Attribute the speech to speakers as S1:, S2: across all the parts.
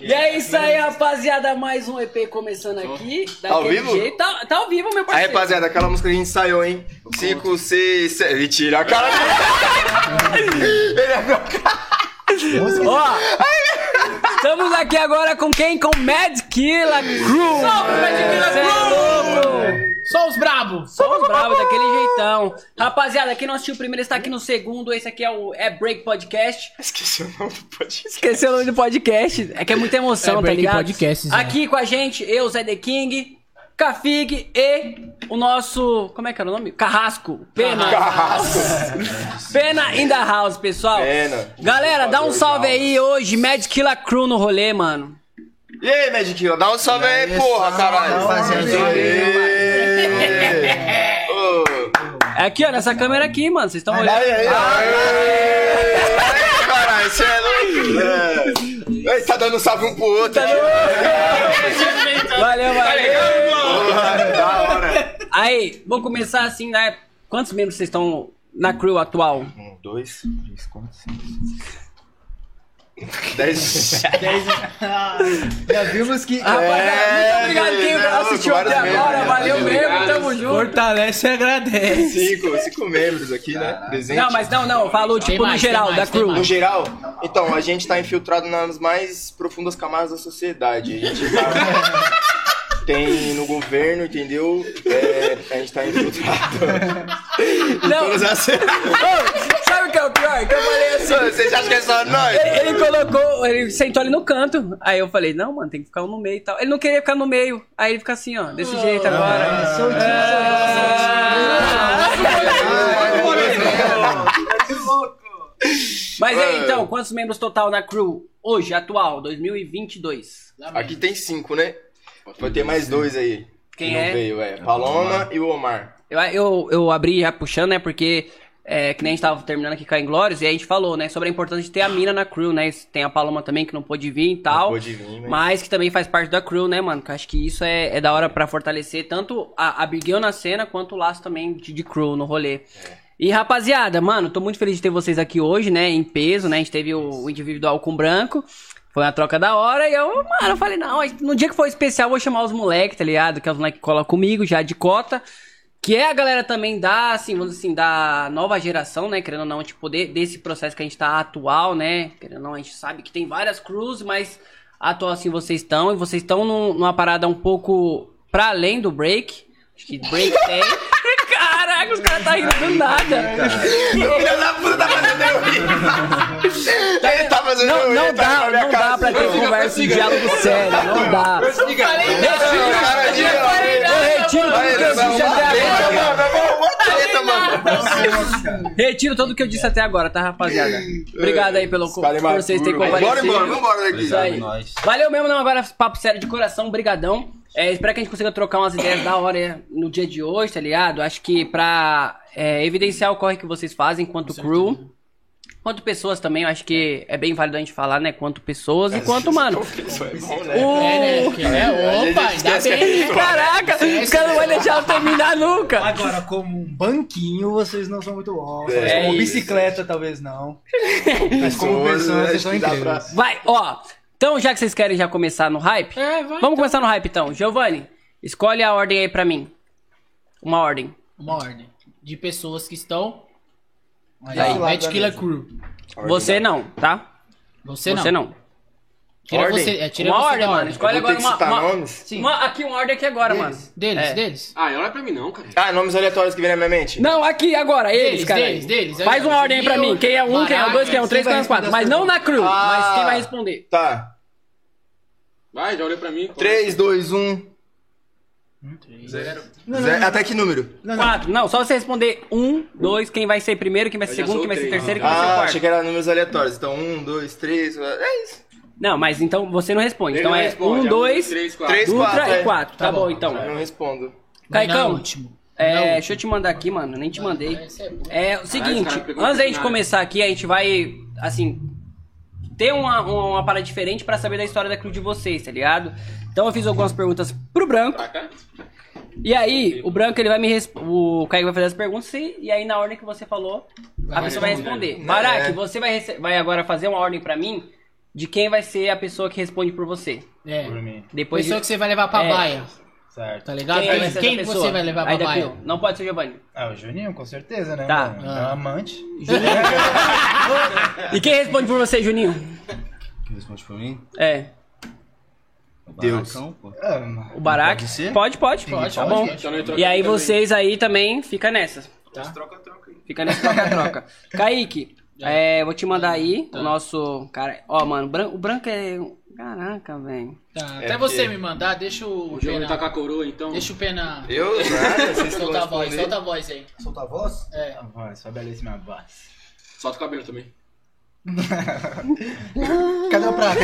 S1: E é isso aí, rapaziada. Mais um EP começando aqui.
S2: Tá ao
S1: daquele
S2: vivo?
S1: jeito. Tá, tá ao vivo, meu
S2: Aí,
S1: parceiro.
S2: rapaziada, aquela música que a gente ensaiou, hein? 5, 6, 7. Ele tira a cara. Ele abriu a cara.
S1: Ó, estamos aqui agora com quem? Com Mad Killa Crew.
S3: Salve, Mad Killa
S1: Cê é
S3: Crew!
S1: louco.
S3: Só os brabos!
S1: Só os bravos daquele jeitão. Rapaziada, quem não assistiu o primeiro está aqui no segundo. Esse aqui é o É Break Podcast.
S2: Esqueci o nome do podcast.
S1: Esqueceu o nome do podcast. É que é muita emoção,
S3: É
S1: tá
S3: Break
S1: ligado?
S3: Podcasts, né?
S1: Aqui com a gente, eu, Zé The King, Cafig e o nosso. Como é que era o nome? Carrasco.
S2: Ah,
S1: Pena.
S2: Carrasco.
S1: Pena in the house, pessoal.
S2: Pena.
S1: Galera, dá um salve aí hoje. Mad Killa Crew no rolê, mano.
S2: E aí, Magic Hero, dá um salve aí, porra, caralho.
S4: rapaziada.
S2: Aê. Ô.
S1: É aqui, ó, nessa câmera aqui, mano. Vocês estão olhando.
S2: Aê, Caralho, você é louco. É. Ei, tá dando salve um pro outro.
S1: Valeu, valeu.
S2: Porra, é Da hora.
S1: Aí, vou começar assim, né? Quantos membros vocês estão na crew atual?
S2: Um, dois, três, quatro, cinco. seis. Dez.
S4: Já vimos que.
S1: Rapaziada, muito obrigado quem
S2: É, não,
S1: assistiu até
S2: vários membros,
S1: agora.
S2: né?
S1: Valeu mesmo, tamo junto.
S3: Fortalece e agradece!
S2: Cinco, cinco membros aqui, né? Desenho.
S1: Não, mas não, não. Falou, tipo, no
S3: mais, tem
S1: geral,
S3: mais,
S1: da
S3: tem
S1: crew.
S2: No
S3: mais.
S2: geral, então, a gente tá infiltrado nas mais profundas camadas da sociedade. A gente tá... Tem no governo, entendeu? É, a gente tá infiltrado. em
S1: Não.
S2: todas as-
S1: Ô, Sabe o que é o pior? Que eu falei assim.
S2: Vocês acham que é só nós?
S1: Ele, ele colocou, ele sentou ali no canto. Aí eu falei, não, mano, tem que ficar um no meio e tal. Ele não queria ficar no meio. Aí ele fica assim, ó, desse jeito agora. é, Mas aí, então, quantos membros total na crew hoje, atual, 2022?
S2: Aqui tem cinco, né? Vai ter mais dois aí.
S1: Quem
S2: que não
S1: é?
S2: veio, é. Paloma e o Omar.
S1: Eu, eu, eu abri já puxando, né? Porque é, que nem a gente tava terminando aqui com a Inglórios, e a gente falou, né? Sobre a importância de ter a mina na crew, né? Tem a Paloma também que não pôde vir e tal.
S2: pôde vir, né?
S1: Mas que também faz parte da crew, né, mano? Que eu acho que isso é, é da hora pra fortalecer tanto a, a Big Girl na cena quanto o laço também de, de crew no rolê. E rapaziada, mano, tô muito feliz de ter vocês aqui hoje, né? Em peso, né? A gente teve o, o individual com branco. Foi uma troca da hora e eu, mano, eu falei, não, no dia que for especial, eu vou chamar os moleques, tá ligado? Que é os moleques que colam comigo, já de cota. Que é a galera também da, assim, vamos dizer assim, da nova geração, né? Querendo ou não, tipo, de- desse processo que a gente tá atual, né? Querendo ou não, a gente sabe que tem várias crews, mas atual assim vocês estão. E vocês estão num- numa parada um pouco pra além do break. Acho que break tem. Caraca, os caras tá rindo do nada.
S2: O filho da puta tá fazendo eu rir. Ele tá fazendo eu
S1: Não,
S2: rir,
S1: não
S2: ele tá rindo
S1: dá,
S2: na minha
S1: não
S2: cara,
S1: dá pra ter
S2: assim,
S1: conversa e diálogo sério. Não dá.
S2: Cara de-
S1: Eu
S2: assim,
S1: retiro tudo que eu disse até agora. Retiro tudo que eu disse até agora, tá, rapaziada?
S2: É.
S1: Obrigado aí pelo,
S2: Os
S1: por
S2: caras é
S1: vocês terem
S2: maduro.
S1: comparecido.
S2: Bora embora, vambora daqui.
S1: Isso aí. Valeu mesmo, não. Agora, papo sério de coração, brigadão. É, espero que a gente consiga trocar umas ideias da hora é, no dia de hoje, tá ligado? Acho que pra é, evidenciar o corre que vocês fazem enquanto crew, quanto pessoas também, eu acho que é bem válido a gente falar, né? Quanto pessoas e quanto, mano.
S2: Isso é bom, né?
S1: O...
S3: É, opa, ainda bem!
S1: Caraca, os caras não vão deixar eu terminar nunca.
S4: Agora, como um banquinho, vocês não são muito bons.
S2: É
S4: como
S1: isso.
S4: bicicleta, talvez não. Mas como
S2: Pessoas,
S4: pessoas,
S2: acho
S4: vocês são
S2: que dá
S4: incríveis.
S2: pra-
S1: Vai, ó. Então, já que vocês querem já começar no hype,
S3: É, vai.
S1: vamos começar no hype então. Giovanni, escolhe a ordem aí pra mim. Uma ordem.
S3: Uma ordem de pessoas que estão. Olha
S4: Aí.
S3: aí, Mad Killer Crew.
S2: é
S1: Você não, tá?
S3: Você não.
S1: Você não.
S3: Tira
S2: Ordem?
S3: você, é, tira
S1: Uma
S3: você
S1: ordem,
S3: da
S1: mano. Escolhe
S2: Eu vou ter
S1: agora
S2: que
S1: uma.
S2: citar
S1: uma-
S2: nomes?
S3: Sim.
S1: uma- aqui, uma ordem aqui agora, mano.
S3: Deles,
S1: É.
S3: deles.
S5: Ah, olha pra mim não, cara.
S2: Ah, nomes aleatórios que vem na minha mente?
S1: Não, aqui agora, eles,
S3: Deles,
S1: cara.
S3: deles, deles.
S1: Faz uma ordem aí pra mim. Quem é um, quem é o dois, quem é o três, quem é o quatro. Mas não na crew, mas quem vai responder?
S2: Tá.
S5: Vai, já olhou pra mim.
S2: 3, 2, 1.
S5: Zero.
S2: Até que número?
S1: Quatro. Não, só você responder um, dois, quem vai ser primeiro, quem vai ser
S5: Eu já
S1: segundo,
S5: sou
S1: quem vai ser
S5: três.
S1: terceiro, quem vai ser
S2: Ah,
S1: quarto.
S2: achei que era números aleatórios. Então, 1, 2, 3. É isso.
S1: Não, mas então você não responde.
S5: Ele
S1: então
S5: não
S1: é
S5: responde,
S1: um,
S5: é um,
S1: dois,
S5: três, quatro.
S2: Três,
S1: Dutra
S2: quatro,
S1: e
S2: é.
S1: quatro. Tá,
S3: Tá
S1: bom,
S3: bom,
S1: então.
S2: Eu não respondo.
S1: Caicão,
S3: Não, último.
S1: É,
S3: Não.
S1: deixa eu te mandar aqui, mano. Nem te mandei.
S3: esse é bom.
S1: É o seguinte,
S5: cara, pegou
S1: antes da gente
S5: nada.
S1: começar aqui, a gente vai, assim, ter uma, uma, uma parada diferente pra saber da história da crew de vocês, tá ligado? Então eu fiz algumas perguntas pro Branco.
S5: Tá, tá?
S1: E aí, o Branco ele vai me resp- O Caio vai fazer as perguntas e, e aí na ordem que
S6: Né, é.
S1: você falou, a pessoa vai responder. Baraque, você vai, rece- vai agora fazer uma ordem pra mim de quem vai ser a pessoa que responde por você.
S3: É.
S7: Por mim.
S1: Depois
S3: pessoa
S1: de...
S3: que você vai levar pra
S1: É.
S3: baia,
S7: Certo.
S3: tá ligado?
S1: vai
S3: Quem,
S1: ser essa
S3: quem
S1: pessoa? é
S3: você vai levar pra
S1: Aí daqui,
S3: baia?
S1: ó, Não pode ser o Giovanni.
S7: Ah, o Juninho, com certeza, né?
S1: Tá.
S4: Ah.
S7: mano? É um amante.
S1: E quem responde por você, Juninho?
S6: Que responde pra mim?
S1: É.
S6: O
S2: Deus.
S6: barracão, pô.
S7: Ah, mano.
S1: O Barack?
S6: Pode ser?
S1: Pode, pode.
S3: Pode,
S1: tá bom.
S3: pode.
S5: Então não entrou
S1: E
S5: aqui
S1: aí
S5: também.
S1: vocês aí também fica nessa. tá?
S5: Troca, troca aí.
S1: Fica nessa troca-troca. Kaique, é, vou te mandar aí
S5: Tá.
S1: o nosso. Cara, ó, mano, bran- o branco é. Caraca, velho.
S3: Tá,
S2: É
S3: Até você
S2: porque-
S3: me mandar, deixa o
S5: O Giovanni
S3: Pena.
S5: tá com a coroa, então.
S3: Deixa o Pena.
S2: Eu? Nada, vocês que
S3: Solta a voz,
S2: responder.
S3: solta a voz aí.
S4: Soltar a voz?
S3: É.
S7: A voz, sua belíssima voz.
S5: Solta o cabelo também.
S4: Cadê o prato?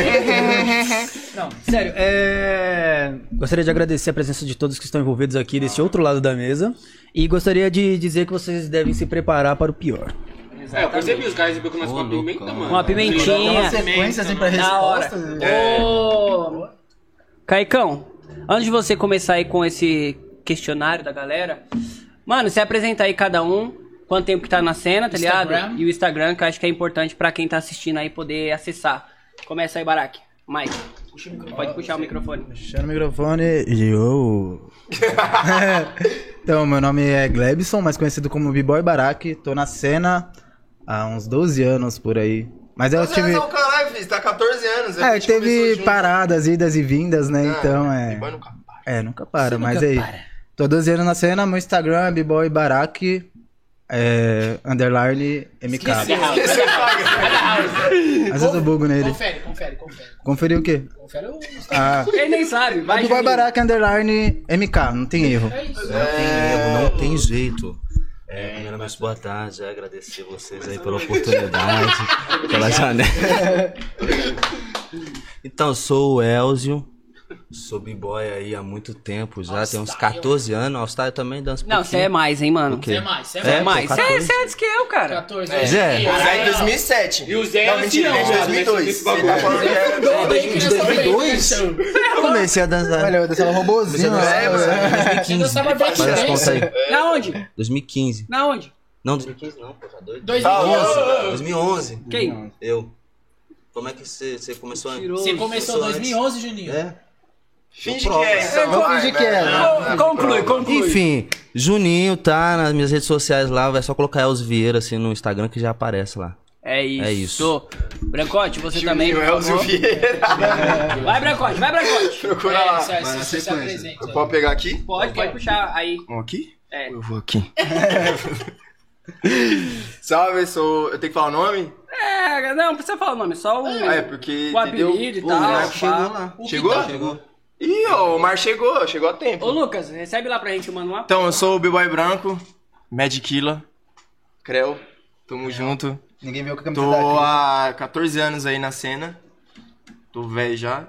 S4: Não, sério,
S8: É, Gostaria de agradecer a presença de todos que estão envolvidos aqui desse outro lado da mesa. E gostaria de dizer que vocês devem se preparar para o pior.
S5: É, eu percebi, os caras receberam começam
S6: Ô,
S5: com uma pimenta,
S6: loucão.
S5: mano.
S1: Uma
S4: dá uma
S1: pimentinha.
S4: sequência assim pra
S1: Da hora. É,
S4: respostas.
S1: Ô. Caicão, antes de você começar aí com esse questionário da galera, mano, se apresenta aí cada um. Quanto tempo que tá na cena, tá
S3: Instagram.
S1: ligado? E o Instagram, que eu acho que é importante pra quem tá assistindo aí poder acessar. Começa aí, Barack. Mike, pode puxar o microfone.
S7: Puxando o microfone. Yo. então, meu nome é Glebson, mais conhecido como B-Boy Barak. Tô na cena há uns 12 anos por aí. Mas eu
S2: Mas
S7: tive.
S2: é o caralho, filho, você tá 14 anos. a
S7: É,
S2: gente começou
S7: teve
S2: junto.
S7: paradas, idas e vindas, né?
S2: Ah,
S7: então
S2: e
S7: é.
S2: vai no carro.
S7: É, nunca para, mas aí. Tô 12 anos na cena, meu Instagram é B-Boy Barak. É, underline MK. Às vezes eu bugo nele.
S3: Confere, confere, confere.
S7: Conferi o quê?
S3: Confere o.
S7: Ah,
S1: Ele nem sabe, vai.
S7: B-Boy
S1: Juninho.
S7: Barak, underline MK, não tem erro.
S3: É isso.
S6: Não tem erro, não tem jeito. É, primeiramente, boa tarde. é Agradecer vocês aí pela oportunidade, pela janela. Então, eu sou o Elzio. Sou b-boy aí há muito tempo já, tem uns 14 anos. All-Star eu também dança
S1: Não, você é mais, hein, mano.
S6: Ok.
S3: Você é mais, você é mais.
S6: É,
S1: É mais.
S6: pô,
S1: Você é,
S6: 14.
S1: você é antes que eu, cara.
S3: 14
S6: Zé.
S2: O Zé é
S3: E
S2: em
S3: aí, ó.
S2: 2007.
S5: E o Zé
S2: Não,
S5: é
S2: mentira, ele é em
S5: ancião,
S2: 2002.
S5: esse
S2: Você tá
S3: né,
S2: falando que é...
S6: Em 2002? Eu comecei a dançar.
S7: Olha, eu dançava robôzinho.
S2: É,
S7: ó.
S2: mano.
S3: Você dançava Break
S6: Faz as contas
S3: Dance.
S6: aí.
S1: Na onde?
S6: 2015.
S1: Na onde?
S6: Não, 2015 não, pô, tá doido?
S1: Ah,
S3: 2011.
S6: 2011.
S1: Quem?
S6: Eu. Como é que você você começou a.
S1: Tirou.
S3: Você começou em 2011, Juninho?
S6: É?
S2: Finge que é. então,
S4: Vamos
S2: vai,
S4: fingir que
S2: né?
S4: é.
S1: Con- Conclui, conclui.
S6: Enfim, Juninho tá nas minhas redes sociais lá, é só colocar Elzo Vieira assim no Instagram que já aparece lá.
S1: É isso.
S6: É isso.
S1: Brancote, você
S2: Juninho é
S1: também. por
S2: Elzio
S1: favor.
S2: Vieira.
S1: Vai, Brancote, vai, Brancote.
S2: Procura lá.
S3: você-
S7: Vai na
S3: você se
S7: sequência.
S3: apresenta.
S2: Pode pegar aqui?
S1: Pode, pode puxar aí.
S2: Vamos aqui?
S1: É.
S2: Eu vou aqui. Salve, sou... Eu tenho que falar o nome?
S1: É, não, não precisa falar o nome, só o.
S2: Ah, é, porque...
S1: O
S2: entendeu?
S1: apelido e
S2: Pô,
S1: tal,
S2: né?
S1: pá. tá
S6: lá.
S2: Chegou? Chegou. Ih, ó, o Mar chegou. Chegou a tempo.
S1: Ô, Lucas, recebe lá pra gente o manual.
S2: Então, eu sou o B-Boy Branco, Medkilla, Creu, tamo junto.
S7: Ninguém viu que a camiseta
S2: Tô
S7: tá
S2: há 14 anos aí na cena, tô velho já.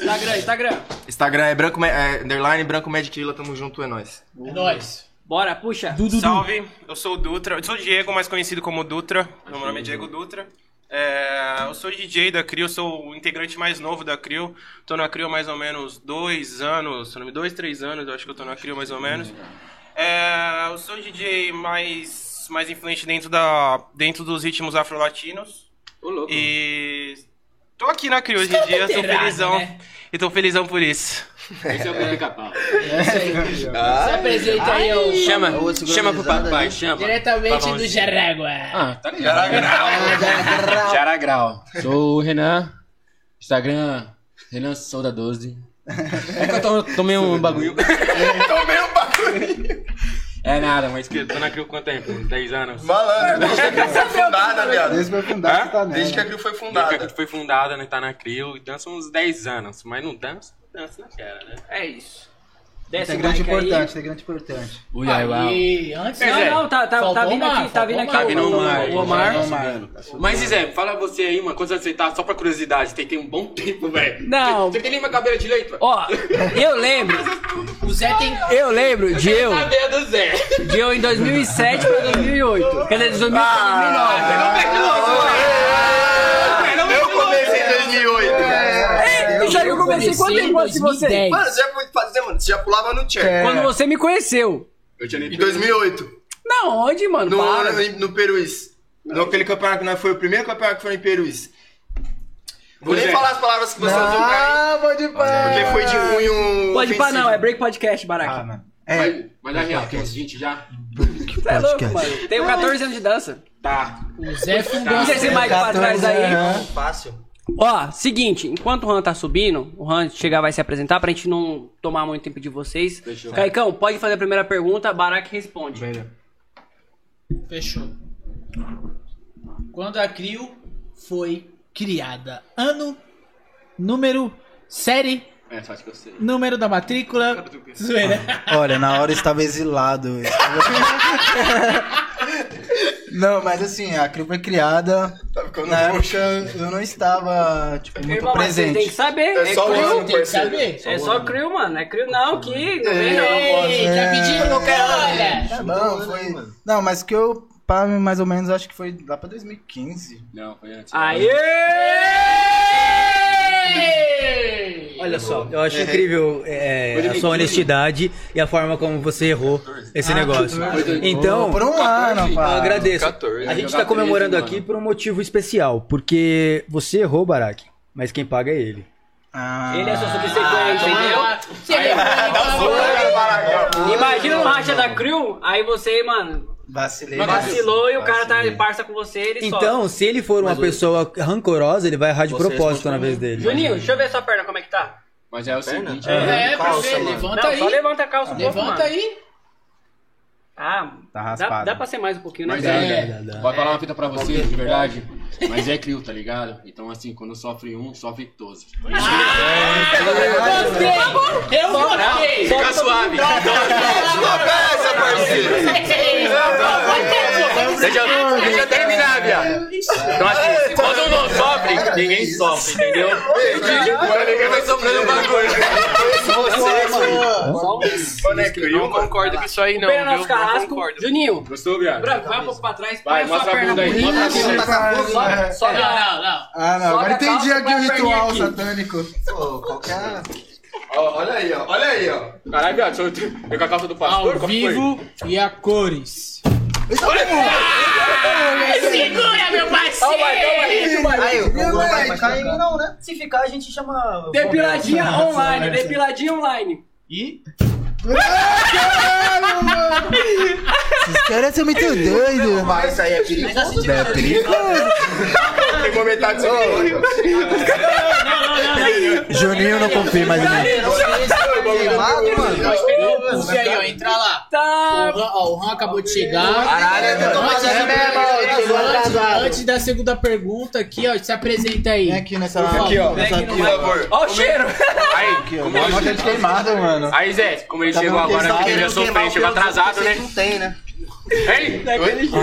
S1: Instagram, Instagram.
S2: Instagram é, branco, Me- é underline branco Medkilla, tamo junto, é nóis.
S3: É nóis.
S1: Bora, puxa.
S9: Salve, eu sou o Dutra, eu sou o Diego, mais conhecido como Dutra, meu nome é Diego Dutra. É, eu sou DJ da Crio, sou o integrante mais novo da Crio, tô na Crio há mais ou menos dois anos, se não me- dois, três anos, eu acho que eu tô na Crio mais ou menos. É, eu sou o DJ mais, mais influente dentro, da, dentro dos ritmos afro-latinos
S5: Ô, louco.
S9: e tô aqui na Crio hoje em dia, tô
S3: inteirado,
S9: felizão
S3: né?
S9: e tô felizão por isso.
S5: Esse é o pica-pau.
S3: Se apresenta aí, ó.
S1: Chama,
S6: Outro
S1: chama pro
S6: granizado
S1: papai,
S6: ali.
S1: chama.
S3: Diretamente do
S1: é
S3: Jaraguá.
S5: tá ligado.
S10: Jaragrau. Sou o Renan. Instagram, Renan Souda 12. É que eu to- tomei um bagulho.
S2: Tomei um bagulho.
S10: É nada, mas que.
S5: Tô na Crio há quanto tempo? 10 anos.
S2: Malandro, desde que a Crio foi fundada, viado.
S7: Desde que foi fundado, você tá
S2: Desde que
S7: nela.
S2: a Crio foi
S9: Desde que a Crio
S2: fundada.
S9: foi fundada, né, tá na Crio, e dança uns 10 anos, mas não dança, não dança naquela, né?
S1: É isso. Desce o
S7: Integrante
S1: like aí.
S7: é importante, integrante importante.
S10: Ui, ai, uau.
S3: E antes.
S1: Não, não, tá, tá, tá
S3: Faltou
S1: vindo
S3: Omar,
S1: aqui, tá vindo aqui.
S3: faltou
S9: Omar.
S1: o-
S9: Tá vindo
S1: O Omar.
S5: Mas, Zé, fala você aí, mano, quantos anos você tá? Só pra curiosidade, tem, tem um bom tempo, velho.
S1: Não.
S5: Você tem lembra a cabelo direito, velho?
S1: Ó, eu lembro,
S3: O Zé tem.
S1: eu lembro de eu,
S5: Cabelo do Zé.
S1: de eu em 2007 pra 2008. Quer dizer, de 2008 pra 2009.
S5: Não mete louco,
S2: Eu comecei em 2008, velho.
S1: É, bicho, aí eu comecei
S3: comecei
S1: quando
S3: em
S1: depois de você?
S3: 2010.
S2: Mano, você já foi fazer, mano, você já pulava no chair.
S1: Quando você me conheceu.
S5: Eu tinha
S2: Em
S5: nem
S2: 2008,
S1: Na onde, mano?
S2: no,
S1: Para.
S2: no, no Peruís. Naquele campeonato que nós foi, o primeiro campeonato que foi em Peruís. Vou
S5: é.
S2: nem falar as palavras que você
S7: Não,
S2: usou pra mim.
S7: pode parar.
S2: Porque foi de um cunho.
S1: Pode pá,
S2: ofensivo.
S1: não, é break podcast,
S7: Ah,
S1: Baraca.
S7: É.
S10: Mas, mas na real, tem uns 20 já?
S1: Você é louco, mano. Tenho 14 anos de dança.
S10: Tá.
S3: O Zé
S1: Tá.
S3: fundou.
S1: Deixa esse mic pra trás aí.
S11: Fácil.
S1: Ó, seguinte, enquanto o Han tá subindo, o Han chegar vai se apresentar pra gente não tomar muito tempo de vocês.
S10: Fechou.
S1: Caicão, pode fazer a primeira pergunta, Baraque responde.
S3: Fechou. Quando a Crio foi criada? Ano, número, série,
S10: É, só acho que eu sei.
S3: número da matrícula. Zoeira.
S7: Olha, na hora eu estava exilado. não, mas assim, a Crio foi criada.
S2: Tá ficando
S7: Na época
S2: roxo.
S7: eu não estava tipo, muito
S1: Irmão, mas vocês têm que
S7: presente.
S1: saber.
S2: É só o
S1: cru.
S2: ano,
S3: Tem que
S2: parceiro.
S3: saber.
S1: É só crio, mano. É crio não, que não vem não.
S3: Ei, tá pedindo, olha.
S7: Tá bom, foi. Não, mas que eu. pá, Mais ou menos, acho que foi lá pra 2015.
S10: Não, foi antes.
S1: Aê!
S6: Olha só, eu acho incrível é, a sua honestidade e a forma como você errou esse negócio. Então,
S7: Por um ano,
S6: eu
S7: pá.
S6: agradeço.
S10: 14,
S6: a gente tá
S10: 14,
S6: comemorando
S10: mano.
S6: aqui por um motivo especial, porque você errou, Barack, mas quem paga é ele.
S7: Ah,
S1: Ele é só subsequente, entendeu?
S3: Você
S2: um
S3: errou,
S1: Imagina um racha da Crew, aí você, mano,
S7: vacilei.
S1: vacilou e o cara tá
S7: Vacilei.
S1: de parça com você, ele
S6: Então,
S1: só.
S6: se ele for uma pessoa rancorosa, ele vai errar de
S11: Você responde
S6: propósito na
S11: pra
S6: vez
S11: mim.
S6: dele.
S1: Juninho, deixa eu ver sua perna como é que tá.
S10: Mas é o seguinte.
S3: errou. É, pra
S11: Calça,
S3: ver,
S11: mano.
S3: levanta
S1: Não,
S3: aí.
S1: só levanta a calça um pouco, mano.
S3: Levanta aí.
S1: Ah,
S7: Tá
S1: dá,
S7: raspado.
S1: dá pra ser mais um pouquinho, né?
S10: Mas
S1: cara?
S10: é,
S6: dá, dá.
S10: vai falar uma fita pra você, de verdade. Mas é crio, tá ligado? Então, assim, quando sofre um, sofre todos.
S1: um
S3: Gostei. Eu gostei.
S10: Fica suave.
S2: É, um Essa, parceiro.
S10: Deixa eu- deixa eu terminar, viado. Então, assim, quando não sofre, ninguém sofre, entendeu?
S2: Agora ninguém vai sofrer uma coisa. Mano, é
S12: Não
S2: crio, mano.
S12: concordo com isso aí, não.
S1: Pera
S12: viu?
S1: nosso carrasco. Juninho,
S10: Gostou, viado?
S1: branco, vai um pouco pra trás, põe a
S10: Vai,
S1: sua
S10: mostra a
S1: perna
S10: bunda aí.
S1: bonita.
S10: Mostra a
S1: né?
S10: bunda.
S1: Sobe, sobe a-
S3: Não, não, não.
S7: Ah, não.
S1: Sobe
S7: Agora
S1: a calça,
S7: entendi aqui
S1: põe a
S7: o ritual
S1: perninha
S7: satânico. Pô, qualquer.
S2: Ó, Olha aí, ó. Olha aí, ó.
S10: Caralho, viado, eu eu com a calça do pastor,
S3: Ao
S10: como
S3: vivo e a cores. Segura, meu parceiro!
S7: Aí, o
S6: não, né? Se ficar, a gente chama.
S1: Depiladinha online, depiladinha online.
S7: Esses caras são muito doidos.
S2: Mas isso aí é perigo.
S7: É perigoso.
S2: Pegou metade do seu corpo.
S7: Juninho não confia mais em mim.
S3: E aí, ó, entra lá.
S1: Tá.
S3: O Ran- ó, o Ran acabou de chegar.
S2: Caralho, é eu tô
S3: Antes,
S2: fazendo
S3: antes- antes da segunda pergunta aqui, ó, se apresenta aí.
S7: Vem aqui nessa.
S2: Aqui, ó.
S7: Nessa aqui,
S2: né? Por favor.
S1: Ó o cheiro.
S10: Aí, como
S7: ó. Nota de
S10: ele...
S7: queimada, é mano.
S10: Aí, Zé, como
S8: Tá
S2: Tá
S10: ele chegou agora, aqui, ele já sofreu, chegou atrasado, né?
S13: Não tem, né?
S10: Ei,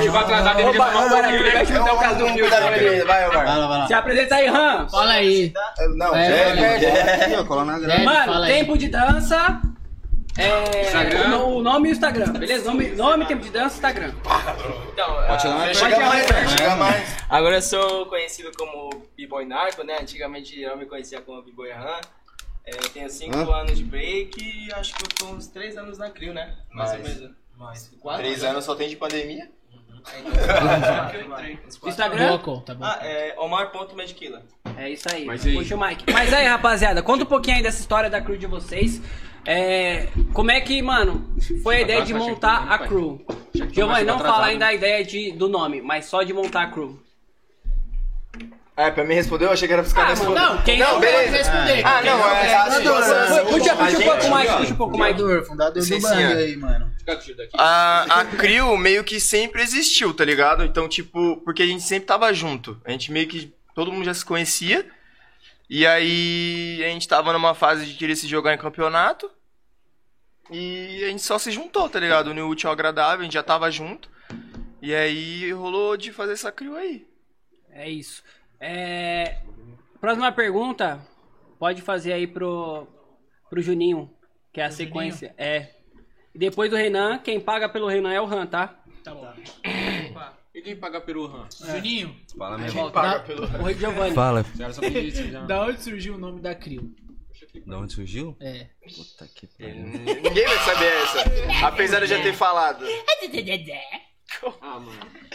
S10: chegou atrasado, ele já
S1: Barão, Barão, ele
S10: né?
S1: vai
S2: Então,
S1: escutar o caso do Nil.
S2: Cuidado com ele, vai,
S7: Vai
S2: Omar.
S7: lá, vai lá.
S1: Se apresenta aí, Ram.
S3: Fala aí.
S2: Não,
S3: É,
S2: é,
S3: olha.
S2: é, é.
S13: Aqui, ó, colar na grade.
S3: Zé,
S1: Mano,
S3: fala aí.
S1: tempo de dança. É,
S10: Instagram.
S1: o no- O nome e o Instagram, beleza? Nome, nome, tempo de dança, Instagram.
S2: ah,
S14: Pode chegar
S2: né?
S14: mais
S1: Pode chamar aí, Fred.
S2: Chega mais.
S14: Agora eu sou conhecido como B-Boy Narco, né? Antigamente eu me conhecia como B-Boy Han. É, eu tenho 5 anos de break e acho que eu tô uns 3 anos na Crio, né? Mais, ou
S2: Mais.
S14: menos. Mais. 4
S2: Três anos só tem de pandemia?
S1: Instagram?
S3: Boa conta, boa.
S14: Ah, é Omar.medquila.
S1: É isso aí.
S10: Mas aí?
S1: Puxa o mic. Mas aí, rapaziada, conta um pouquinho aí dessa história da crew de vocês. É, como é que, mano, foi a ideia de montar a crew? Giovanni, não fala
S10: né?
S1: ainda a ideia de, do nome, mas só de montar a crew.
S2: Ah, pra mim responder, eu achei que era pros caras
S1: Ah, mano,
S2: responderem.
S1: não, quem
S2: não,
S1: não
S2: beleza.
S3: responder.
S2: Ah, não, é assim, a situação.
S1: Puxa, puxa um pouco mais,
S2: ó,
S1: puxa um pouco mais.
S7: Fundador do
S2: Sim,
S7: bando
S2: senhor.
S7: aí, mano.
S2: A, a Crio meio que sempre existiu, tá ligado? Então, tipo, porque a gente sempre tava junto. A gente meio que. Todo mundo já se conhecia. E aí a gente tava numa fase de querer se jogar em campeonato. E a gente só se juntou, tá ligado? No útil ao agradável, a gente já tava junto. E aí rolou de fazer essa Crio aí.
S1: É isso. É, Próxima pergunta, pode fazer aí pro, pro Juninho, que é a sequência. É. E depois do Renan, quem paga pelo Renan é o Han, tá?
S3: Tá bom.
S10: E quem paga peru, Han?
S3: Juninho,
S11: Fala mesmo.
S1: O Giovanni.
S11: Fala.
S10: Já era só pedir isso, já.
S3: da onde surgiu o nome da Crio?
S11: De onde surgiu?
S3: É.
S11: Puta que pariu.
S2: Ninguém vai saber essa. Apesar de eu já ter falado.
S5: Ah, mano.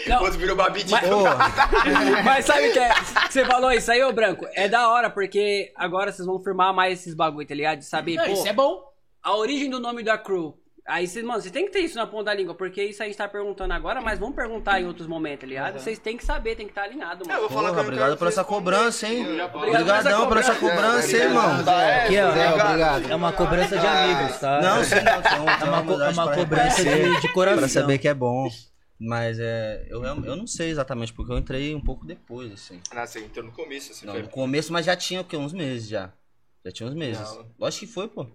S1: Não.
S2: Outro virou babi de
S1: Mas, mas sabe o que é? Que Você falou isso aí, ô Branco. É da hora, porque agora vocês vão firmar mais esses bagulho, tá ligado? De saber,
S3: Não,
S1: pô,
S3: isso é bom.
S1: A origem do nome da crew. Aí vocês, mano, vocês tem que ter isso na ponta da língua, porque isso a gente tá perguntando agora, mas vamos perguntar em outros momentos, tá ligado? Vocês têm que saber, tem que estar alinhado, mano.
S6: Porra, obrigado por essa cobrança, hein?
S1: Obrigado por essa
S6: Obrigadão por essa
S2: É,
S6: cobrança, hein, irmão?
S2: Tá,
S8: Aqui, ó, é, obrigado. É uma cobrança de
S2: Ah,
S8: amigos, tá?
S6: Não, sim, não,
S8: É uma, co- é uma cobrança de, de coração.
S6: Pra saber que é bom. Mas é, eu, real- eu não sei exatamente, porque eu entrei um pouco depois, assim.
S2: Ah, você entrou no começo, você
S6: Não,
S2: foi.
S6: no começo, mas já tinha o quê? Uns meses já. Já tinha uns meses.
S2: Não.
S6: Lógico que foi, pô.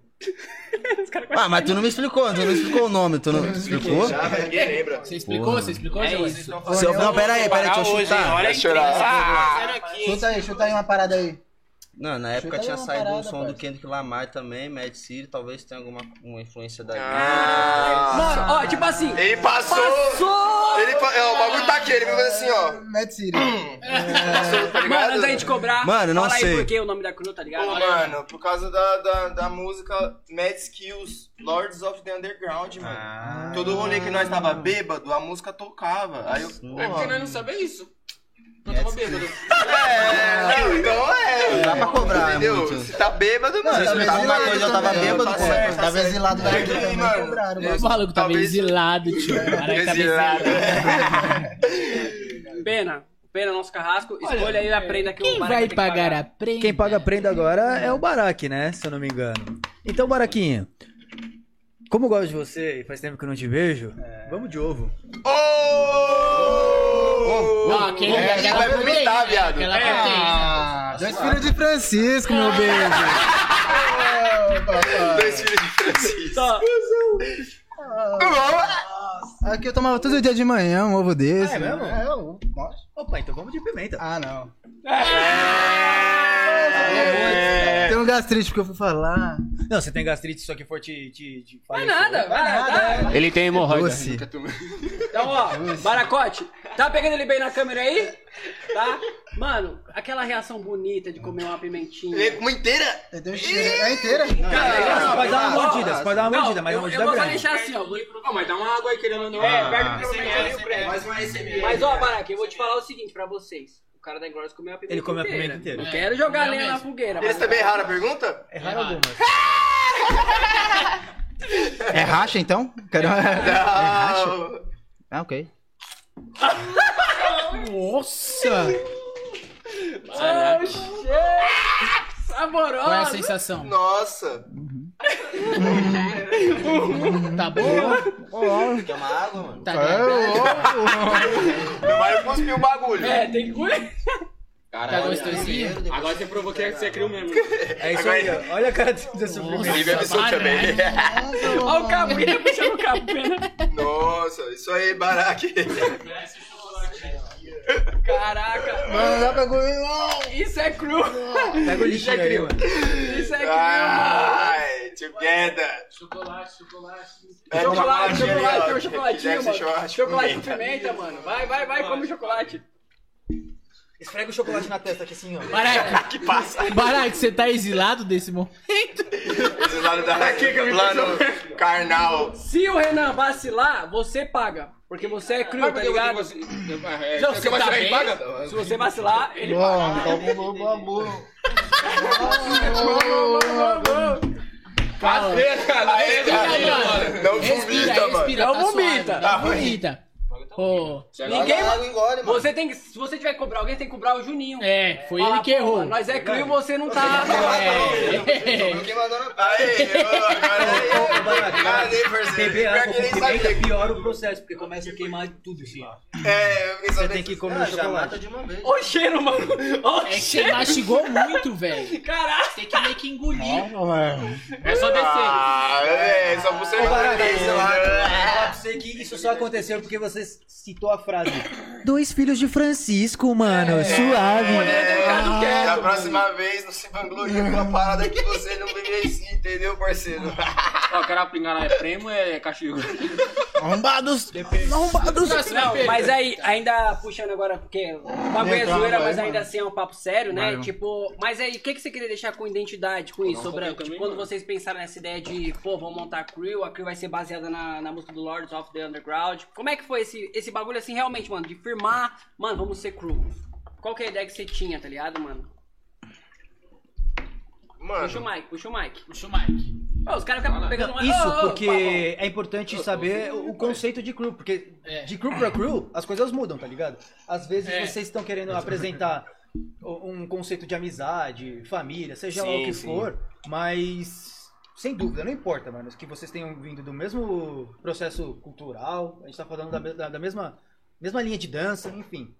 S6: ah, mas tu não me explicou, tu não me explicou o nome, tu não explicou?
S2: Já, mas ninguém lembra.
S3: Você explicou?
S6: Porra.
S3: Você explicou,
S6: É
S3: João?
S6: isso.
S3: Vocês tão
S6: Seu-
S3: falando-
S6: não, pera aí, pera aí, deixa eu
S3: Hoje,
S6: chutar.
S3: olha
S6: Vai chorar.
S2: Ah.
S7: Chuta aí, chuta aí uma parada aí.
S6: Não, na
S7: Chuta
S6: época
S7: aí
S6: tinha
S7: uma
S6: saído o
S7: parada,
S6: som do
S7: parça.
S6: Kendrick Lamar também, Mad City, talvez tenha alguma uma influência daí.
S2: Ah,
S1: Mano, ó, tipo assim.
S2: Ele passou!
S1: Passou!
S2: Ele fa- é, o bagulho tá aqui, ele vai fazer assim, ó.
S7: Mad City.
S2: Tá
S1: Mano, antes da gente cobrar,
S6: Mano, não
S1: fala aí
S6: sei.
S1: por que o nome da crew, tá ligado?
S2: Pô,
S1: Olha aí.
S2: mano, por causa da, da, da música Mad Skills, Lords of the Underground, mano. Todo rolê que nós
S6: Ah.
S2: tava bêbado, a música tocava. Aí eu.
S5: É porque nós
S2: Porra.
S5: não sabemos isso. Não tava bêbado.
S2: É, não, então é.
S6: Dá pra cobrar,
S2: entendeu?
S6: é muito.
S2: Se tá bêbado, mano.
S6: talvez
S2: você tá
S6: uma
S2: bêbado
S6: coisa eu tava
S2: também,
S6: bêbado,
S2: tá
S6: pô.
S2: certo, tá
S7: Tava
S2: certo.
S7: exilado da
S2: Perdoe,
S7: Argentina, também
S2: mano.
S7: cobraram,
S3: O maluco tava
S2: Talvez-
S3: exilado, tio. O
S2: Tá
S3: moleque tava
S2: Exilado.
S1: Pena. Pena, nosso carrasco. Escolha aí e aprenda que
S3: é. Quem
S1: o Barack
S3: vai
S1: tem que
S3: pagar a prenda?
S8: Quem paga a prenda agora é o Baraque, né? Se eu não me engano. Então, Baraquinho, como eu gosto de você e faz tempo que eu não te vejo, vamos de ovo.
S3: Ó, aquele-
S2: É,
S3: aquela
S2: vai
S3: eu cortei,
S2: vomitar,
S3: né?
S2: viado. É.
S3: Aquela eu cortei.
S7: Ah, dois filhos de Francisco, meu beijo.
S2: Dois filhos de Francisco.
S1: Só.
S7: Aqui eu tomava todo dia de manhã um ovo desse.
S8: Ah, é mesmo?
S7: É, eu- nossa.
S8: Opa, então vamos de pimenta.
S7: Ah, não. Tem um gastrite porque eu fui falar.
S8: Não, você tem gastrite, isso aqui for te... te, te
S1: Vai
S8: falecer.
S1: é nada, vai nada.
S10: Ele tem hemorroida.
S7: Doce.
S1: Então, ó, Baracote, tá pegando ele bem na câmera aí? Tá? Mano, aquela reação bonita de comer uma pimentinha.
S2: Uma inteira?
S7: É dois- é inteira?
S1: Cara,
S8: Você pode dar uma
S1: Ó,
S8: mordida, você pode dar uma
S1: não,
S8: mordida, mas é
S1: eu,
S8: uma mordida
S1: eu vou só
S8: grande.
S1: deixar assim, ó. vou-
S5: Não, mas dá uma água aí querendo ou não.
S10: É, perde
S5: Ah.
S10: pro
S2: Mais
S5: um é
S2: uma SMR.
S1: Mas, ó, Baraque, eu vou te falar o seguinte pra vocês. O cara da Inglória comeu a pimenta
S8: Ele comeu a
S1: inteira.
S8: pimenta inteira.
S1: Não quero jogar
S5: É,
S3: Comeu
S1: lenha na
S3: mesmo.
S1: fogueira.
S2: Eles
S1: mas- é
S2: também erraram a pergunta?
S3: É,
S8: Erraram algumas.
S7: É racha, então? Quero...
S2: Não.
S7: Ah, ok.
S3: Nossa!
S1: Saborosa.
S3: Qual é a
S8: assim.
S3: sensação?
S2: Nossa.
S3: Tá boa?
S6: Quer uma água, mano?
S3: Tá
S7: É,
S3: bom.
S2: Meu marido cuspiu o bagulho.
S1: É, tem que comer.
S3: Tá
S5: Caralho.
S3: gostosinho?
S5: Agora você provou que você criou mesmo.
S8: É isso aí, ó. Olha a cara dele de sofrimento.
S2: Ele avisou
S3: é
S2: também.
S1: Ó o cabo, quem tá puxando o cabo, né? pena?
S2: Nossa, isso aí,
S8: É
S2: Baraque.
S1: Caraca.
S7: Mano, dá pra comer, não.
S1: Isso é cru.
S8: Pega o lixinho aí, mano.
S1: Isso é cru,
S2: Ah.
S1: mano.
S2: Ai, together.
S3: Chocolate, chocolate.
S2: Pega É uma
S1: Chocolate,
S2: latinha ali, ó,
S8: um
S1: chocolate,
S2: que deve
S1: chocolatinho,
S2: ser
S1: mano.
S2: chocolate
S1: Chocolate com
S2: pimenta.
S1: pimenta, mano. Vai, vai, vai, come o chocolate.
S8: Esfrega o chocolate na testa aqui assim, ó.
S3: Baraque,
S2: Que passa.
S3: Baraque, você tá exilado desse momento?
S2: Esse lado da plano carnal.
S1: Se o Renan vacilar, você paga. Porque você é cru, tá ligado? Não, você
S5: vai
S1: tá
S5: tirar em
S1: bem?
S5: paga?
S1: Se você vacilar, ele paga.
S7: Mano, tá bom, bom, bom, bom.
S3: Fala.
S5: Cadê,
S2: Não
S3: Respira,
S2: vomita, mano.
S3: respira.
S1: Não
S3: tá
S1: vomita.
S3: suave,
S2: Tá
S3: Não
S2: ruim.
S3: vomita. Ô,
S1: Ninguém.
S6: engole,
S1: Você tem que. Se você tiver que cobrar alguém, tem que cobrar o Juninho.
S3: É, foi
S1: Fala,
S3: ele que
S1: pô,
S3: errou.
S1: mano, Nós é cru e você não tá.
S3: É.
S6: Quem mandou na
S2: Aí, ô, agora é aí. Cadê, parceiro?
S8: é Beber
S2: Pior
S8: água
S2: que nem
S8: com
S2: sabia.
S8: pimenta piora o processo, porque começa a queimar tudo, assim.
S2: É, eu fiquei
S8: Você
S2: sabendo
S8: tem que comer
S6: Já
S8: o
S6: mata
S8: chocolate.
S6: de uma vez.
S1: Ó o cheiro, mano. Ó o
S3: É que você
S1: cheiro.
S3: mastigou muito, velho.
S1: Caralho.
S3: Tem que meio que engolir.
S5: É só descer.
S2: Ah, é, só você né? não tem esse lado.
S8: Falar pra você que isso só aconteceu porque você citou a frase. Dois filhos de Francisco, mano. Suave.
S2: Ricardo quer. É. Da próxima vez, não se vanglorie com uma parada que você não vivencia, entendeu, parceiro?
S5: Ó, o cara pingar é prêmio é cachorro.
S1: Arrombados! Arrombados!
S3: é
S1: Não, mas aí, ainda puxando agora, porque o bagulho é
S5: Legal,
S1: zoeira,
S5: vai,
S1: mas ainda
S5: mano.
S1: assim é um papo sério, né?
S5: Vai, mano.
S1: Tipo, mas aí, o que, que você queria deixar com identidade com
S2: um
S1: isso? Sobre, tipo, quando vocês pensaram nessa ideia de, pô, vamos montar a crew, a crew vai ser baseada na, na música do Lords of the Underground. Como é que foi esse, esse bagulho assim, realmente, mano, de firmar, mano, vamos ser crew? Qual que é a ideia que você tinha, tá ligado, mano?
S2: Mano.
S1: Puxa o mic, puxa o mic.
S3: Puxa o mic.
S1: Ô, os caras ficam pegando
S8: Não,
S1: mic.
S8: Isso,
S1: Ô, ô,
S8: porque
S1: por favor.
S8: é importante saber o conceito de crew, porque
S2: É,
S8: de crew pra crew as coisas mudam, tá ligado? Às vezes
S7: É.
S8: vocês estão querendo apresentar o- um conceito de amizade, família, seja lá o
S7: Sim,
S8: que
S7: sim.
S8: for, mas sem dúvida, não importa, mano, que vocês tenham vindo do mesmo processo cultural, a gente tá falando da, me- da- da mesma, mesma linha de dança, enfim,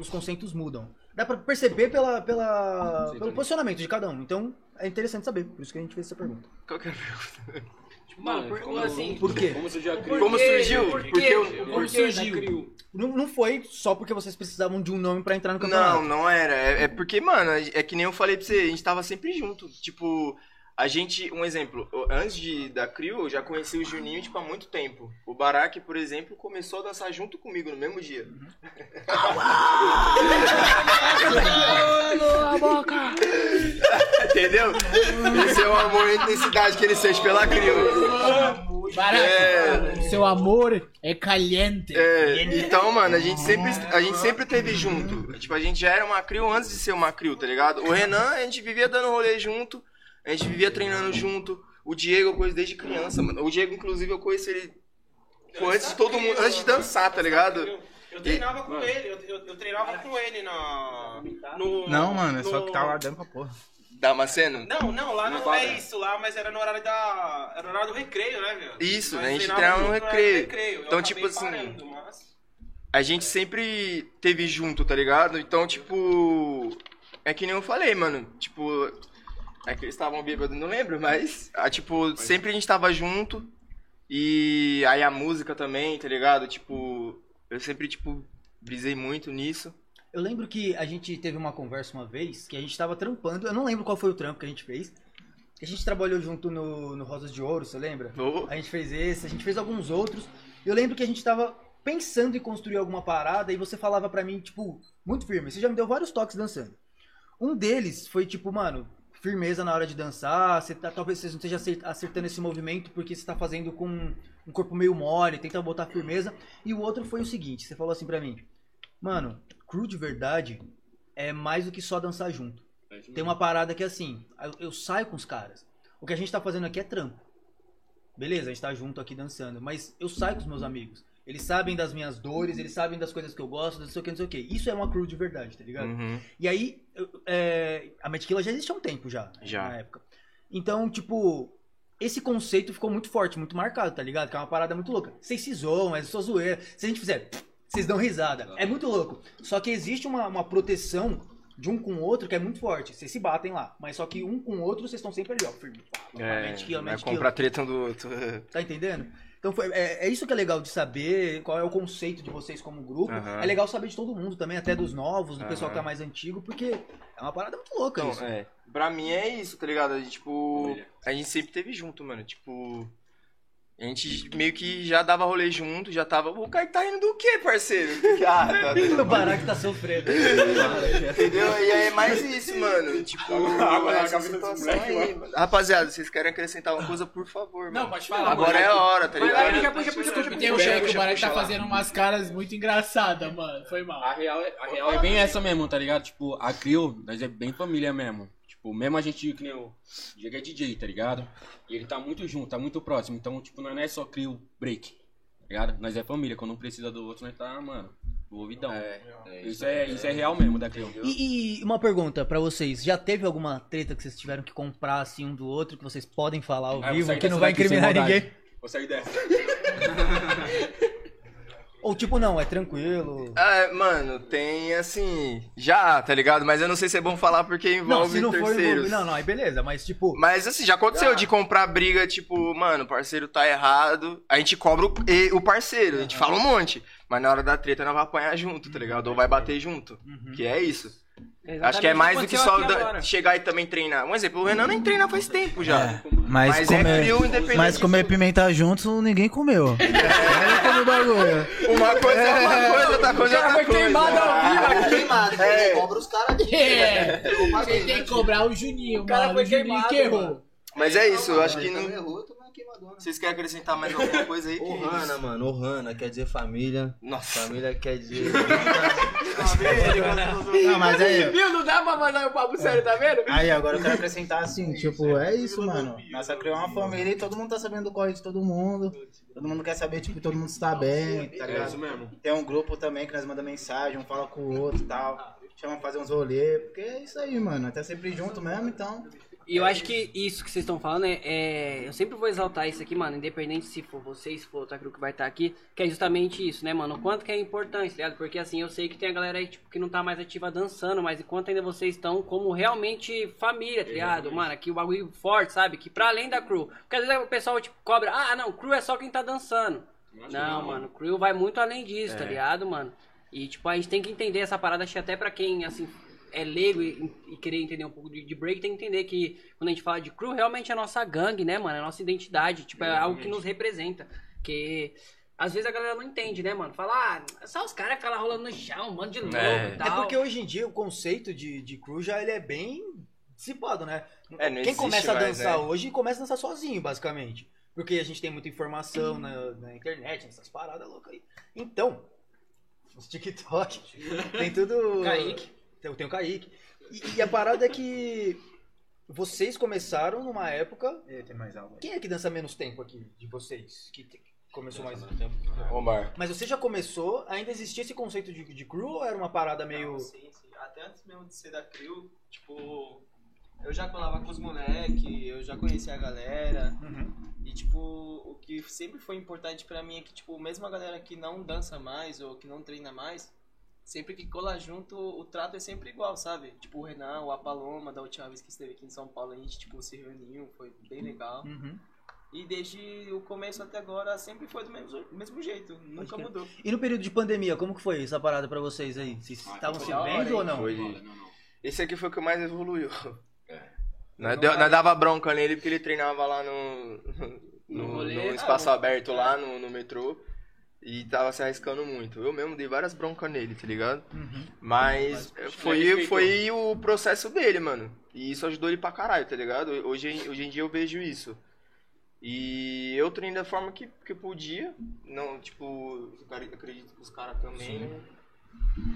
S8: os conceitos mudam. Dá pra perceber pela, pela, pelo posicionamento de cada um, então é interessante saber, por isso que a gente fez essa pergunta.
S2: Qual que é a
S1: Mano, por,
S8: como-
S1: assim,
S8: por quê?
S5: Como surgiu a
S1: Por
S5: crise?
S1: Como quê? surgiu? Por quê? Por que o-
S8: Por que surgiu? Não, não foi só porque vocês precisavam de um nome pra entrar no campeonato.
S2: Não, não era. É, é porque, mano, é que nem eu falei pra você, a gente tava sempre junto. Tipo, a gente, um exemplo, eu- antes de, da Crio, eu já conheci o Juninho, tipo, há muito tempo. O Baraque, por exemplo, começou a dançar junto comigo no mesmo dia.
S1: a boca!
S2: Entendeu? Esse é o amor e intensidade que ele sente pela Crio.
S3: Barato.
S2: É.
S3: Seu amor é caliente.
S2: É, então, mano, a gente sempre, a gente sempre teve junto. Tipo, a gente já era uma crio antes de ser uma crio, tá ligado? O Renan, a gente vivia dando rolê junto, a gente vivia treinando junto. O Diego eu conheço desde criança, mano. O Diego, inclusive, eu conheci ele pô, antes de todo mundo, antes de dançar, tá ligado?
S9: Eu treinava com ele, eu, eu- eu treinava com ele na. No,
S7: Não, mano, é só
S9: no-
S7: que tá guardando pra porra.
S2: Damasceno?
S9: Não, não, lá
S2: Na
S9: não
S2: quadra.
S9: é isso, lá, mas era no horário da. Era no horário do recreio, né, velho?
S2: Isso,
S9: Nós
S2: né? A gente
S9: treinávamos
S2: treinava no
S9: junto na
S2: recreio.
S9: época do Eu
S2: Então, tipo
S9: acabei
S2: assim,
S9: parando, mas-
S2: a gente sempre teve junto, tá ligado? Então, tipo. É que nem eu falei, mano. Tipo. É que eles estavam bêbados, não lembro, mas. ah, tipo, sempre a gente tava junto. E aí a música também, tá ligado? Tipo. Eu sempre, tipo, brisei muito nisso.
S8: Eu lembro que a gente teve uma conversa uma vez, que a gente tava trampando, eu não lembro qual foi o trampo que a gente fez. A gente trabalhou junto no, no Rosas de Ouro, você lembra? A gente fez esse, a gente fez alguns outros. Eu lembro que a gente tava pensando em construir alguma parada e você falava pra mim, tipo, muito firme. Você já me deu vários toques dançando. Um deles foi tipo, mano, firmeza na hora de dançar. Você tá, talvez você não esteja acert- acertando esse movimento porque você tá fazendo com um corpo meio mole, tenta botar firmeza. E o outro foi o seguinte: você falou assim pra mim, mano, crew de verdade é mais do que só dançar junto. Tem uma parada que é assim, eu- eu saio com os caras. O que a gente tá fazendo aqui é trampo. Beleza, a gente tá junto aqui dançando, mas eu saio com os meus amigos. Eles sabem das minhas dores, eles sabem das coisas que eu gosto, não sei o que, não sei o que. Isso é uma crew de verdade, tá ligado?
S2: Uhum.
S8: E aí, eu- é, a Medkilla já existe há um tempo já,
S2: Já.
S8: na época. Então, tipo, esse conceito ficou muito forte, muito marcado, tá ligado? Que é uma parada muito louca. Vocês se zoam, é só zoeira. Se a gente fizer, vocês dão risada. É muito louco. Só que existe uma, uma proteção de um com o outro que é muito forte. Vocês se batem lá, mas só que um com o outro vocês estão sempre ali, ó, firme. Pá, pá, pá,
S2: É,
S8: Medkilla,
S2: vai
S8: Medkilla.
S2: comprar treta um do outro.
S8: Tá entendendo? Então foi, é, é isso que é legal de saber, qual é o conceito de vocês como grupo.
S2: Aham.
S8: É legal saber de todo mundo também, até dos novos, do pessoal que é
S2: Aham.
S8: mais antigo, porque é uma parada muito louca
S2: Então,
S8: isso.
S2: é. Pra mim é isso, tá ligado? A gente, tipo. A gente sempre teve junto, mano. Tipo. A gente meio que já dava rolê junto, já tava. O cara tá rindo do quê, parceiro? Ah, tá tudo
S8: o Barack tá sofrendo.
S2: Entendeu? E aí é mais isso, mano. Tipo,
S5: Água na
S2: essa
S5: cabeça desse
S2: situação
S5: moleque,
S2: aí,
S5: mano.
S2: mano. Rapaziada, vocês querem acrescentar alguma coisa, por favor, mano. Não,
S3: pode
S5: falar,
S2: Agora
S5: mano.
S2: é a hora, tá
S5: Vai
S2: ligado?
S5: lá, puxa,
S3: Puxa, puxa, puxa, puxa. Tem um
S2: Puxa,
S3: cheque, o
S2: É, puxa,
S3: Barack
S2: puxa
S3: tá
S2: lá.
S3: fazendo umas caras muito engraçadas, mano. Foi mal.
S5: A real é.
S3: A
S5: real
S10: É bem essa mesmo, tá ligado? Tipo, a Crio, nós é bem família mesmo. Tipo, mesmo a gente, que nem o Diego é DJ, tá ligado? E ele tá muito junto, tá muito próximo. Então, tipo, nós não é só Crio break, tá ligado? Nós é família. Quando um precisa do outro, nós tá, mano, ouvidão. isso, é, isso é real mesmo da Crio.
S8: E, e uma pergunta pra vocês: já teve alguma treta que vocês tiveram que comprar assim um do outro, que vocês podem falar
S5: Ah,
S8: ao
S5: eu vou
S8: vivo,
S5: sair
S8: que não
S5: dessa
S8: vai
S5: daqui
S2: é
S5: sem
S8: incriminar
S5: maldade.
S8: ninguém?
S5: Vou sair dessa.
S8: Ou tipo, não, é tranquilo.
S2: Ah, mano, tem assim. Já, tá ligado? Mas eu não sei se é bom falar porque
S8: Não,
S2: envolve
S8: se não for.
S2: terceiros.
S8: Não, não, aí beleza, mas tipo.
S2: Mas assim, já aconteceu
S8: Ah.
S2: de comprar briga, tipo, mano, o parceiro tá errado. A gente cobra o, e- o parceiro, a gente
S8: Uhum.
S2: fala um monte. Mas na hora da treta nós vai apanhar junto, tá ligado? Ou vai bater junto. Que é isso. Acho que é
S1: Exatamente
S2: mais
S1: o
S2: do que
S1: que aconteceu
S2: só
S1: aqui
S2: da-
S1: agora.
S2: chegar e também treinar. Um exemplo, o Renan nem treina faz tempo já.
S7: Mas, comer,
S2: é frio, independente
S7: mas
S2: de
S7: comer pimenta juntos ninguém comeu. Olha como bagulho.
S2: Uma coisa é uma coisa, outra coisa é outra coisa.
S4: Queimado, cobra os caras aqui.
S3: É.
S4: Eu pago
S3: Você
S4: aí,
S3: tem que
S4: né,
S3: cobrar o Juninho,
S4: O cara
S3: mano.
S4: foi
S3: o Juninho
S4: queimado,
S3: que errou.
S4: mano.
S2: Mas é isso, eu acho que.
S4: Também
S2: não- Vocês querem acrescentar mais alguma coisa aí?
S6: Ohana, mano. Ohana quer dizer família.
S2: Nossa.
S6: Família quer dizer.
S7: Não, mas aí,
S4: Viu? Não dá pra mandar o papo sério, tá vendo?
S7: Aí, agora eu quero acrescentar assim, tipo, é isso, mano. Nossa, criou uma família e todo mundo tá sabendo do corre de todo mundo. Todo mundo quer saber, tipo, todo mundo se tá bem, tá
S10: É isso
S7: ligado?
S10: mesmo.
S7: Tem um grupo também que nós manda mensagem, um fala com o outro e tal. Chama pra fazer uns rolês, porque é isso aí, mano. Tá sempre junto mesmo, então.
S1: E eu acho que isso que vocês estão falando é, é- Eu sempre vou exaltar isso aqui, mano, independente se for vocês, se for outra crew que vai estar aqui, que é justamente isso, né, mano? O quanto que é importante, tá ligado? Porque assim, eu sei que tem a galera aí, tipo, que não tá mais ativa dançando, mas enquanto ainda vocês estão como realmente família, tá ligado? Mano, aqui o bagulho forte, sabe? Que pra além da crew. Porque às vezes o pessoal, tipo, cobra, ah, não, crew é só quem tá dançando. Não, mano, o crew vai muito além disso, tá
S4: É.
S1: ligado, mano? E, tipo, a gente tem que entender essa parada, acho que até pra quem, assim, é leigo e, e querer entender um pouco de, de break, tem que entender que quando a gente fala de crew, realmente é a nossa gangue, né, mano? É a nossa identidade, tipo, é algo que nos representa. Que às vezes a galera não entende, né, mano? Fala, ah, é só os caras que ficam lá rolando no chão, um monte de louco e
S8: É
S1: tal.
S8: porque hoje em dia o conceito de, de crew já ele é bem dissipado, né?
S2: É, não
S8: Quem
S2: existe
S8: começa a
S2: mais,
S8: dançar
S2: né?
S8: hoje começa a dançar sozinho, basicamente. Porque a gente tem muita informação na, na internet, nessas paradas loucas aí. Então, os TikTok, tem tudo.
S1: Kaique.
S8: Tem, tem o Kaique. E, e a parada é que vocês começaram numa época. Tem mais algo Quem é que dança menos tempo aqui de vocês? Que te- começou mais. tempo.
S2: Omar.
S8: Mas você já começou, ainda existia esse conceito de, de crew ou era uma parada meio.
S15: Sim, sim. Até antes mesmo de ser da Crew, tipo, eu já colava com os moleque, eu já conhecia a galera.
S8: Uhum.
S15: E, tipo, o que sempre foi importante pra mim é que, tipo, mesmo a galera que não dança mais ou que não treina mais, sempre que cola junto, o trato é sempre igual, sabe? Tipo, o Renan, o Apaloma, da última vez que esteve aqui em São Paulo, a gente, tipo, se reuniu, foi bem legal.
S8: Uhum.
S15: E desde o começo até agora sempre foi do mesmo, mesmo jeito, nunca
S8: crer.
S15: mudou.
S8: E no período de pandemia, como que foi essa parada pra vocês aí? Vocês
S10: Ah,
S5: Ah,
S8: estavam se vendo ou não?
S2: Foi- Esse aqui foi o que mais evoluiu. É.
S15: Não
S2: Nós, deu-
S15: vai.
S2: nós dava bronca nele porque ele treinava lá no. No,
S15: rolê.
S2: no é. espaço
S15: Ah, no-
S2: aberto lá no, no metrô. E tava se arriscando muito. Eu mesmo dei várias broncas nele, tá ligado? Mas eh, foi,
S15: respeitou.
S2: foi o processo dele, mano. E isso ajudou ele pra caralho, tá ligado? Hoje, em- hoje em dia eu vejo isso. E eu treinei da forma que, que eu podia. Não, tipo, eu cara- acredito que os caras também, né?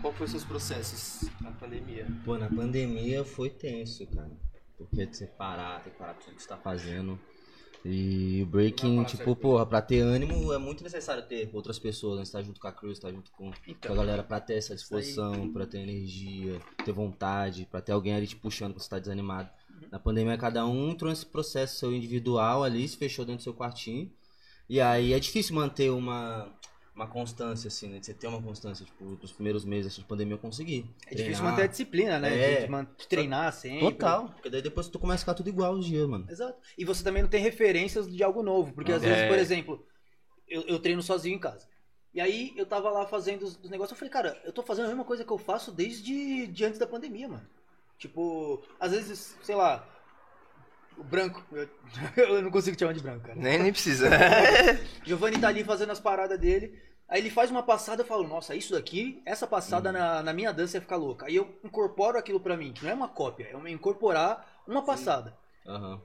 S2: Qual foi os seus processos na pandemia?
S6: Pô, na pandemia foi tenso, cara. Porque tem que parar, tem que parar tudo que você tá fazendo. E o breaking, tipo, porra, pra ter ânimo é muito necessário ter outras pessoas, né? Você tá junto com a crew, você tá junto com,
S8: Então.
S6: com
S8: É
S6: a galera pra ter essa disposição, pra ter energia, ter vontade, pra ter alguém ali te puxando quando você tá desanimado. Na pandemia, cada um trouxe processo seu individual ali, se fechou dentro do seu quartinho. E aí é difícil manter uma, uma constância, assim, né? Você ter uma constância, tipo, nos primeiros meses assim, de pandemia eu consegui.
S8: É difícil
S6: Treinar.
S8: manter a disciplina, né?
S6: É.
S8: De, de man- de treinar sempre.
S6: Total, porque daí depois tu começa a ficar tudo igual os dias, mano.
S8: Exato. E você também não tem referências de algo novo. Porque às
S6: É.
S8: vezes, por exemplo, eu, eu treino sozinho em casa. E aí eu tava lá fazendo os, os negócios, eu falei, cara, eu tô fazendo a mesma coisa que eu faço desde de antes da pandemia, mano. Tipo, às vezes, sei lá, o branco. Eu, eu não consigo te chamar de branco, cara.
S2: Nem, nem precisa.
S8: Giovanni tá ali fazendo as paradas dele. Aí ele faz uma passada, eu falo, nossa, isso daqui, essa passada na, na minha dança ia ficar louca. Aí eu incorporo aquilo pra mim, que não é uma cópia, é uma incorporar uma passada.
S6: Aham.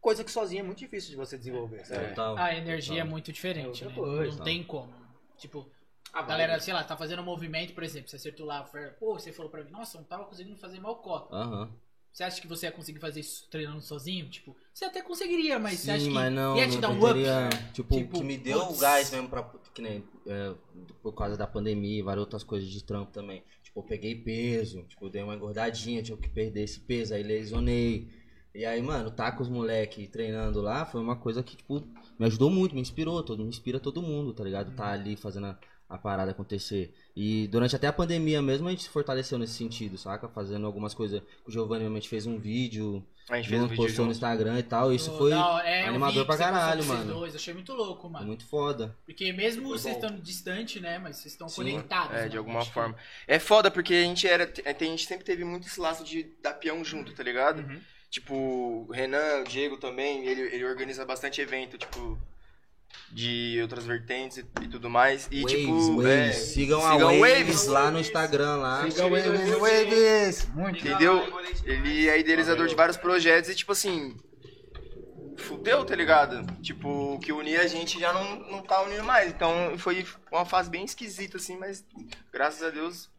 S8: Coisa que sozinha é muito difícil de você desenvolver, sabe?
S6: Total.
S3: A energia é
S6: Total.
S3: muito diferente,
S8: É
S3: né?
S8: outra coisa.
S3: Não tem como. Tipo,
S2: Ah,
S3: a galera, sei lá, tá fazendo um movimento, por exemplo, você acertou lá, Fer, pô, você falou pra mim, nossa, eu não tava conseguindo fazer mal cota.
S6: Aham.
S3: Você acha que você ia conseguir fazer isso treinando sozinho? Tipo, você até conseguiria, mas você acha
S6: Sim,
S3: que
S6: mas não,
S3: ia te
S6: não
S3: dar um
S6: teria-
S3: up?
S6: Tipo, o
S3: Tipo,
S6: que me deu o
S3: putz.
S6: gás mesmo pra. Que nem, é, por causa da pandemia e várias outras coisas de trampo também. Tipo, eu peguei peso, tipo, eu dei uma engordadinha, tive que perder esse peso, aí lesionei. E aí, mano, tá com os moleque treinando lá foi uma coisa que, tipo, me ajudou muito, me inspirou, todo, me inspira todo mundo, tá ligado? Tá ali fazendo a, a a parada acontecer. E durante até a pandemia mesmo a gente se fortaleceu nesse sentido, saca? Fazendo algumas coisas. O Giovanni realmente fez um vídeo,
S2: A gente
S6: fez
S2: fez um
S6: um
S2: vídeo
S6: postou
S2: junto.
S6: no Instagram e tal. Isso
S3: Pô,
S6: foi
S3: da hora. É, eu
S6: animador
S3: vi
S6: pra
S3: que você postou
S6: caralho,
S3: vocês
S6: mano.
S3: Dois. Achei muito louco,
S6: Foi
S3: mano.
S6: muito foda.
S3: Porque mesmo
S2: Foi
S3: vocês
S2: bom.
S3: estando distante, né? Mas vocês estão
S2: Sim,
S3: conectados.
S2: É,
S3: né?
S2: de alguma
S3: Acho que-
S2: forma. É foda porque a gente era. te- A gente sempre teve muito esse laço de dar peão junto, tá ligado?
S3: Uhum.
S2: Tipo, o Renan, o Diego também, ele, ele organiza bastante evento, tipo. De outras vertentes e, e tudo mais. E
S6: Waves,
S2: tipo.
S6: Waves.
S2: é,
S6: Sigam a Waves, lá no Instagram lá.
S2: Sigam Waves.
S7: Waves! Muito.
S2: Entendeu? Ele é idealizador de vários projetos e, tipo assim. Fudeu, tá ligado? Tipo, o que unia a gente já não, não tá unindo mais. Então foi uma fase bem esquisita, assim, mas graças a Deus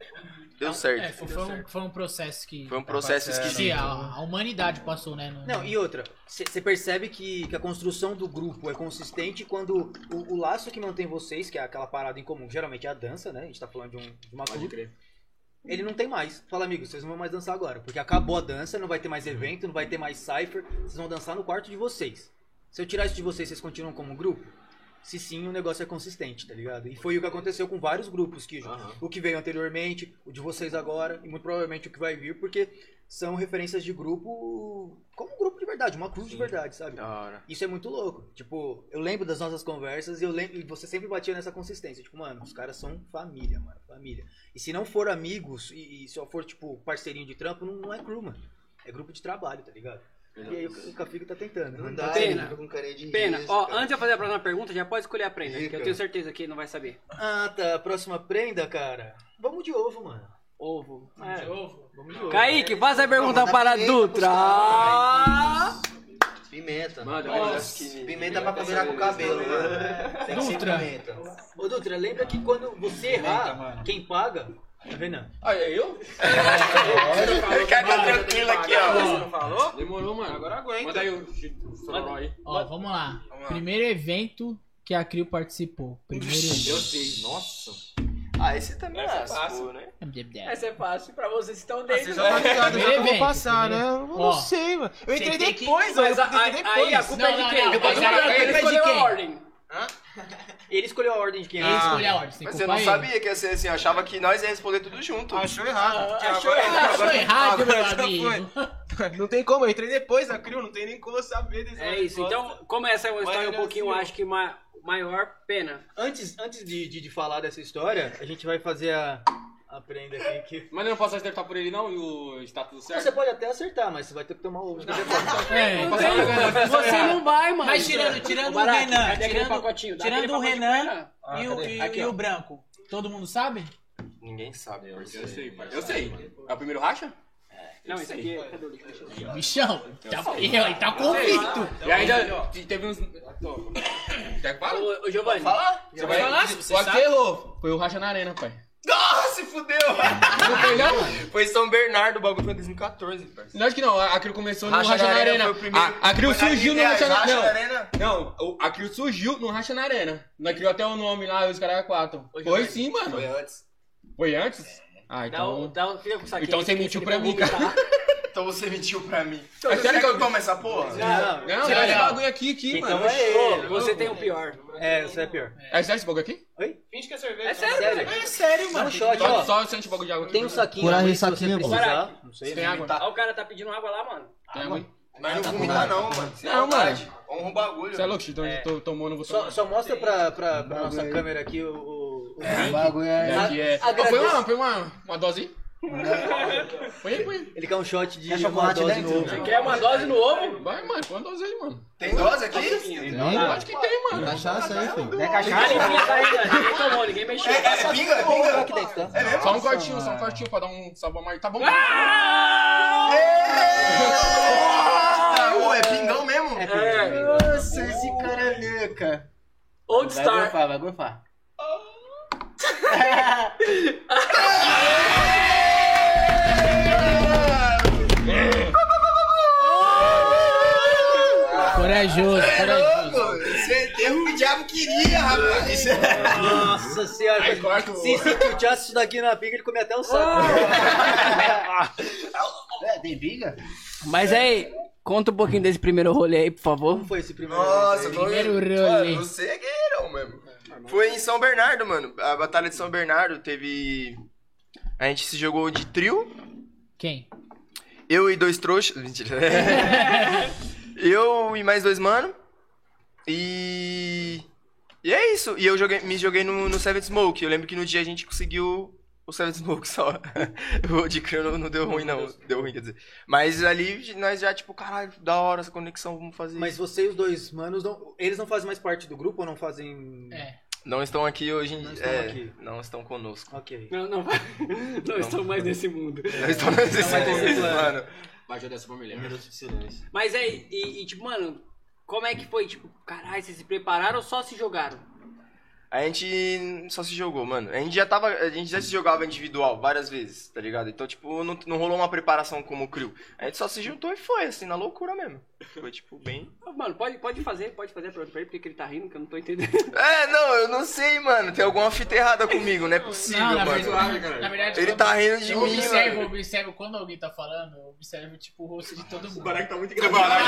S2: deu
S3: É,
S2: certo.
S3: foi, foi um, foi um processo que.
S2: Foi um processo esquisito.
S3: Que a, a humanidade passou, né? no-
S8: Não, e outra, você percebe que, que a construção do grupo é consistente quando o, o laço que mantém vocês, que é aquela parada em comum, geralmente é a dança, né? A gente tá falando de, um, de uma
S10: Pode
S8: clube,
S10: crer.
S8: Ele não tem mais. Fala, amigo, vocês não vão mais dançar agora, porque acabou a dança, não vai ter mais evento, não vai ter mais cipher, vocês vão dançar no quarto de vocês. Se eu tirar isso de vocês, vocês continuam como um grupo? Se sim, o negócio é consistente, tá ligado? E foi o que aconteceu com vários grupos que o que veio anteriormente, o de vocês agora e muito provavelmente o que vai vir, porque são referências de grupo como um grupo de verdade, uma cruz de verdade, sabe? Isso é muito louco. Tipo, eu lembro das nossas conversas e eu lembro e você sempre batia nessa consistência, tipo, mano, os caras são família, mano, família. E se não for amigos e, e só for tipo parceirinho de trampo, não, não é crew, mano. É grupo de trabalho, tá ligado? E aí o, o Cafico tá tentando.
S4: Não
S8: né?
S4: dá,
S8: Tá tentando.
S4: ele fica com carinha de
S1: Pena.
S4: risco,
S1: Ó,
S4: cara.
S1: antes de eu fazer a próxima pergunta, já pode escolher a prenda,
S4: Ih,
S1: que eu
S4: cara.
S1: tenho certeza que não vai saber.
S8: Ah, tá. Próxima prenda, cara. Vamos de ovo, mano. É.
S1: Ovo.
S8: Vamos de
S3: ovo.
S8: Vamos de ovo.
S1: Kaique, faz a pergunta
S4: Manda
S1: para a
S4: pimenta
S1: Dutra.
S4: Pimenta.
S5: Mano,
S4: Nossa, pimenta pra combinar com o cabelo, mano. Tem que ser
S8: Dutra.
S4: pimenta.
S8: É. Ô, Dutra, lembra que quando você errar, quem paga é o Renan.
S10: Ah, é eu?
S2: Ele quer tá tranquilo aqui, ó.
S10: não falou?
S5: Demorou, mano.
S10: Agora aguenta.
S5: Manda aí o o sororó aí.
S8: é.
S3: Ó, vamos lá. Primeiro evento que a Crio participou. Primeiro
S10: Eu
S3: evento.
S10: sei. Nossa.
S2: Ah, esse também
S10: Essa é
S2: lascou,
S10: fácil.
S2: né?
S3: Primeiro
S14: Essa é fácil pra vocês que estão dentro.
S10: já tá ligado,
S14: né?
S10: já
S3: evento, primeiro-
S14: Eu
S3: Ó,
S14: sei, mano. Eu
S3: Vocês têm que-
S14: mas a-
S1: Aí, aí a culpa
S3: Não,
S1: é
S3: não,
S1: de quem?
S3: não,
S1: Eu tô
S3: mas
S1: falando,
S3: aí a
S1: ele
S3: culpa é de
S1: escolheu a
S3: quem?
S1: ordem.
S8: Ele escolheu a ordem de quem
S3: Ele escolheu a ordem, sem
S2: Mas eu
S3: culpa
S2: não
S3: ele.
S2: sabia que ia ser assim, eu achava que nós ia responder tudo junto.
S14: Ah, Achou errado.
S2: achou
S14: errado.
S3: Achou Ah, errado, meu
S14: já
S3: amigo.
S14: Não tem como, eu entrei depois da CRIO, não tem nem como eu saber desse
S1: É isso. Então, como essa é uma
S14: Mas
S1: história um
S14: ele é
S1: pouquinho,
S14: assim, ó.
S1: acho que ma- maior, pena.
S8: Antes, antes de, de, de falar dessa história, a gente vai fazer a, a prenda aqui. que-
S5: Mas eu não posso
S10: tá
S5: acertar por ele, não? E o está tudo certo?
S8: Você pode até acertar, mas você vai ter que tomar ovo. de qualquer
S2: Ah,
S8: forma.
S3: É.
S5: Posso acertar?
S1: Você não vai, mano.
S4: Mas tirando- tirando o
S1: Barato,
S4: Renan,
S1: cadê aquele
S4: tirando-
S1: pacotinho? Dá
S4: tirando
S1: aquele
S4: o
S1: pacotinho
S4: Renan,
S1: pro Renan.
S4: E o, e-
S5: Aqui,
S4: e
S5: ó.
S4: o branco?
S3: Todo mundo sabe?
S2: Ninguém sabe.
S6: Eu
S5: Eu sei, pai. Eu sei. É o primeiro racha?
S1: Não, isso aqui é. cadê o lixo?
S3: Bichão, tá, ele tá convicto.
S5: E ainda teve uns. Toma. Quer que fala?
S1: Ô, ô, Giovanni.
S5: Você vai falar? Pode ser, Lô. Foi o racha na arena, pai.
S2: Nossa, se fudeu!
S5: Não foi, não, mano?
S2: Foi São Bernardo, o bagulho foi em 2014, parceiro.
S5: Não, acho que não. A a Crio começou no
S2: Racha
S5: Racha
S2: na
S5: na
S2: Arena
S5: Arena.
S2: foi o primeiro.
S5: A, a Crio
S2: Foi na
S5: surgiu no
S2: Arena,
S5: Racha na
S2: Racha na
S5: Arena.
S2: Arena?
S5: Não, o- a Crio surgiu no Racha na Arena. Na Crio até o nome lá, os caras quatro. Foi sim, mano.
S2: Foi antes.
S5: Foi antes? Ah,
S1: Dá um,
S5: então.
S1: dá um, fica com isso aqui. tá?
S5: Então você mentiu
S1: Ele
S5: pra
S1: vai
S5: mim, cara.
S1: vomitar.
S2: Então você mentiu pra mim.
S5: Então,
S2: Mas
S5: você
S2: será que
S5: quer
S2: eu tomo essa porra?
S8: Não,
S5: Não,
S3: Tira
S5: é esse
S3: ela.
S5: bagulho aqui, aqui,
S8: Então
S5: mano.
S8: é ele.
S1: Você tem o pior.
S8: É, você é pior.
S5: É sério esse bagulho aqui?
S14: Finge que é cerveja.
S1: É sério,
S8: Sério?
S14: É sério,
S8: Dá um
S14: mano.
S8: shot,
S5: Só,
S8: ó.
S5: só sente o bagulho de água aqui. né?
S8: Tem um saquinho
S6: Cura
S8: aí,
S6: aí,
S8: se você
S6: saquinho, pô.
S8: precisar. Não sei.
S5: Tem água? né?
S1: Ó, o cara tá pedindo água lá, mano.
S5: Tem água aí?
S2: Mas não vomitar não, mano. Sem
S5: Não,
S2: maldade. Honra o bagulho.
S5: Você é louco, então eu tô tomando, eu vou
S8: Só,
S5: tomar.
S8: só mostra pra, pra, pra nossa
S7: Bagulho.
S8: câmera aqui o- o. o-
S7: O bagulho é.
S5: Aqui é.
S8: A-
S5: Ó, Põe uma, põe uma, uma dose aí. Põe aí, põe aí.
S8: Ele quer um shot de
S7: Quer
S8: uma
S7: chocolate
S8: dose
S7: dentro?
S8: novo.
S1: Você quer uma dose no ovo?
S5: Vai, mano, põe uma dose aí, mano.
S2: Tem dose aqui?
S6: Não,
S5: Eu
S6: não.
S5: acho que tem, mano.
S4: Tá
S6: Cachaça aí, filho.
S7: É
S1: Ah,
S7: cachaça?
S1: ninguém tá ainda. Ninguém tomou, ninguém mexeu.
S2: É, é pinga, é pinga.
S8: Aqui dentro, tá?
S5: Só um cortinho, só um cortinho pra dar um sabor mais. Tá bom?
S2: Eita, ô, é pingão mesmo?
S7: Nossa, esse cara é leca.
S1: Old Star.
S4: vai gorfar.
S3: Corajoso,
S10: É,
S3: corajoso.
S2: Você deu o que o diabo queria, rapaz.
S8: Nossa senhora.
S5: corta o-
S8: Se se tiltasse isso daqui na pinga, ele comia até o saco.
S7: É, tem biga?
S1: Mas aí, conta um pouquinho desse primeiro rolê aí, por favor.
S8: Como foi esse primeiro?
S2: Nossa,
S8: evento
S2: tô-
S3: Primeiro
S2: Mano,
S3: rolê.
S2: Você é guerreirão mesmo. Foi em São Bernardo, mano. A batalha de São Bernardo teve. A gente se jogou de trio.
S3: Quem?
S2: Eu e dois trouxas. Mentira. eu e mais dois mano. E. E é isso. E eu joguei- me joguei no, no Seven Smoke. Eu lembro que no dia a gente conseguiu o Seven Smoke só. o de Crono não, não deu ruim, não. Deu ruim, quer dizer. Mas ali nós já, tipo, caralho, da hora essa conexão, vamos fazer.
S8: Mas você e os dois manos, não- eles não fazem mais parte do grupo ou não fazem.
S3: É.
S2: Não estão aqui hoje em dia.
S8: Não estão
S2: É,
S8: aqui.
S2: não estão conosco.
S8: Ok.
S1: Não, não. Não estou mais nesse mundo.
S2: Não estão mais nesse mundo, mano.
S10: Baixou dessa família. Minutos
S6: de silêncio.
S1: Mas é, e, e, tipo, mano, como é que foi? Tipo, caralho, vocês se prepararam ou só se jogaram?
S2: A gente só se jogou, mano. A gente já tava. A gente já se jogava individual várias vezes, tá ligado? Então, tipo, não, não rolou uma preparação como crew. A gente só se juntou e foi, assim, na loucura mesmo. Foi, tipo, bem.
S1: Ah, Mano, pode, pode fazer, pode fazer a pergunta pra ele, porque que ele tá rindo, que eu não tô entendendo.
S2: É, não, eu não sei, mano. Tem alguma fita errada comigo, não é possível,
S3: Não, na
S2: mano.
S3: verdade, na verdade,
S2: Ele
S3: eu-
S2: tá rindo de
S3: eu
S2: mim,
S3: observo,
S2: mano.
S3: observo quando alguém tá falando, eu observo tipo o rosto de todo mundo. O
S5: Barack tá muito
S3: engraçado.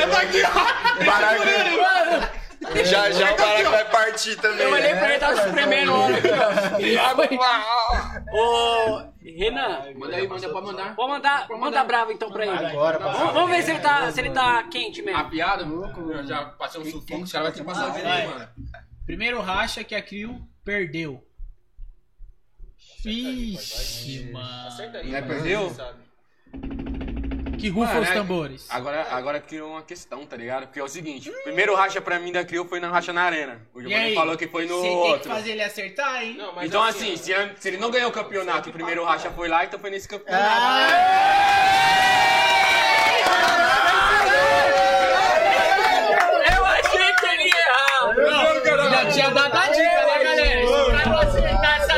S5: Eu tô aqui, ó.
S2: Baraca. Já
S3: É.
S2: já o Baraca vai partir também. né? É,
S1: Eu olhei pra é, ele,
S8: É,
S1: tava se tremendo o ombro aqui, ó. E água aí. Ô, Renan.
S10: Manda aí, manda, pode mandar.
S1: Vou mandar, manda brava então pra ele.
S10: Agora,
S1: vamos, vamos ver se ele tá, se ele tá quente mesmo.
S10: A piada, louco, eu já passei um sufoco, os caras vão ter que passar de
S3: Vai.
S10: novo, mano.
S3: Primeiro racha que a Crew perdeu. Ixi, mano.
S10: Acerta aí, Não é mano. perdeu?
S3: Que rufa os
S10: Mano, é-
S3: tambores.
S10: Agora, agora criou uma questão, tá ligado? Porque é o seguinte, o primeiro racha pra mim da Crio foi na racha na arena. O
S3: E
S10: Giovanni
S3: aí?
S10: falou que foi no
S3: Você tem que
S10: outro.
S3: fazer ele acertar, hein?
S10: Então assim, se, ele- se ele não ganhou o campeonato, o primeiro racha foi lá, então foi nesse campeonato.
S1: Eu achei que ele ia errar.
S3: Não, já tinha dado a dica, né, galera? Isso Pra você dar essa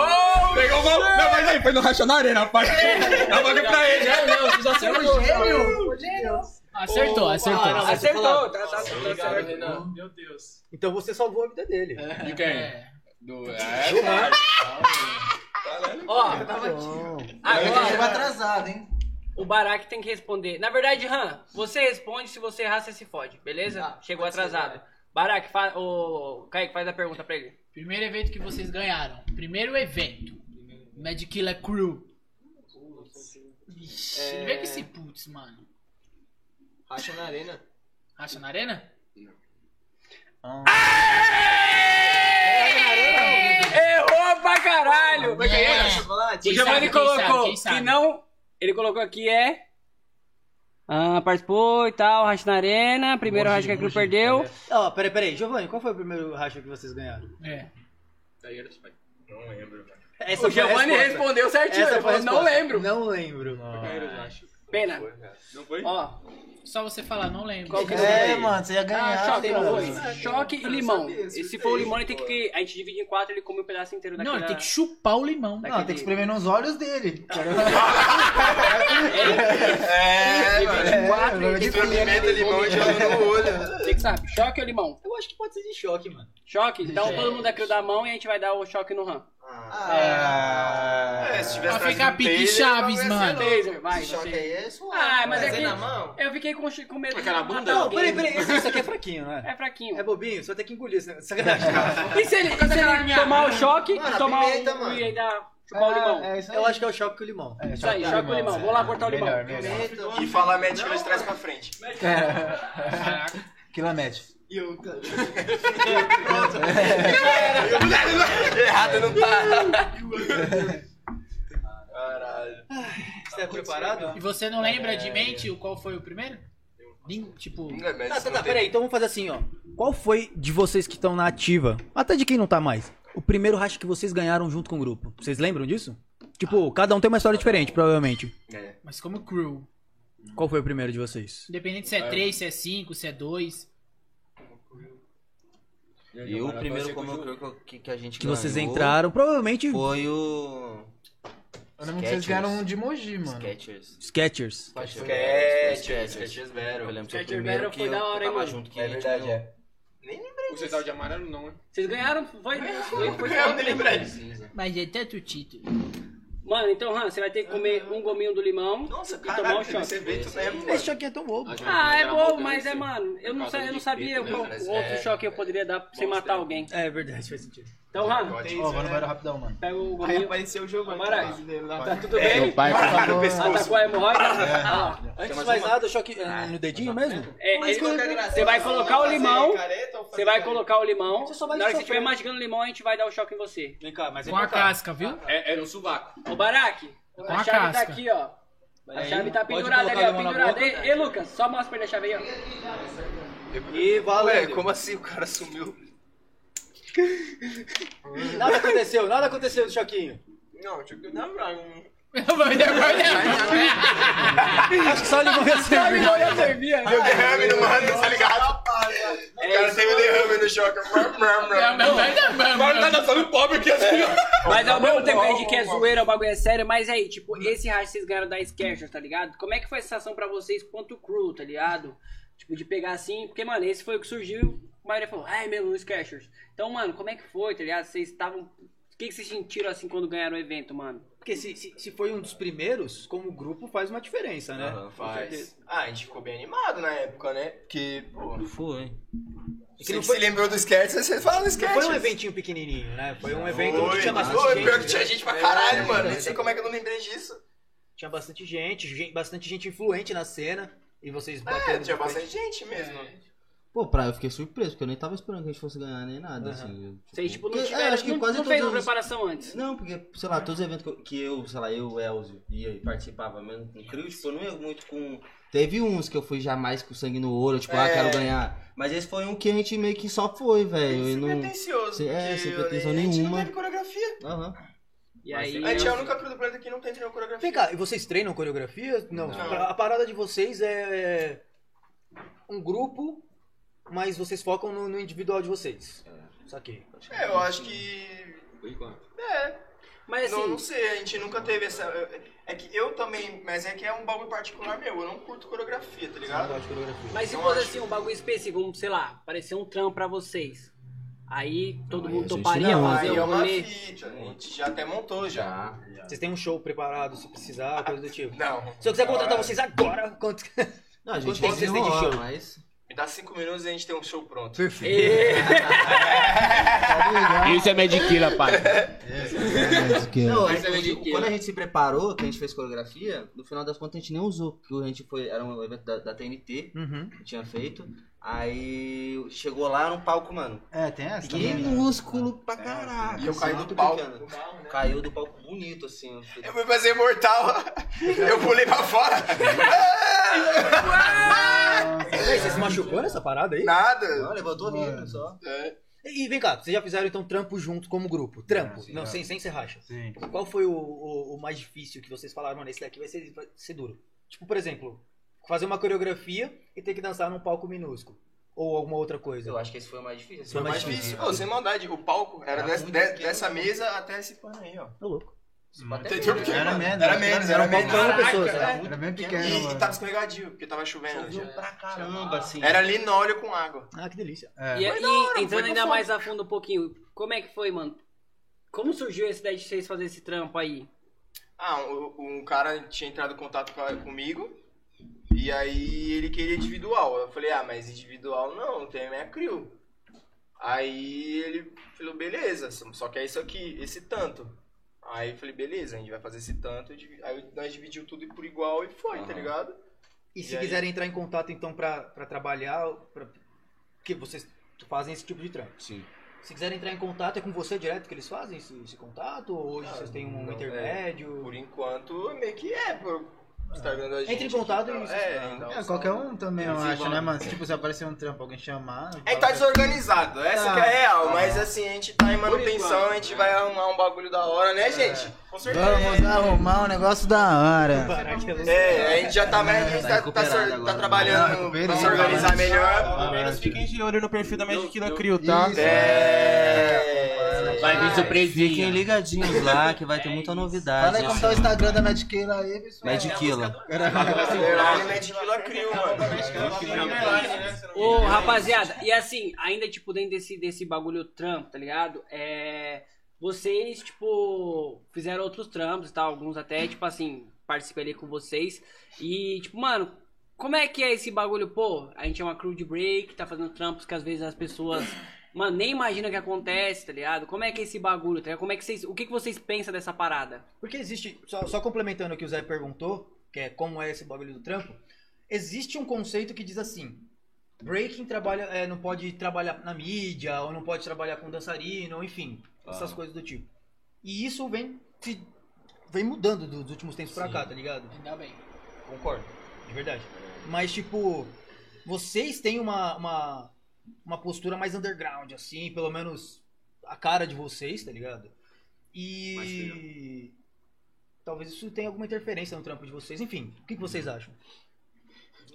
S5: Ô, Pegou o gol. Não, mas aí, foi no racha na arena, rapaz. Dá pra ver pra ele.
S3: É, não, vocês acertaram o gênio. Acertou, acertou.
S8: Ah, não, mas
S3: acertou.
S8: você falou-
S3: tá- tá- tá
S8: Obrigado,
S3: certo.
S8: Renan.
S14: Meu Deus.
S8: Então você salvou a vida dele.
S3: É.
S10: De quem? Do... É,
S8: Do Marcos.
S1: Ó,
S4: Agora
S1: agora
S4: chegou atrasado, hein?
S1: o Barak tem que responder. Na verdade, Han, você responde, se você errar, você se fode, beleza? Chegou atrasado. Barak, fa... o Kaique faz a pergunta pra ele.
S3: Primeiro evento que vocês ganharam. Primeiro evento. Magic Killer Crew. Ixi, Ele vem com esse putz, mano.
S15: Racha na arena.
S3: Racha na arena?
S1: Errou pra caralho!
S15: Mas quem
S5: é?
S15: era? Chocolate?
S1: O
S15: Quem
S1: Giovanni
S15: sabe, quem sabe,
S1: colocou
S15: quem sabe?
S1: que não. Ele colocou aqui é. Ah, participou e tal, racha na arena. Primeiro racha que a Cru perdeu.
S8: Ó, peraí, peraí. Giovanni, qual foi o primeiro racha que vocês ganharam?
S3: É.
S10: Não lembro, velho.
S8: Essa
S1: o
S8: foi a
S1: Giovanni
S8: resposta.
S1: respondeu certinho.
S8: Essa
S1: Ele
S8: foi a
S1: falou, não
S8: resposta.
S1: lembro.
S8: Não lembro.
S1: Pena.
S10: Não foi?
S1: Ó.
S3: Só você falar, não lembro.
S1: Qual que
S4: É,
S1: foi?
S4: mano, você ia ganhar,
S1: Ah, choque,
S4: cara.
S1: arroz, choque e
S4: Eu não
S1: limão.
S4: sabia,
S1: E se
S4: surpresa,
S1: for o limão, ele tem que. A gente divide em quatro, ele come um pedaço inteiro
S3: Não,
S1: daquela...
S3: ele tem que chupar o limão.
S4: Não, tem que espremer nos olhos dele.
S2: É,
S1: Ele
S2: mano.
S1: divide em
S7: Tá,
S1: quatro,
S2: É,
S1: ele tem que
S2: de pimenta, limão e joga no olho.
S1: Tem que saber, choque ou limão?
S8: Eu acho que pode ser de choque, mano.
S1: Choque? Então
S8: Gente.
S1: todo mundo aqui dá a mão e a gente vai dar o choque no RAM.
S2: É, se tivesse
S3: Pra ficar
S2: trazido
S3: pique
S2: taser,
S3: Chaves,
S2: talvez
S3: mano.
S2: seria-
S1: Taser, vai.
S4: Esse choque
S1: você.
S4: aí é suave.
S1: Ah, mas
S4: Mas
S1: é
S4: é
S1: que.
S4: na mão?
S1: Eu fiquei com, chi- com medo.
S10: Aquela
S1: de matar
S10: bunda?
S8: Não,
S1: alguém.
S8: peraí, peraí. Esse, esse aqui é fraquinho, né?
S1: É fraquinho.
S8: É bobinho, você vai ter que engolir. essa- Sacanagem.
S1: E se ele, e se ele tomar o choque,
S4: Mano, a
S1: tomar
S4: pimenta,
S1: o.
S4: mano.
S1: E aí dá. Chupar o limão.
S4: É, é isso aí.
S8: Eu acho que é o choque com o limão. É,
S1: Isso aí, choque o limão. Vou lá cortar o limão.
S4: Melhor,
S7: né?
S4: melhor.
S7: Então,
S2: E falar médico de trás pra frente.
S4: Quilomete.
S15: E eu, cara.
S2: Errado não tá.
S15: Você é preparado?
S3: E você não lembra
S14: É.
S3: de mente o qual foi o primeiro? Nin- Tipo.
S2: é
S8: Tá, tá, tá, peraí. Então vamos fazer assim, ó. Qual foi de vocês que estão na ativa, até de quem não tá mais, o primeiro racha que vocês ganharam junto com o grupo? Vocês lembram disso? Tipo, cada um tem uma história diferente, provavelmente.
S3: Mas como crew.
S8: Qual foi o primeiro de vocês?
S3: Independente se é 3, se é 5, se é 2.
S6: E o primeiro como eu creio que, que a gente
S8: Que vocês
S6: ganhou
S8: entraram, provavelmente
S6: foi o
S4: Eu lembro que vocês ganharam um de Mogi, mano.
S6: Sketchers.
S8: Sketchers.
S2: Sketchers, Sketchers Battle.
S6: Eu lembro que foi o
S1: Sketchers
S6: primeiro
S1: Battle
S6: que
S1: foi
S6: eu
S1: da hora, hein,
S6: tava
S1: mano?
S6: junto tipo, que
S2: É
S6: a gente
S2: verdade,
S6: ganhou.
S2: é.
S10: O Cesar de amarelo não, né?
S1: Vocês ganharam? Foi? Foi? Foi?
S2: Eu nem lembrei.
S3: Mas é tanto título.
S1: Mano, então, Han, você vai ter que comer um gominho do limão e tomar um
S2: Caralho,
S1: shot.
S2: esse evento né?
S1: Esse
S8: choque é tão bobo.
S1: Ah, é bom,
S10: né?
S1: mas é, mano, eu não, sa- eu não sabia
S8: né?
S1: qual
S8: Parece-
S1: outro
S8: é.
S1: choque eu poderia dar pra você matar alguém.
S8: É verdade, faz sentido.
S1: Então, Han,
S7: é
S8: Ó,
S7: né?
S8: vai no banheiro rapidão, mano.
S1: Pega o
S15: Aí
S1: gominho.
S15: apareceu o jogo
S1: Amarais. Tá tudo
S15: É,
S1: bem?
S15: o pai, por favor.
S1: Atacou a hemorroida?
S15: É.
S1: Ah, lá.
S8: Antes de mais nada, choque é, no dedinho mesmo?
S1: É,
S8: Mas
S1: ele-
S8: qualquer graça,
S1: você vai
S8: você vai
S1: colocar o
S8: fazer
S1: limão.
S8: careta ou
S1: Você vai colocar o limão.
S8: Você só vai
S1: Na hora que você
S8: sofrer.
S1: estiver mastigando o limão, a gente vai dar o choque em você.
S8: Vem cá, mas
S1: Com
S14: tá.
S1: a casca,
S3: viu?
S5: É,
S10: um
S5: é no sovaco.
S1: Ô, Baraque,
S5: Com
S1: a
S5: a
S1: chave tá
S5: casca.
S1: aqui, ó. A
S5: Aí,
S1: chave tá
S5: pode
S1: pendurada ali,
S5: colocar
S1: ó.
S5: limão na
S1: Pendurada.
S5: boca.
S1: Ei, ei, Lucas, só mostra pra ele a chave aí, ó.
S8: E valeu.
S2: Ué, como assim o cara sumiu?
S8: Nada aconteceu, nada aconteceu do choquinho.
S15: Não, tinha que dar pra um.
S8: Acho que só limão ia servir.
S2: limão ia servir, Deu derrame no mano, tá ligado? O cara teve derrame no é choque.
S3: É,
S2: Agora tá dançando pobre aqui assim, ó.
S1: Mas ao mesmo tempo que a gente quer zoeira, o bagulho é sério, mas aí, tipo, esse racha vocês ganharam da Skechers, tá ligado? Como é que foi a sensação pra vocês quanto crew, tá ligado? Tipo, de pegar assim, porque, mano, esse foi o que surgiu, a maioria falou, ai mesmo, no Skechers. Então, mano, como é que foi, tá ligado? Vocês estavam... O que, que vocês sentiram, assim, quando ganharam o evento, mano?
S8: Porque se, se, se foi um dos primeiros, como grupo faz uma diferença, né?
S2: Aham,
S8: Com
S2: faz.
S8: certeza.
S2: Ah, a gente ficou bem animado na época, né? Porque, pô.
S6: Foi.
S2: Se ele se lembrou do sketch, você fala do sketch.
S8: Não foi um eventinho pequenininho, né? Foi um evento
S2: Foi,
S8: que tinha bastante
S2: foi,
S8: gente.
S2: pior que tinha gente pra caralho,
S8: É,
S2: mano.
S8: é.
S2: Nem sei como é que eu não lembrei disso.
S8: Tinha bastante gente, gente- bastante gente influente na cena. E vocês
S2: É,
S8: bateram
S2: tinha
S8: de frente.
S2: bastante gente É, mesmo.
S4: Pô, pra, eu fiquei surpreso, porque eu nem tava esperando que a gente fosse ganhar nem nada,
S1: Aham.
S4: assim. eu-
S1: Vocês, tipo, não
S4: Porque,
S1: tiveram...
S4: acho que
S1: não,
S4: quase
S1: não fez um uma
S4: todos os-
S1: preparação antes.
S4: Não, porque, sei lá, todos os eventos que eu, que eu, sei lá, eu, Elzio, ia e participava mesmo com crew, tipo, eu não ia muito com. Teve uns que eu fui jamais com sangue no olho, tipo, ah,
S2: É.
S4: quero ganhar. Mas esse foi um que a gente meio que só foi, velho. e não...
S2: Pretencioso.
S4: Cê- é,
S2: porque
S4: sem
S2: eu-
S4: pretensão
S2: A gente não
S4: nenhuma.
S2: teve coreografia.
S4: Aham.
S1: E
S2: A gente é a única crew do planeta que não tem nenhuma coreografia.
S8: Vem cá, e vocês treinam coreografia? Não.
S2: Não.
S8: A parada de vocês é um grupo, mas vocês focam no, no individual de vocês. Saquei.
S2: É, eu acho que. É.
S1: Mas
S2: Não,
S1: assim-
S2: não sei, a gente nunca teve essa. É que eu também. Mas é que é um bagulho particular meu. Eu não curto coreografia, tá ligado?
S8: gosto de coreografia.
S1: Mas se
S2: Não
S1: fosse
S2: acho.
S1: assim, um bagulho específico, um, sei lá, parecer um trampo pra vocês. Aí todo mundo
S4: gente
S1: toparia
S4: não,
S1: fazer
S2: Aí é
S1: o
S2: uma
S1: um rolê.
S2: fita. A gente já até montou já.
S8: Vocês têm um show preparado se precisar,
S2: Ah.
S8: coisa do tipo?
S2: Não.
S8: Se eu quiser contratar vocês agora, quanto.
S4: Não, a gente
S8: Quanto tempo vocês têm de show?
S4: mas.
S2: Me dá cinco minutos e a gente tem um show pronto.
S5: Isso é mediquila, pai.
S4: Não,
S5: Mas também de
S4: o-
S5: quê?
S4: quando a gente se preparou, que a gente fez coreografia, no final das contas a gente nem usou, porque a gente foi, era um evento da, da TNT,
S8: Uhum.
S4: que tinha feito, aí chegou lá no palco, mano,
S8: É, tem essa
S4: que
S8: também, né?
S4: músculo pra caraca.
S2: E eu
S4: assim,
S2: caí
S4: muito
S2: do palco.
S4: pequeno. Caiu do palco bonito, assim.
S2: Eu fui fazer imortal. Eu pulei pra fora.
S8: Véi, Você se machucou nessa parada aí?
S4: Não,
S2: Nada.
S4: levantou livre só.
S2: É.
S8: E e vem cá, vocês já fizeram então trampo junto como grupo? Trampo, não,
S2: é.
S8: sem, sem ser racha. Qual foi o, o- o mais difícil que vocês falaram, mano, esse daqui vai ser, vai ser duro? Tipo, por exemplo, fazer uma coreografia e ter que dançar num palco minúsculo. Ou alguma outra coisa.
S4: Eu acho que esse foi o mais difícil. assim.
S8: Foi
S2: Foi mais difícil. Ô, sem maldade, o palco era,
S4: Era
S2: dessa-
S4: muito
S2: de-
S4: pequeno.
S2: dessa mesa até esse pano aí, ó.
S4: Tá
S8: Tô louco.
S2: Entendeu? Porque,
S7: Era
S2: mano,
S7: menos,
S2: Era
S7: é era
S2: menos,
S7: menos,
S2: era
S7: era um
S2: menos.
S7: palco pra
S2: Caraca,
S7: pessoas, né? era
S2: é.
S7: muito pequeno,
S2: E, e
S7: mano.
S2: tava escorregadio, porque tava chovendo.
S4: Choveu
S2: já.
S4: pra caramba, assim.
S2: Era linóleo com água.
S8: Ah, que delícia.
S7: É.
S1: E,
S2: Foi
S1: e
S2: da hora, foi
S1: entrando
S2: da
S1: ainda
S2: fome.
S1: mais a fundo um pouquinho, como é que foi, mano? Como surgiu esse ideia de vocês fazer esse trampo aí?
S2: Ah, um, um cara tinha entrado em contato com a- comigo. E aí ele queria individual. Eu falei, ah, mas individual não, tem a minha crew. Aí ele falou, beleza, só que é isso aqui, esse tanto. Aí eu falei, beleza, a gente vai fazer esse tanto. eu divi- Aí nós dividiu tudo por igual e foi, tá
S5: Aham.
S2: ligado?
S8: E se
S2: E aí?
S8: quiserem entrar em contato então pra, pra trabalhar, pra... que vocês fazem esse tipo de trampo.
S5: Sim.
S8: Se quiserem entrar em contato, é com você direto que eles fazem esse, esse contato? Ou hoje
S2: Ah,
S8: vocês têm um
S2: não, é.
S8: intermédio?
S2: Por enquanto, meio que é, por Instagram da gente.
S8: Entre em contato
S2: aqui,
S8: e- né?
S2: tal. É, então,
S7: É, qualquer um também, eu acho, né,
S2: Desenvolve.
S7: mano? Se, Tipo, se aparecer um trampo, alguém chamar.
S2: A gente tá desorganizado, essa que é a real, mas assim, a gente tá em manutenção,
S5: enquanto,
S2: a gente vai arrumar um bagulho da hora, né, gente? Com
S7: Vamos arrumar um negócio da hora.
S8: Parar que eu não sei.
S2: É, a gente já tá mais, a gente tá, tá,
S4: recuperado
S2: se- tá
S4: agora.
S7: Tá
S2: trabalhando pra
S7: recuperado.
S2: se organizar melhor.
S7: Ah,
S14: Meninas, fiquem de olho no perfil da Magiquila Crio, tá?
S7: Isso.
S2: É.
S5: Vai vir
S4: Fiquem
S5: surpresinha.
S4: ligadinhos lá, que vai ter muita novidade. né?
S7: Fala aí como tá o Instagram da Medkiller aí, pessoal. É,
S4: Medquila.
S2: É. Underline Mad Killer Crew,
S7: né?
S2: mano.
S1: Ô, rapaziada, e assim, ainda tipo dentro desse, desse bagulho trampo, tá ligado? É. vocês, tipo, fizeram outros trampos e tal, alguns até, tipo assim, participei ali com vocês. E, tipo, mano, como é que é esse bagulho? Pô, a gente é uma crew de break, tá fazendo trampos que às vezes as pessoas, mano, nem imagina que acontece, tá ligado? Como é que é esse bagulho, tá ligado? Como é que vocês, o que, que vocês pensam dessa parada?
S8: Porque existe, só, só complementando o que o Zé perguntou, que é como é esse bagulho do trampo, existe um conceito que diz assim: breaking trabalha, é, não pode trabalhar na mídia, ou não pode trabalhar com dançarino, ou enfim, essas
S16: Ah.
S8: coisas do tipo. E isso vem se- vem mudando do- dos últimos tempos pra cá, tá ligado?
S3: Ainda bem.
S8: Concordo, de verdade. Mas tipo, vocês têm uma, uma, uma postura mais underground, assim, pelo menos a cara de vocês, tá ligado? E. Talvez isso tenha alguma interferência no trampo de vocês. Enfim, o que, que vocês acham?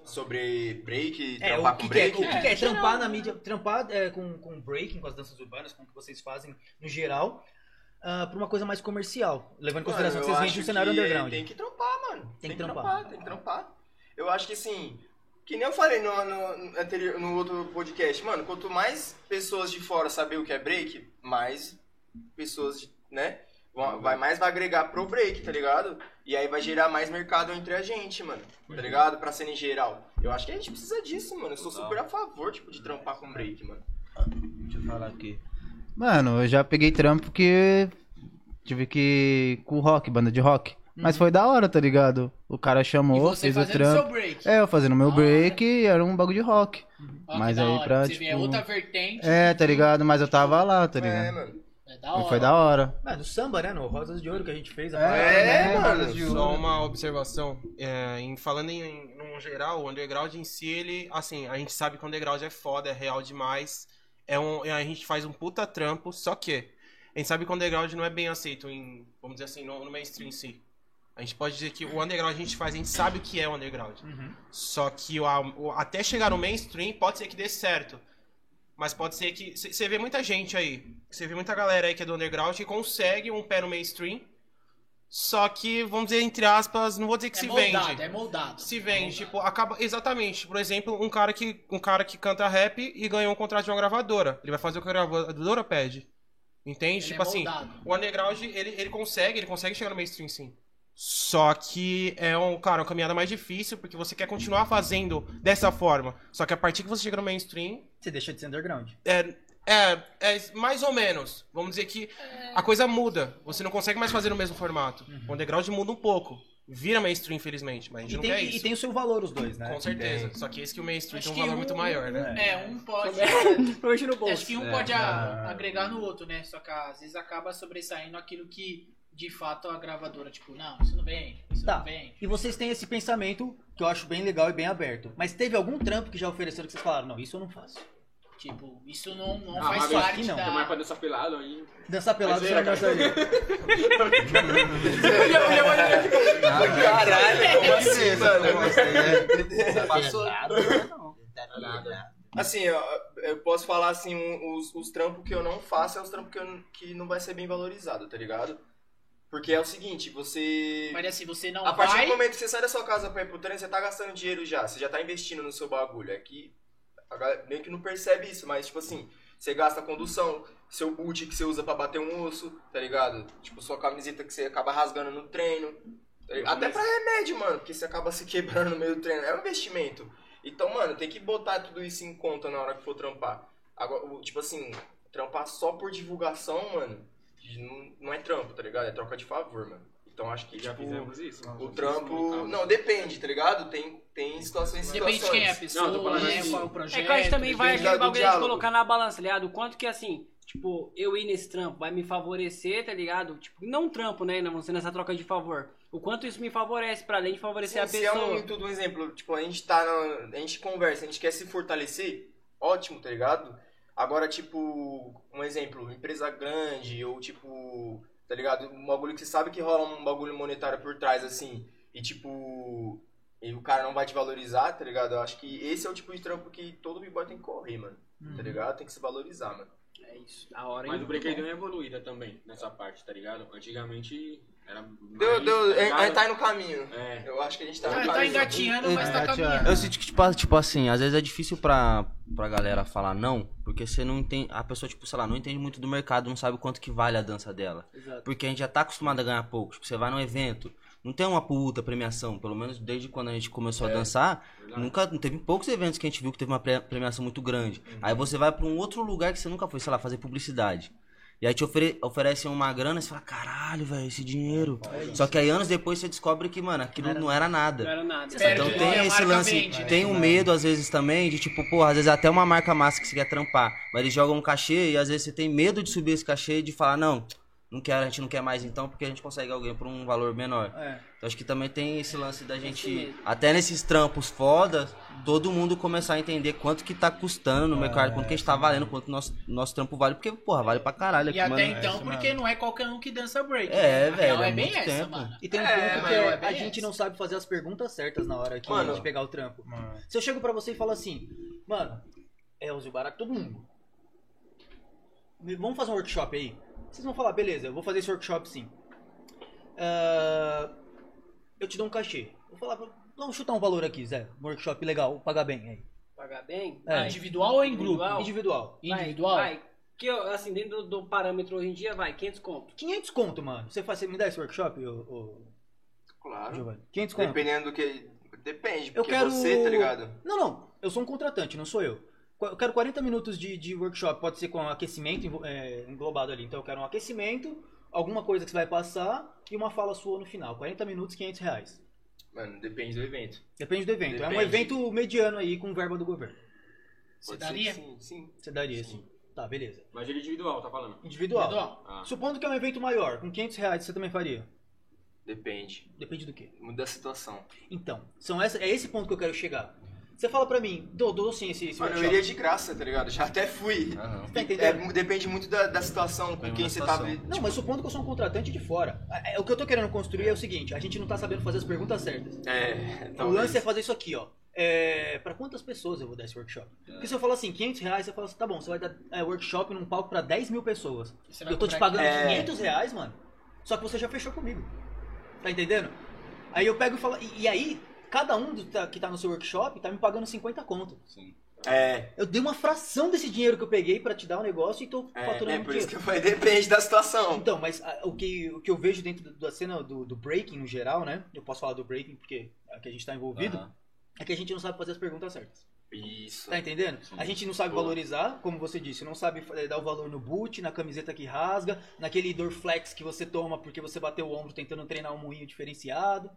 S2: Sobre break,
S8: É,
S2: trampar
S8: o
S2: com
S8: que, que é,
S2: break.
S8: o que que é trampar na mídia, trampar é, com, com breaking, com as danças urbanas, com o que vocês fazem no geral, ah, pra uma coisa mais comercial, levando em consideração
S2: Mano,
S8: que
S2: eu
S8: vocês vêm
S2: acho
S8: de um cenário
S2: que
S8: underground.
S2: Tem que trampar, mano.
S8: Tem que trampar.
S2: trampar. Tem que trampar. Eu acho que assim, que nem eu falei no, no, anterior, no outro podcast, mano, quanto mais pessoas de fora saber o que é break, mais pessoas, de- né? vão- Vai mais vai agregar pro break, tá ligado? E aí vai gerar mais mercado entre a gente, mano.
S8: Uhum.
S2: Tá ligado? Pra cena em geral. Eu acho que a gente precisa disso, mano. Eu sou super a favor, tipo, de trampar com break, mano.
S17: Deixa eu falar aqui.
S7: Mano, eu já peguei trampo que tive que ir com rock, banda de rock. Mas foi da hora, tá ligado? O cara chamou, fez o
S3: fazendo
S7: trampo.
S3: seu break.
S7: É, eu fazendo meu break e era um bagulho de rock.
S3: Ó, que
S7: Mas
S3: da
S7: aí
S3: hora.
S7: pra,
S3: Você vê, é
S7: tipo,
S3: outra vertente.
S7: É, tá ligado? Mas eu tava lá, tá ligado?
S8: É,
S2: mano.
S3: É
S7: da hora. foi da hora.
S8: Mano, samba, né? No Rosas de Ouro que a gente fez. a parada,
S14: É,
S8: né?
S14: mano. Só uma observação. É, em, falando em, em num geral, o underground em si, ele. Assim, a gente sabe que o underground é foda, é real demais. É um, a gente faz um puta trampo, só que. A gente sabe que o underground não é bem aceito em, vamos dizer assim, no, no mainstream em si. A gente pode dizer que o underground a gente faz, a gente sabe o que é o underground. Só que o- a- o- até chegar no mainstream pode ser que dê certo. Mas pode ser que. Você vê muita gente aí. Você vê muita galera aí que é do underground que consegue um pé no mainstream. Só que, vamos dizer, entre aspas, não vou dizer que
S3: É
S14: se
S3: moldado,
S14: vende.
S3: é moldado.
S14: Se vende, tipo, acaba. Exatamente. Por exemplo, um cara, que, um cara que canta rap e ganhou um contrato de uma gravadora. Ele vai fazer o que a gravadora pede. Entende?
S18: Ele
S14: tipo
S18: é
S14: assim,
S18: moldado.
S14: o underground, ele, ele consegue, ele consegue chegar no mainstream sim. Só que é um, cara, uma caminhada mais difícil, porque você quer continuar fazendo dessa forma. Só que a partir que você chega no mainstream,
S8: Você deixa de ser underground.
S14: é, é, é mais ou menos. Vamos dizer que a coisa muda. Você não consegue mais fazer no mesmo formato. O underground muda um pouco. Vira mainstream, infelizmente, mas a gente
S8: E
S14: não
S8: tem,
S14: quer
S8: e
S14: isso.
S8: tem o seu valor, os dois, né?
S14: Com certeza. Só que esse que o mainstream
S3: Acho
S14: tem um
S3: que
S14: valor
S3: um-
S14: muito maior, né?
S3: É, um pode.
S1: Hoje no bolso.
S3: Acho que um
S14: É,
S3: pode
S14: é,
S3: a-
S14: é.
S3: agregar no outro, né? Só que às vezes acaba sobressaindo aquilo que de fato a gravadora, tipo, não, isso não vem, isso
S8: Tá.
S3: não vem.
S8: E vocês têm esse pensamento que eu acho bem legal e bem aberto. Mas teve algum trampo que já ofereceram que vocês falaram, não, isso eu não faço.
S3: Tipo, isso não, não
S8: Ah,
S3: faz
S8: mas
S3: parte
S8: aqui não.
S3: da.
S8: Tem mais pra
S10: dançar pelado aí.
S8: Dançar pelado
S10: Mas
S14: é
S8: você não
S10: era,
S8: dançaria.
S2: Caralho, como assim,
S19: mano?
S2: Passou. Assim, eu, eu posso falar assim, um- os, os trampos que eu não faço é os trampos que, eu n- que não vai ser bem valorizado, tá ligado? Porque é o seguinte, você.
S3: Mas assim, você não
S2: a partir
S3: vai-
S2: do momento que você sai da sua casa pra ir pro treino, você tá gastando dinheiro já, você já tá investindo no seu bagulho. É que a galera meio que não percebe isso, mas tipo assim, você gasta condução, seu boot que você usa pra bater um osso, tá ligado? Tipo, sua camiseta que você acaba rasgando no treino. tá ligado? Até pra remédio, mano, porque você acaba se quebrando no meio do treino. É um investimento. Então, mano, tem que botar tudo isso em conta na hora que for trampar. Agora, o- tipo assim, trampar só por divulgação, mano, não, não é trampo, tá ligado? É troca de favor, mano. Então acho que,
S10: Já
S2: tipo,
S10: fizemos isso. Já
S2: o
S10: fizemos muito,
S2: trampo...
S10: calma.
S2: Não, depende, tá ligado? Tem, tem situações e
S3: Depende
S2: situações.
S3: de quem é a pessoa,
S2: Não, eu tô falando
S3: né,
S2: assim.
S3: qual é o
S1: É que eu acho que também vai
S2: Depende
S1: aquele
S2: da- do
S1: bagulho de
S2: diálogo.
S1: colocar na balança, tá ligado? O Quanto que assim, tipo, eu ir nesse trampo vai me favorecer, tá ligado? Tipo, não um trampo, né? Não sendo essa troca de favor. O quanto isso me favorece, pra além de favorecer
S2: Sim,
S1: a
S2: se é
S1: pessoa.
S2: um, tudo um exemplo, tipo, a gente tá na, a gente conversa, a gente quer se fortalecer, ótimo, tá ligado? Agora, tipo, um exemplo, empresa grande ou tipo, tá ligado? Um bagulho que você sabe que rola um bagulho monetário por trás, assim, e tipo, e o cara não vai te valorizar,
S10: Uhum.
S2: tá ligado? Eu acho que esse é o tipo de trampo que todo b-boy tem que correr, mano, tá ligado? Tem que se valorizar, mano.
S1: É isso, da hora, hein?
S10: Mas o break aí deu uma evoluída também nessa parte, tá ligado? Antigamente era. mais,
S2: Deu, deu,
S10: tá
S2: a gente
S10: ligado?
S2: tá indo no caminho.
S10: É.
S2: Eu acho que a gente tá no
S3: Ah, tá
S2: caminho.
S3: engatinhando, mas tá caminhando.
S6: Eu sinto que, tipo, tipo assim, às vezes é difícil pra, pra galera falar não, porque você não entende. A pessoa, tipo, sei lá, não entende muito do mercado, não sabe quanto que vale a dança dela.
S1: Exato.
S6: Porque a gente já tá acostumado a ganhar pouco. Tipo, você vai num evento, não tem uma puta premiação. Pelo menos desde quando a gente começou a dançar, nunca. Teve poucos eventos que a gente viu que teve uma pre- premiação muito grande. Aí você vai pra um outro lugar que você nunca foi, sei lá, fazer publicidade. E aí te ofere- oferecem uma grana, você fala, caralho, velho, esse dinheiro. Só que aí anos depois você descobre que, mano, aquilo É, não era nada.
S1: Não era nada.
S6: Então
S1: Perde, né?
S6: tem
S1: A
S6: esse
S1: marca
S6: lance,
S1: vende, né?
S6: tem um medo às vezes também de tipo, porra, às vezes até uma marca massa que você quer trampar, mas eles jogam um cachê e às vezes você tem medo de subir esse cachê e de falar, não, não quero, a gente não quer mais então, porque a gente consegue alguém por um valor menor.
S8: É.
S6: Então acho que também tem esse lance da gente,
S8: medo.
S6: até nesses trampos foda, todo mundo começar a entender quanto que tá custando no mercado, quanto que a gente tá valendo, quanto nosso, nosso trampo vale, porque, porra, vale pra caralho
S3: E
S6: aqui,
S3: até
S6: mano.
S3: então, porque não é qualquer um que dança break. né?
S6: É,
S3: A
S6: velho,
S3: real
S6: é
S3: é bem
S6: muito
S3: essa,
S6: tempo.
S3: mano.
S6: E
S8: E tem um
S3: É,
S8: ponto que
S3: mano, é
S8: é,
S3: bem
S8: a gente não sabe fazer as perguntas certas na hora que
S2: Mano.
S8: a gente pegar o trampo. Se eu chego pra você e falo assim, mano, Elzio, Barato, todo mundo, me- vamos fazer um workshop aí? Vocês vão falar, beleza, eu vou fazer esse workshop sim. Ah, eu te dou um cachê. Vou falar, pra- vamos chutar um valor aqui, Zé. Um workshop legal, vou pagar bem aí.
S1: Pagar bem?
S8: É.
S3: Ah, Individual ou em grupo?
S8: Individual.
S1: Vai,
S3: Individual?
S1: Vai. Que eu, assim, dentro do, do parâmetro hoje em dia, vai, 500 conto.
S8: 500 conto, mano. Você, faz, você me dá esse workshop, ô, ô,
S2: Claro.
S8: Giovanni? 500 conto.
S2: Dependendo do que. Depende,
S8: Eu
S2: porque
S8: quero.
S2: você, tá ligado?
S8: Não, não. Eu sou um contratante, não sou eu. Qu- Eu quero 40 minutos de, de workshop. Pode ser com aquecimento envo- é, englobado ali. Então eu quero um aquecimento, alguma coisa que você vai passar e uma fala sua no final. 40 minutos, 500 reais.
S2: Mano, depende do evento.
S8: Depende do evento. É um
S2: Depende.
S8: evento mediano aí com verba do governo.
S2: Você
S3: daria?
S2: Sim, sim.
S8: Você daria sim. Tá, beleza.
S10: Mas ele é individual, tá falando?
S8: Individual.
S3: Individual.
S10: Ah.
S8: Supondo que é um evento maior, com 500 reais você também faria.
S2: Depende.
S8: Depende do quê?
S2: Muda a situação.
S8: Então, são essa, é esse ponto que eu quero chegar. Você fala pra mim, dou, dou sim esse, esse
S2: Mano, eu
S8: workshop.
S2: iria de graça, tá ligado? Já até fui.
S8: Tá
S2: É,
S8: entendendo?
S2: mu- depende muito da, da situação, com quem você tá vendo.
S8: Não, mas supondo que eu sou um contratante de fora. É, é, O que eu tô querendo construir é o seguinte: a gente não tá sabendo fazer as perguntas certas.
S2: É,
S8: o
S2: talvez.
S8: lance é fazer isso aqui, ó. É, pra quantas pessoas eu vou dar esse workshop? Porque se eu falar assim, 500 reais, você fala assim, tá bom, você vai dar é, workshop num palco pra 10 mil pessoas.
S3: Você vai
S8: Eu tô te
S3: comprar
S8: pagando
S2: aqui. É.
S8: 500 reais, mano. Só que você já fechou comigo. Tá entendendo? Aí eu pego e falo, e, e aí, cada um do- tá- que tá no seu workshop tá me pagando 50 conto.
S2: É,
S8: Eu dei uma fração desse dinheiro que eu peguei pra te dar o negócio e tô
S2: é,
S8: faturando um
S2: é por isso
S8: dinheiro.
S2: que eu falei, depende da situação.
S8: Então, mas ah, o, que, o que eu vejo dentro do- da cena do, do breaking no geral, né? Eu posso falar do breaking porque é a que a gente tá envolvido. É que a gente não sabe fazer as perguntas certas.
S2: Isso.
S8: Tá entendendo? A gente não sabe
S2: Boa.
S8: valorizar, como você disse, não sabe eh, dar o valor no boot, na camiseta que rasga, naquele Dorflex que você toma porque você bateu o ombro tentando treinar um moinho diferenciado.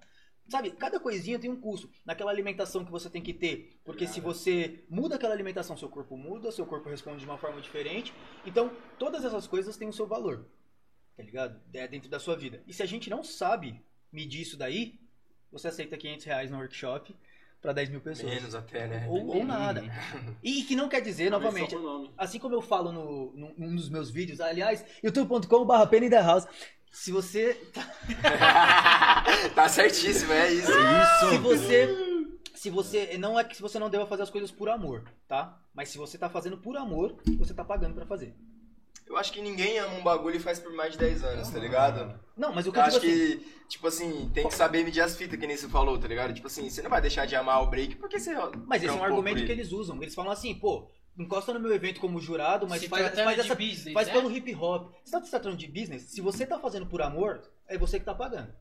S8: Sabe, cada coisinha tem um custo. Naquela alimentação que você tem que ter, porque se você muda aquela alimentação, seu corpo muda, seu corpo responde de uma forma diferente. Então, todas essas coisas têm o seu valor. Tá ligado? É dentro da sua vida. E se a gente não sabe medir isso daí, você aceita 500 reais no workshop pra 10 mil pessoas.
S2: Menos até, né?
S8: Ou, ou nada. E que não quer dizer, novamente,
S10: Só por nome.
S8: assim como eu falo no, no- num dos meus vídeos, aliás, youtube.com.br Penny the House. Se você.
S2: tá certíssimo, é isso.
S8: Se você. Se você. Não é que se você não deva fazer as coisas por amor, tá? Mas se você tá fazendo por amor, você tá pagando pra fazer.
S2: Eu acho que ninguém ama um bagulho e faz por mais de 10 anos, tá ligado?
S8: Não, mas o
S2: Eu
S8: que eu
S2: acho
S8: digo assim,
S2: que, tipo assim, tem que saber medir as fitas, que nem você falou, tá ligado? Tipo assim, você não vai deixar de amar o break porque você.
S8: Mas esse é um
S2: trampou
S8: argumento
S2: por
S8: que
S2: ele.
S8: eles usam. Eles falam assim, pô, encosta no meu evento como jurado, mas
S3: Se
S8: faz,
S3: tratando
S8: faz,
S3: de
S8: essa,
S3: business,
S8: faz
S3: né?
S8: pelo hip hop. Você tá se tratando de business? Se você tá fazendo por amor, é você que tá pagando.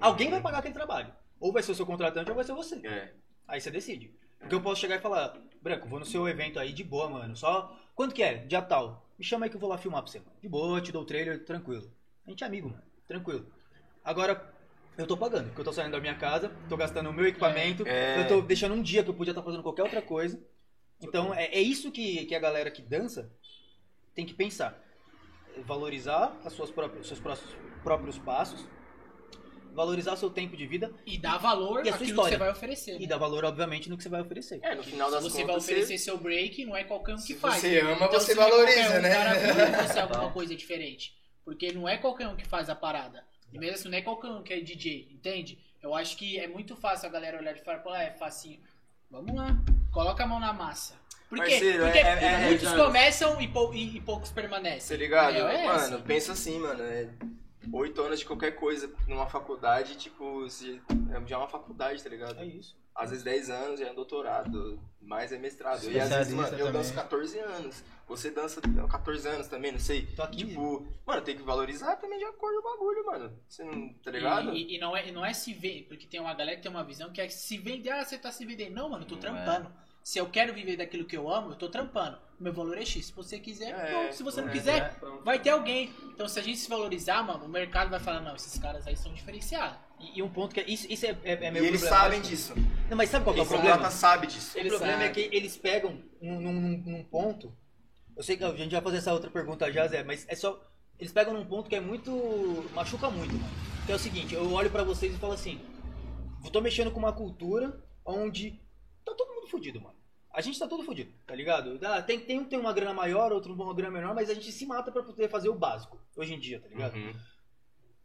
S8: Alguém vai pagar aquele trabalho. Ou vai ser o seu contratante ou vai ser você.
S2: É.
S8: Aí você decide. Porque eu posso chegar e falar, Branco, vou no seu evento aí de boa, mano. Só. Quando que é? Dia tal. Me chama aí que eu vou lá filmar pra você. De boa, eu te dou o trailer, tranquilo. A gente é amigo, mano. Tranquilo. Agora, eu tô pagando, porque eu tô saindo da minha casa, tô gastando o meu equipamento,
S2: É.
S8: eu tô deixando um dia que eu podia estar fazendo qualquer outra coisa. Então, é, é isso que, que a galera que dança tem que pensar. Valorizar as suas próprias, seus próprios, próprios passos, valorizar seu tempo de vida
S3: E dá valor
S8: E a sua
S3: àquilo que
S8: história?
S3: você vai oferecer.
S8: e
S3: né?
S8: dar valor, obviamente, no que você vai oferecer.
S2: É, no final das
S3: Se você vai
S2: contas.
S3: oferecer seu break, não é qualquer um que faz.
S2: você ama, você
S3: se não é qualquer
S2: valoriza,
S3: um,
S2: né?
S3: O cara vira você alguma coisa diferente. Porque não é qualquer um que faz a parada. E mesmo assim, não é qualquer um que é DJ, entende? Eu acho que é muito fácil a galera olhar de fora e falar, "Ah, é facinho. Vamos lá, coloca a mão na massa. Porque,
S2: Parceiro,
S3: porque
S2: é- é- é-
S3: muitos
S2: é-
S3: começam e, pou- e- e poucos permanecem.
S2: Tá ligado?
S3: É, é
S2: mano,
S3: essa.
S2: pensa assim, mano. É oito anos de qualquer coisa numa faculdade, tipo, se, é já uma faculdade, tá ligado? É
S15: isso.
S2: Às vezes 10 anos já é doutorado, mais é mestrado. E às vezes,
S15: Especialista
S2: mano, eu danço
S15: também.
S2: 14 anos. Você dança 14 anos também, não sei. Tipo, mano, tem que valorizar também de acordo com o bagulho, mano. Você não, tá ligado?
S3: E, e- e não, é, e não é se ver, porque tem uma galera que tem uma visão que é se vender, ah, você tá se vendendo. Não, mano, eu
S2: é.
S3: tô trampando. Se eu quero viver daquilo que eu amo, eu tô trampando. Meu valor é X. Se você quiser,
S2: É,
S3: bom. Se você não
S2: é,
S3: quiser,
S2: é, pronto.
S3: vai ter alguém. Então, se a gente se valorizar, mano, o mercado vai falar, não, esses caras aí são diferenciados.
S8: E, e um ponto que é- isso, isso é, é, é
S2: E
S8: meio
S2: eles
S8: problemático.
S2: sabem disso.
S8: Não, mas sabe qual que é o
S2: Quem
S8: problema?
S2: contrata sabe disso.
S8: O
S2: Eles
S8: problema
S2: sabem.
S8: é que eles pegam num, num- num- num ponto. Eu sei que a gente vai fazer essa outra pergunta já, Zé, mas é só. Eles pegam num ponto que é muito. machuca muito, mano. Que é o seguinte, eu olho pra vocês e falo assim. Eu tô mexendo com uma cultura onde tá todo mundo fudido, mano. A gente tá todo fudido, tá ligado? Ah, Tem, tem um que tem uma grana maior, outro uma grana menor, mas a gente se mata pra poder fazer o básico hoje em dia, tá
S2: Uhum.
S8: ligado?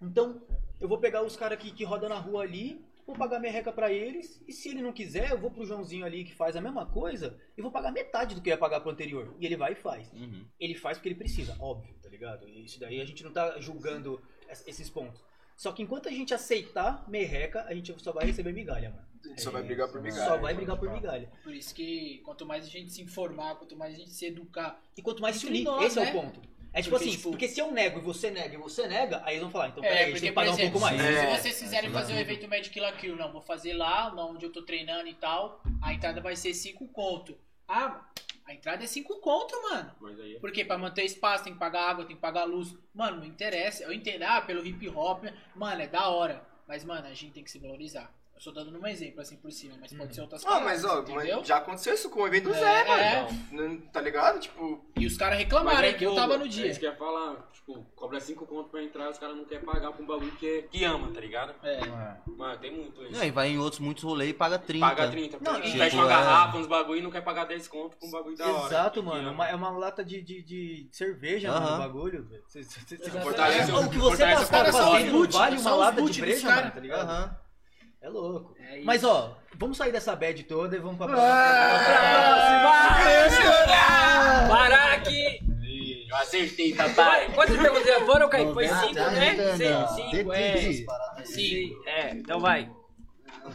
S8: Então, eu vou pegar os caras que, que rodam na rua ali, vou pagar merreca pra eles, e se ele não quiser, eu vou pro Joãozinho ali que faz a mesma coisa, e vou pagar metade do que eu ia pagar pro anterior. E ele vai e faz. Ele faz porque ele precisa, óbvio, tá ligado? E Isso daí a gente não tá julgando es- esses pontos. Só que enquanto a gente aceitar merreca, a gente só vai receber migalha, mano.
S2: A gente só vai brigar por migalha.
S8: Só vai brigar por migalha.
S3: Por isso que quanto mais a gente se informar, quanto mais a gente se educar.
S8: E quanto mais se
S3: isso
S8: unir,
S3: nós,
S8: esse é
S3: né?
S8: o ponto. É tipo
S3: Porque,
S8: assim, porque se eu nego e você nega e você nega, aí eles vão falar, então
S3: é,
S8: peraí, a gente
S3: porque,
S8: tem que
S3: por
S8: pagar um
S3: exemplo,
S8: pouco mais.
S3: se,
S2: É.
S3: se vocês quiserem fazer o evento Magic Kill la Kill, não, vou fazer lá, lá onde eu tô treinando e tal, a entrada vai ser 5 conto. Ah, a entrada é 5 conto, mano.
S8: é
S3: Porque pra manter espaço tem que pagar água, tem que pagar luz. Mano, não interessa. Eu entendo, ah, pelo hip hop, né? mano, é da hora. Mas, mano, a gente tem que se valorizar. Eu só dando um exemplo assim por cima, mas pode ser outras
S2: Ah, mas ó, mas já aconteceu isso com o evento do Zé,
S3: É.
S2: mano. Não- Tá ligado? Tipo.
S3: E os caras
S10: Mas
S3: reclamaram,
S10: é
S3: hein, que eu
S10: bobo,
S3: tava no
S10: é
S3: dia.
S10: isso que eu ia falar, tipo, cobra 5 conto pra entrar, os caras não querem pagar pra um bagulho que, é- que ama, tá ligado?
S3: É.
S10: Mano, tem muito isso.
S6: Não, e vai em outros muitos rolês e paga 30.
S10: Paga 30.
S6: Não,
S10: Não,
S6: e-
S10: pede uma
S6: Tipo, é.
S10: garrafa, uns bagulho e não quer pagar 10 conto pra um bagulho da hora.
S8: Exato, mano. É uma, é uma lata de, de, de cerveja, mano,
S10: Aham.
S8: o bagulho. velho. Cê- cê- cê- cê-
S10: Fortalece-
S8: o que você
S10: fortalece
S8: gastar
S10: o
S8: fazendo não
S10: boot,
S8: vale
S10: só
S8: uma
S10: os
S8: lata
S10: boot
S8: de
S10: dos
S8: breja,
S10: cara.
S8: mano, tá ligado?
S10: Aham.
S8: É louco.
S3: isso.
S8: Mas, ó, vamos sair dessa bad toda e vamos pra
S1: Ah,
S8: próxima.
S1: Baraque!
S10: Eu acertei,
S1: tá?
S10: papai.
S1: Quantas perguntas já foram, Kaique? Foi
S10: Noventa,
S1: cinco, né?
S10: não,
S1: Seis,
S10: não.
S1: Cinco,
S10: Decidi.
S1: é. Sim, é, então vai.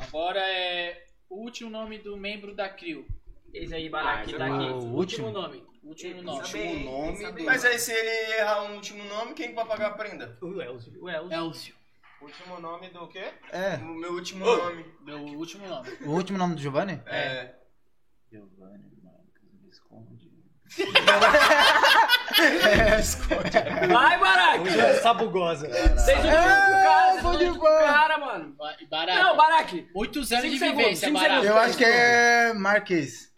S3: Agora é o último nome do membro da CRIO.
S1: Esse aí,
S3: Baraque,
S2: esse
S3: tá
S2: é
S3: aqui.
S2: o
S3: último
S2: último?
S3: nome. Último nome.
S2: Último nome do... tá Mas aí se ele errar um último nome, quem que vai pagar a prenda?
S8: O Elzio.
S3: O Elzio.
S15: Último nome do quê?
S7: É.
S2: O meu último
S15: Ô.
S2: nome.
S3: Meu último nome.
S7: O último nome do Giovanni?
S2: É.
S7: Giovanni Marcos Visconde.
S1: Vai, Baraque!
S8: Essa bugosa.
S1: Vocês uniram
S7: É,
S1: com o cara, vocês uniram com o cara, mano.
S3: Baraque.
S1: Não, Baraque.
S3: Muitos anos
S1: Cinco
S3: de
S1: segundos,
S3: vivência,
S1: cinco
S3: Baraque.
S7: Eu acho que é Marques.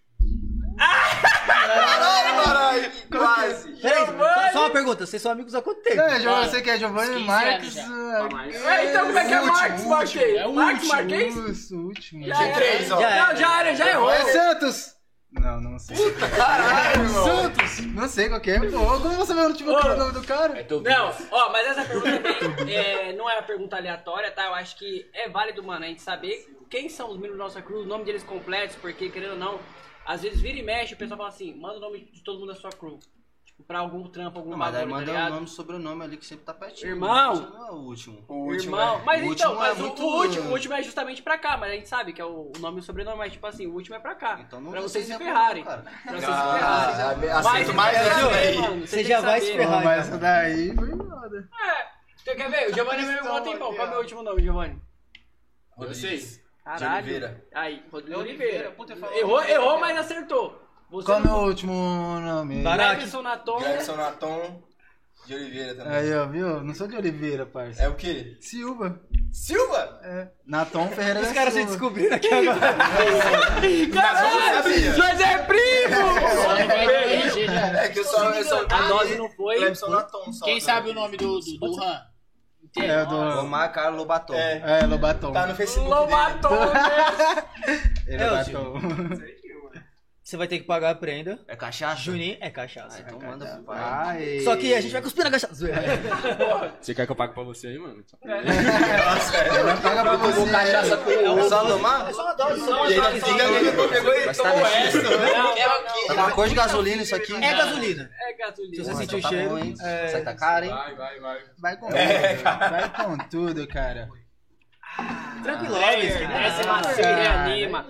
S2: Caralho, caralho. Quase.
S8: Peraí, só- só uma pergunta, vocês são amigos há quanto tempo?
S7: É, Giovanni, você que é Giovanni Marques.
S1: É, então como é que é Marques, Marquei?
S7: É o
S1: Marques,
S7: último,
S1: Marquei?
S7: Isso, o último.
S1: Já era. Três, ó. Não, já era, já errou.
S7: É Santos. Não, não sei. Puta,
S1: caralho, irmão.
S7: Santos. Não sei qual que é. Pô, como você vai no último
S1: Ô.
S7: nome do cara?
S6: É,
S1: Não, ó, mas essa pergunta também é, não é uma pergunta aleatória, tá? Eu acho que é válido, mano, a gente saber quem são os membros da nossa crew, o nome deles completos, porque, querendo ou não, às vezes vira e mexe, o pessoal fala assim, manda o nome de todo mundo da sua crew. Tipo, pra algum trampo, algum
S6: Não, mas aí
S1: bagulho, tá
S6: manda o
S1: ligado?
S6: nome e sobrenome ali que sempre tá pertinho.
S1: Irmão!
S6: Você Não é o último.
S1: O Irmão, mas então,
S6: último é
S1: mas o-
S6: muito-
S1: o, último, o último é justamente pra cá, mas a gente sabe que é o, o nome e o sobrenome, mas tipo assim, o último é pra cá.
S6: Então
S1: pra vocês se ferrarem. Pra vocês se
S2: Ah,
S1: ferrarem.
S2: aceito
S1: Mas,
S2: mais
S1: mas,
S2: essa
S1: mano,
S2: daí.
S1: vocês
S2: Você
S1: têm
S2: já
S1: que
S2: vai
S1: saber.
S2: se ferrar,
S7: Mas essa daí foi foda.
S1: Então, quer ver? O Giovanni é meu irmão há tempão. Qual é o meu último nome, Giovanni?
S2: Rodrigues.
S1: Caralho.
S2: De Oliveira.
S1: Aí, Rodrigo
S2: É Oliveira,
S1: Oliveira.
S2: puta, eu falo-
S1: Errou, errou, mas acertou. Você
S7: Qual é o meu
S1: não-
S7: último nome?
S1: Jefferson Naton.
S2: Jefferson Naton. De Oliveira também.
S7: Aí, ó, viu? Não sou de Oliveira, parça.
S2: É o quê?
S7: Silva.
S2: Silva?
S7: É. Natom Ferreira
S8: Os
S7: da
S8: caras se
S7: Silva.
S8: descobriram aqui agora.
S1: Caralho! Nós é primo!
S2: É que eu só... Eu só
S1: A nós não foi.
S2: Jefferson Naton só. tá
S3: Quem sabe o nome do, do, do Han?
S7: É, do...
S6: Omar Carlos Lobaton.
S7: É, Lobaton.
S1: né?
S2: Tá no Facebook dele.
S1: Lobato!
S7: É, Lobaton.
S8: Você vai ter que pagar a prenda.
S6: É cachaça?
S8: Juninho é cachaça. então
S6: manda pro
S3: Ah,
S8: pai. Só que a gente vai cuspir na cachaça. Zoeira.
S10: Você quer que eu pague pra você aí, mano?
S6: Não paga pra você. É só tomar?
S8: É só
S6: só uma
S8: uma dose.
S6: dose, só uma dose. Mas tá
S2: É né?
S6: metido. Tá uma cor de gasolina isso aqui.
S8: É gasolina.
S1: É gasolina.
S8: Se você
S6: Nossa,
S8: sentir o
S6: tá
S8: cheiro,
S6: bom, hein?
S8: é-
S6: Isso aí tá caro, hein?
S10: Vai, vai, vai.
S7: Vai com
S6: É,
S7: tudo. Vai com tudo, cara.
S1: Tranquilo, Leves, que desce, macia, né? reanima.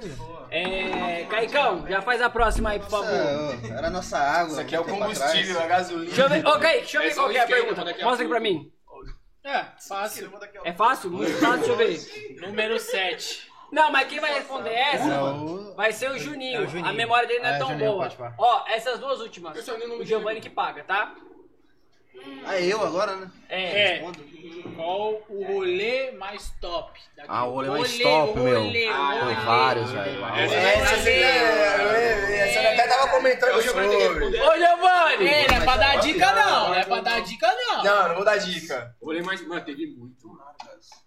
S1: É. Caicão, já faz a próxima aí, por favor.
S4: Ô, Era a nossa água.
S2: Isso aqui é o
S4: pra trás.
S2: combustível, a gasolina.
S1: Deixa eu ver. Ô, Kaique, deixa eu ver qual que é a pergunta.
S2: daqui a
S1: Mostra aqui pra mim.
S3: É, fácil.
S1: É fácil? Muito fácil, deixa eu ver.
S3: Número 7.
S1: Não, mas quem vai responder é essa vai ser o Juninho.
S8: É o Juninho.
S1: A memória dele não é,
S8: É,
S1: tão
S8: Juninho,
S1: boa.
S8: pode falar.
S1: Ó, essas duas últimas. O Giovanni que paga, tá?
S6: Ah, eu agora, né?
S1: É.
S3: É. Qual o rolê mais top? daqui?
S6: Ah, o rolê mais
S3: Rolê,
S6: top, meu.
S3: rolê,
S6: Ah,
S3: rolê.
S6: Tem vários, velho.
S2: É, Essa você
S10: é-
S2: é, até tava comentando sobre.
S1: Ô, Giovanni!
S3: É, não é pra dar dica não, não é pra dar dica não.
S2: Não, não vou dar dica.
S10: Olhei mais. Mano, teve muito.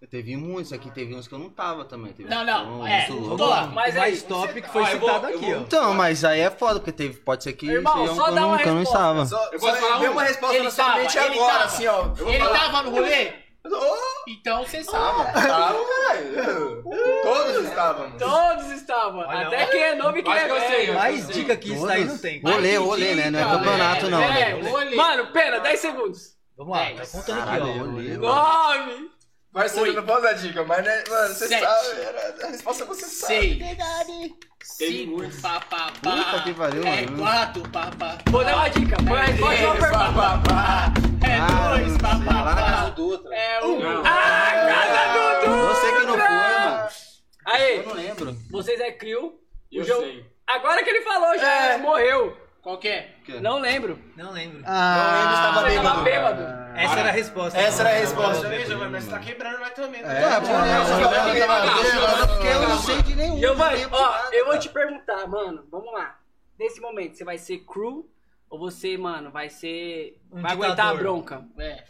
S6: Teve muitos aqui, teve uns que eu não tava também. Teve
S3: Não,
S6: uns
S3: não,
S6: que eu
S3: é,
S6: sou
S3: vamos
S6: louco.
S3: lá.
S1: Mas aí,
S8: Mais top que foi
S10: Ah, eu vou-
S8: citado
S10: eu
S8: aqui, ó.
S6: Então, mas aí é foda, porque teve, pode ser que
S1: Irmão,
S6: seja um
S1: só
S6: que eu
S1: dá uma
S6: não- que eu não
S1: resposta.
S6: estava.
S2: Só,
S10: Eu
S2: só
S10: posso falar
S2: vem
S10: um?
S2: uma resposta
S3: Ele
S2: na sua
S3: tava,
S2: mente
S3: ele
S2: agora,
S3: tava.
S2: assim, ó. Eu vou
S3: Ele
S2: falar-
S3: tava no rolê?
S2: Oh,
S3: Então você sabe.
S7: Ah.
S2: tava, velho. Todos estavam.
S1: Todos estavam.
S8: Olha,
S1: Até quem é novo e quem
S10: Acho
S1: é
S10: que eu sei,
S1: velho.
S10: eu
S8: Mais
S10: sei.
S8: dica que isso daí não tem.
S6: Olê, olê, né? Não é campeonato, não.
S1: É,
S6: né?
S1: olhei. Mano, pera, 10 segundos.
S8: Vamos lá, tá
S3: Dez.
S8: contando aqui,
S6: Caralho,
S8: ó.
S6: olê, mano.
S1: Nove.
S2: Marcelo, não posso dar dica, mas né, mano, você
S3: Sete.
S2: sabe. era- A resposta você sabe.
S3: Seis. Cinco, pá, pá, pá.
S6: Puta que pariu,
S3: É
S6: mano.
S3: quatro, pá, pá,
S1: Vou dar uma dica. Foi a resposta de uma pergunta.
S3: É
S6: Ah,
S3: dois, pá, pá,
S6: sei lá, na casa do
S3: pá.
S6: Dutra.
S3: É um.
S1: Ah, casa do Dudu!
S6: Você que não foi, mano. Eu
S1: Aí,
S6: não lembro.
S1: vocês é crio.
S10: Eu
S1: O Gio-
S10: sei.
S1: Agora que ele falou, já era, morreu.
S3: É. Qual que é?
S1: Não lembro.
S8: Não lembro.
S2: Ah,
S6: Tá
S1: Você tava
S2: bêbado.
S1: bêbado.
S8: Essa era a resposta. então.
S2: Essa era a resposta.
S14: Mas tá quebrando nós também.
S2: É, pô, né, você tava bêbado.
S6: Porque eu não
S3: É.
S6: sei de nenhum.
S1: Giovanni,
S6: não lembro de
S1: ó,
S6: nada.
S1: eu vou te perguntar, mano. Vamos lá. Nesse momento, você vai ser crew ou você, mano, vai ser.
S8: Um
S1: vai aguentar a
S8: ditador.
S1: bronca?
S3: É.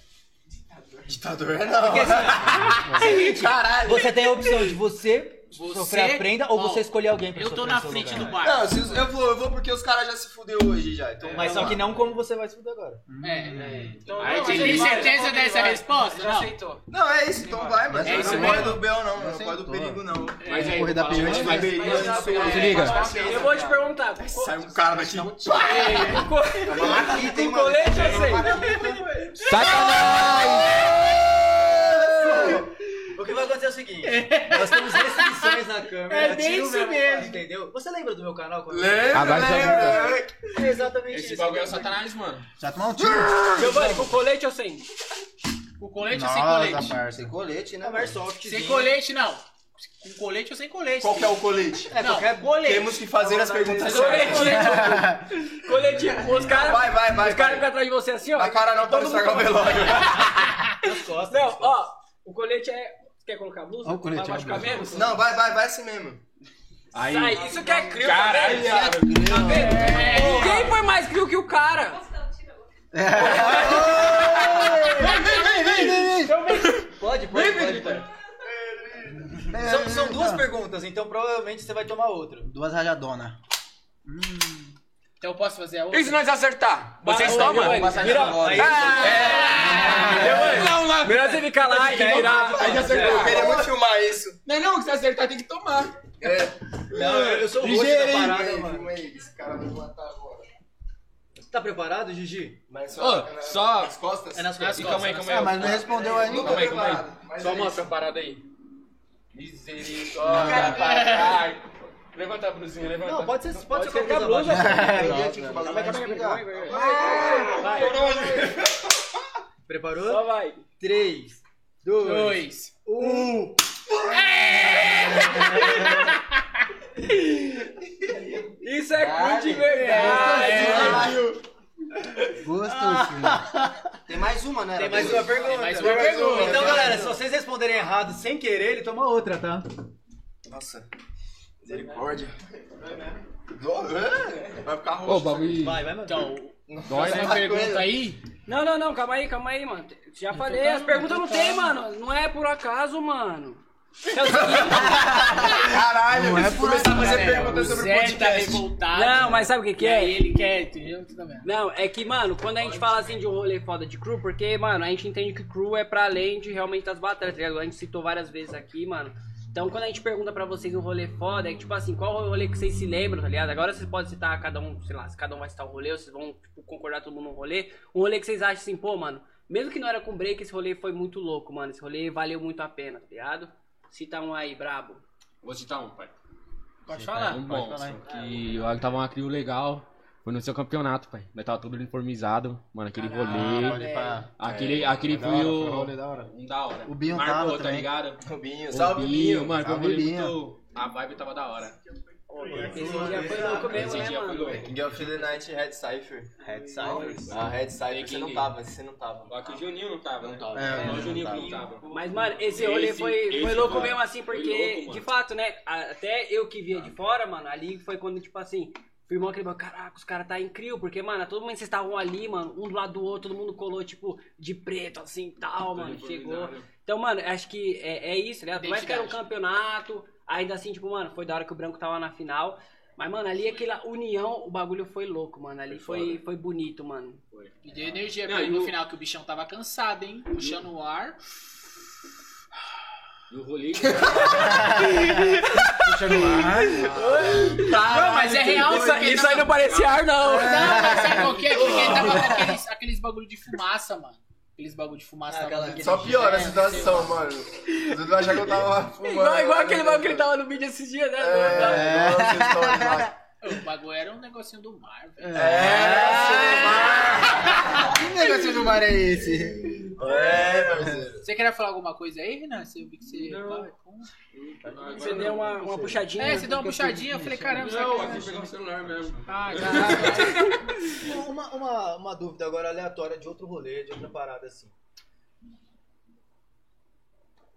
S2: Ditador é não.
S8: Você tem a opção de você,
S3: Você-
S8: sofrer a prenda ou
S3: Ó,
S8: você escolher alguém pra
S3: Eu tô
S8: sofrer
S3: na
S8: no seu
S3: frente do bar.
S8: lugar.
S2: Não, se os- eu vou, eu vou porque os caras já se fudeu hoje já. Então,
S8: Mas só
S2: vamos
S8: que
S2: lá.
S8: não como você vai se fuder agora.
S3: É, é.
S14: Então,
S10: Aí
S14: não,
S10: tem
S14: mas
S3: Tem
S14: ele vai,
S3: certeza
S14: ele
S3: dessa
S14: vai.
S3: resposta?
S14: Já
S3: Não.
S14: aceitou.
S2: Não, é isso, então vai, mas
S3: É isso
S2: eu não corre
S3: mesmo?
S2: do Bel, não, eu não corre do perigo, não.
S10: Mas aí,
S7: Corrida
S10: vou falar
S7: perigo, vai.
S10: mais-
S2: Perigo, eu
S1: né? é
S2: não sou-
S14: Se
S10: liga.
S1: Eu vou te perguntar.
S2: Sai um cara daqui.
S1: Com o colete eu sei.
S8: O que vai acontecer é o seguinte: nós temos restrições na câmera.
S3: É bem
S8: tiro
S3: isso
S8: meu-
S3: mesmo.
S8: Entendeu? Você lembra do meu canal? quando-
S2: Lembra,
S7: Abaixa a
S2: lembra.
S8: É Exatamente
S10: Esse
S8: isso.
S10: bagulho é o satanás, mano.
S7: Já tomou um tiro.
S1: Giovanni, com colete eu sei.
S3: Com colete ou sem
S7: Nossa,
S3: colete?
S7: parça.
S6: Colete, né?
S8: Conversa soft.
S3: Sem colete, não. Com colete ou sem colete?
S2: Qual que é o colete?
S3: Não, colete.
S2: Temos que fazer as perguntas
S1: Colete,
S2: certas.
S1: colete. colete, os caras.
S2: Vai, vai, vai,
S1: Os caras
S2: vai.
S1: ficam atrás de você assim, ó.
S2: A cara não pode estragar o velório.
S8: nas costas.
S1: Não, ó, o colete é. Quer colocar a blusa?
S7: Ó, o colete,
S1: Vai
S7: ó,
S1: machucar
S7: a blusa.
S1: menos?
S2: Não, vai, vai, vai assim mesmo.
S10: Aí.
S1: Sai, isso que é crio,
S10: Caralho,
S1: tá
S10: viado.
S1: vendo? Tá vendo? Quem foi mais crio que o cara?
S8: Pode, pode, pode. pode. São, são duas perguntas, então provavelmente você vai tomar outra.
S7: Duas rajadonas.
S3: Então eu posso fazer a outra?
S5: E se nós acertar? Vocês
S1: Vai,
S5: tomam?
S1: Giovanni, vira-
S14: É.
S5: Não, lá.
S1: Melhor você ficar lá e virar.
S2: Eu queria muito filmar isso.
S5: Não, não, se acertar tem que tomar.
S8: Não, Então, eu sou o rosto da
S2: Ligeirinho.
S8: parada,
S2: Filma
S8: mano.
S2: aí, Esse cara vai matar agora.
S8: Tá preparado, Gigi?
S2: Mas só.
S10: Ô, só.
S2: As costas?
S8: É nas
S10: E
S8: costas.
S10: calma aí, calma aí.
S7: Ah, mas não respondeu ainda.
S2: é
S10: Calma aí, calma aí.
S2: preparado, mas
S10: Só
S2: é
S10: mostra a parada aí. Misericórdia, papai. Levanta a blusinha, levanta.
S8: Não, pode ser, pode ser
S1: ser
S8: com a
S1: com a
S8: blusa.
S7: É,
S8: Preparou?
S1: Só vai.
S8: 3, 2,
S3: Dois.
S8: 1.
S1: Isso é cru de
S7: É
S1: verdade.
S7: Gostosinho.
S6: Tem mais uma, né?
S8: Tem mais uma pergunta.
S3: mais uma pergunta.
S8: Então, galera, se vocês responderem errado sem querer, ele toma outra, tá?
S2: Nossa. né? Misericórdia. Dó- é, Vai ficar
S10: Ô,
S2: roxo.
S10: bagulho. né?
S8: Vai, vai, mano.
S3: Então,
S10: Dói,
S3: fazer a pergunta aí.
S1: Não,
S7: Então tá
S1: não, não, calma aí, calma aí, mano. Já falei, as perguntas não tem, mano. Não é por acaso, mano.
S2: Caralho,
S1: Não é
S2: bicho,
S1: por
S2: começar a
S1: aí,
S2: fazer
S3: né?
S1: galera.
S2: perguntas
S1: O
S2: sobre
S1: Zé tá
S2: podcast.
S1: revoltado. Não, mas sabe o que que
S3: E
S1: é?
S3: aí ele quer, entendeu? Tudo bem.
S1: Não, é que, mano, quando a gente fala assim de um rolê foda de crew, porque, mano, a gente entende que crew é pra além de realmente das batalhas, tá ligado? A gente citou várias vezes aqui, mano. Então, quando a gente pergunta pra vocês um rolê foda, é que, tipo assim, qual rolê que vocês se lembram, tá ligado? Agora vocês podem citar cada um, sei lá, se cada um vai citar um rolê, ou vocês vão tipo, concordar todo mundo num rolê. Um rolê que vocês acham assim, pô, mano, mesmo que não era com break, esse rolê foi muito louco, mano. Esse rolê valeu muito a pena, tá ligado? Cita um aí, brabo.
S10: Vou citar um, pai.
S3: Pode
S10: falar. Um bom, só que eu tava uma crio legal. Foi no seu campeonato, pai. Nós tava tudo uniformizado, mano, aquele rolê.
S3: Ah,
S2: pode pá.
S10: Aquele,
S2: É,
S10: aquele
S2: foi
S10: foi,
S2: da hora,
S10: o.
S2: foi um rolê da hora.
S10: Um da hora.
S2: O Binho
S10: Marcou,
S2: tava
S10: tá
S2: também.
S10: ligado?
S2: O Binho,
S10: O
S2: salve, Binho.
S10: Mano, foi um
S2: Salve,
S10: rolê
S2: Binho.
S10: muito- A vibe tava da hora.
S1: né,
S10: Esse dia foi louco.
S2: King of the Night Red Cypher. Red
S10: Cypher?
S2: Ah, Red Cypher. Você não tava, você não tava.
S10: Só que o Juninho não tava. Não
S2: tava.
S10: É,
S2: É,
S10: o
S2: não
S10: Juninho
S2: tava.
S10: que não tava.
S1: Mas, mano, esse rolê foi, foi louco Ah.
S10: mano.
S1: mesmo, assim,
S10: Foi
S1: porque,
S10: louco, mano.
S1: de fato, né, a- até eu que via de fora, mano, ali foi quando, tipo assim, firmou aquele bagulho, caraca, os caras tá incrível, porque, mano, a todo momento vocês estavam ali, mano, um do lado do outro, todo mundo colou, tipo, de preto, assim, tal, mano, chegou. Então, mano, acho que é, é isso, né, por mais que era um campeonato, ainda assim, tipo, mano, foi da hora que o Branco tava na final, mas, mano, ali aquela união, o bagulho foi louco, mano, ali foi, foi bonito, mano.
S3: E deu energia
S1: Não,
S3: pra
S1: e
S3: ele no
S1: o-
S3: final, que o bichão tava cansado, hein? Puxando o ar.
S10: E o rolê.
S3: Não, mas é real
S1: isso,
S3: porque
S1: isso aí não parecia ar, não.
S3: Não, mas sabe qual que é? Porque ele tava com aqueles, aqueles bagulho de fumaça, mano. Aqueles bagulho de fumaça.
S1: Ah,
S3: tava-
S2: Só piora a
S3: É,
S2: situação, mano. Vocês vão achar que eu tava fumando.
S1: Igual, igual aquele bagulho que
S3: tá
S1: ele tava no vídeo esses dias, né?
S2: É,
S1: Do-
S2: vocês estão demais.
S3: O bagulho era um negocinho do mar, velho.
S2: É,
S1: É.
S7: Que negócio do mar é esse?
S2: É, parceiro.
S3: Você queria falar alguma coisa aí, Renan? Você, viu que você...
S1: Você deu uma, uma puxadinha.
S3: É, você deu uma puxadinha, eu falei, caramba,
S10: Não,
S3: sacanagem.
S10: aqui pegar o celular mesmo.
S3: Ah,
S8: Uma, uma, uma dúvida agora aleatória de outro rolê, de outra parada assim.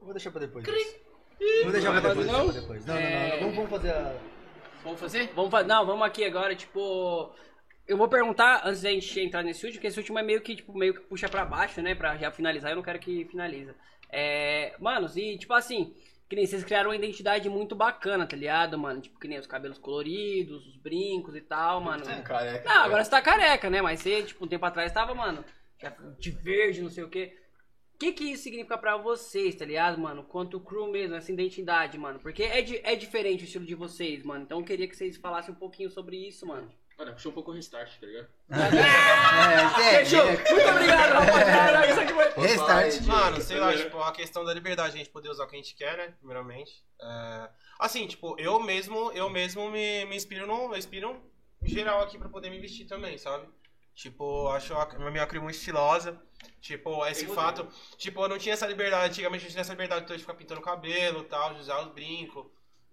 S8: Eu Vou deixar pra depois. isso. Vou deixar pra depois. Não, depois. não, não, não, não. Vamos, vamos fazer a.
S3: Vamos fazer?
S1: Vamos fazer. Não, vamos aqui agora, tipo. Eu vou perguntar antes da gente entrar nesse último, porque esse último é meio que, tipo, meio que puxa pra baixo, né? Pra já finalizar, eu não quero que finaliza. É. Manos, e tipo assim, que nem vocês criaram uma identidade muito bacana, tá ligado, mano? Tipo, que nem os cabelos coloridos, os brincos e tal, mano.
S8: É. Ah,
S2: Careca.
S1: Não, agora você tá careca, né? Mas você, tipo, um tempo atrás tava, mano, é de verde, não sei o quê. O que que isso significa pra vocês, tá ligado, mano? Quanto crew mesmo, essa identidade, mano. Porque é, di- é diferente o estilo de vocês, mano. Então eu queria que vocês falassem um pouquinho sobre isso, mano.
S10: Cara, puxou um pouco o restart, tá ligado?
S7: Fechou.
S1: Muito obrigado, rapaziada. Isso aqui foi...
S7: Restart.
S14: Mano, sei
S2: né?
S14: lá, tipo, a questão da liberdade, a gente poder usar o que a gente quer, né? Primeiramente. É, Assim, tipo, eu mesmo, eu mesmo me, me inspiro no. Eu inspiro em geral aqui pra poder me vestir também, sabe? Tipo, acho a a minha cria muito estilosa. Tipo, esse fato. Tipo, eu não tinha essa liberdade. Antigamente eu tinha essa liberdade então, de ficar pintando o cabelo tal, de usar os brincos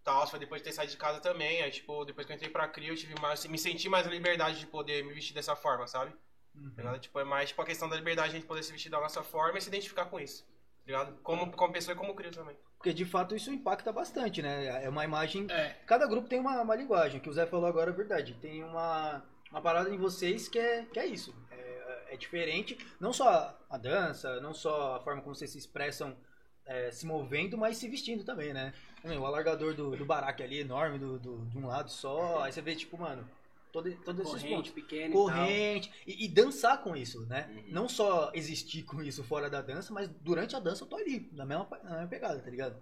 S14: tal. Foi depois de ter saído de casa também. Aí, tipo, depois que eu entrei pra cria, eu tive mais. Me senti mais a liberdade de poder me vestir dessa forma, sabe?
S8: Hum.
S14: Tá ligado? Tipo, é mais tipo, a questão da liberdade, a gente poder se vestir da nossa forma e se identificar com isso. tá ligado? Como, como pessoa e como crio também.
S8: Porque de fato isso impacta bastante, né? É uma imagem.
S3: É.
S8: Cada grupo tem uma, uma linguagem, o que o Zé falou agora é verdade. Tem uma, uma parada em vocês que é, que é isso. É, é diferente, não só a dança, não só a forma como vocês se expressam é, se movendo, mas se vestindo também, né? Também, O alargador do, do baraque ali, enorme, do, do- de um lado só. Aí você vê, tipo, mano, todo, todos esses
S1: Corrente
S8: pontos.
S1: pequena
S8: Corrente. E, e dançar com isso, né? Não só existir com isso fora da dança, mas durante a dança eu tô ali, na mesma, pa- na mesma pegada, tá ligado?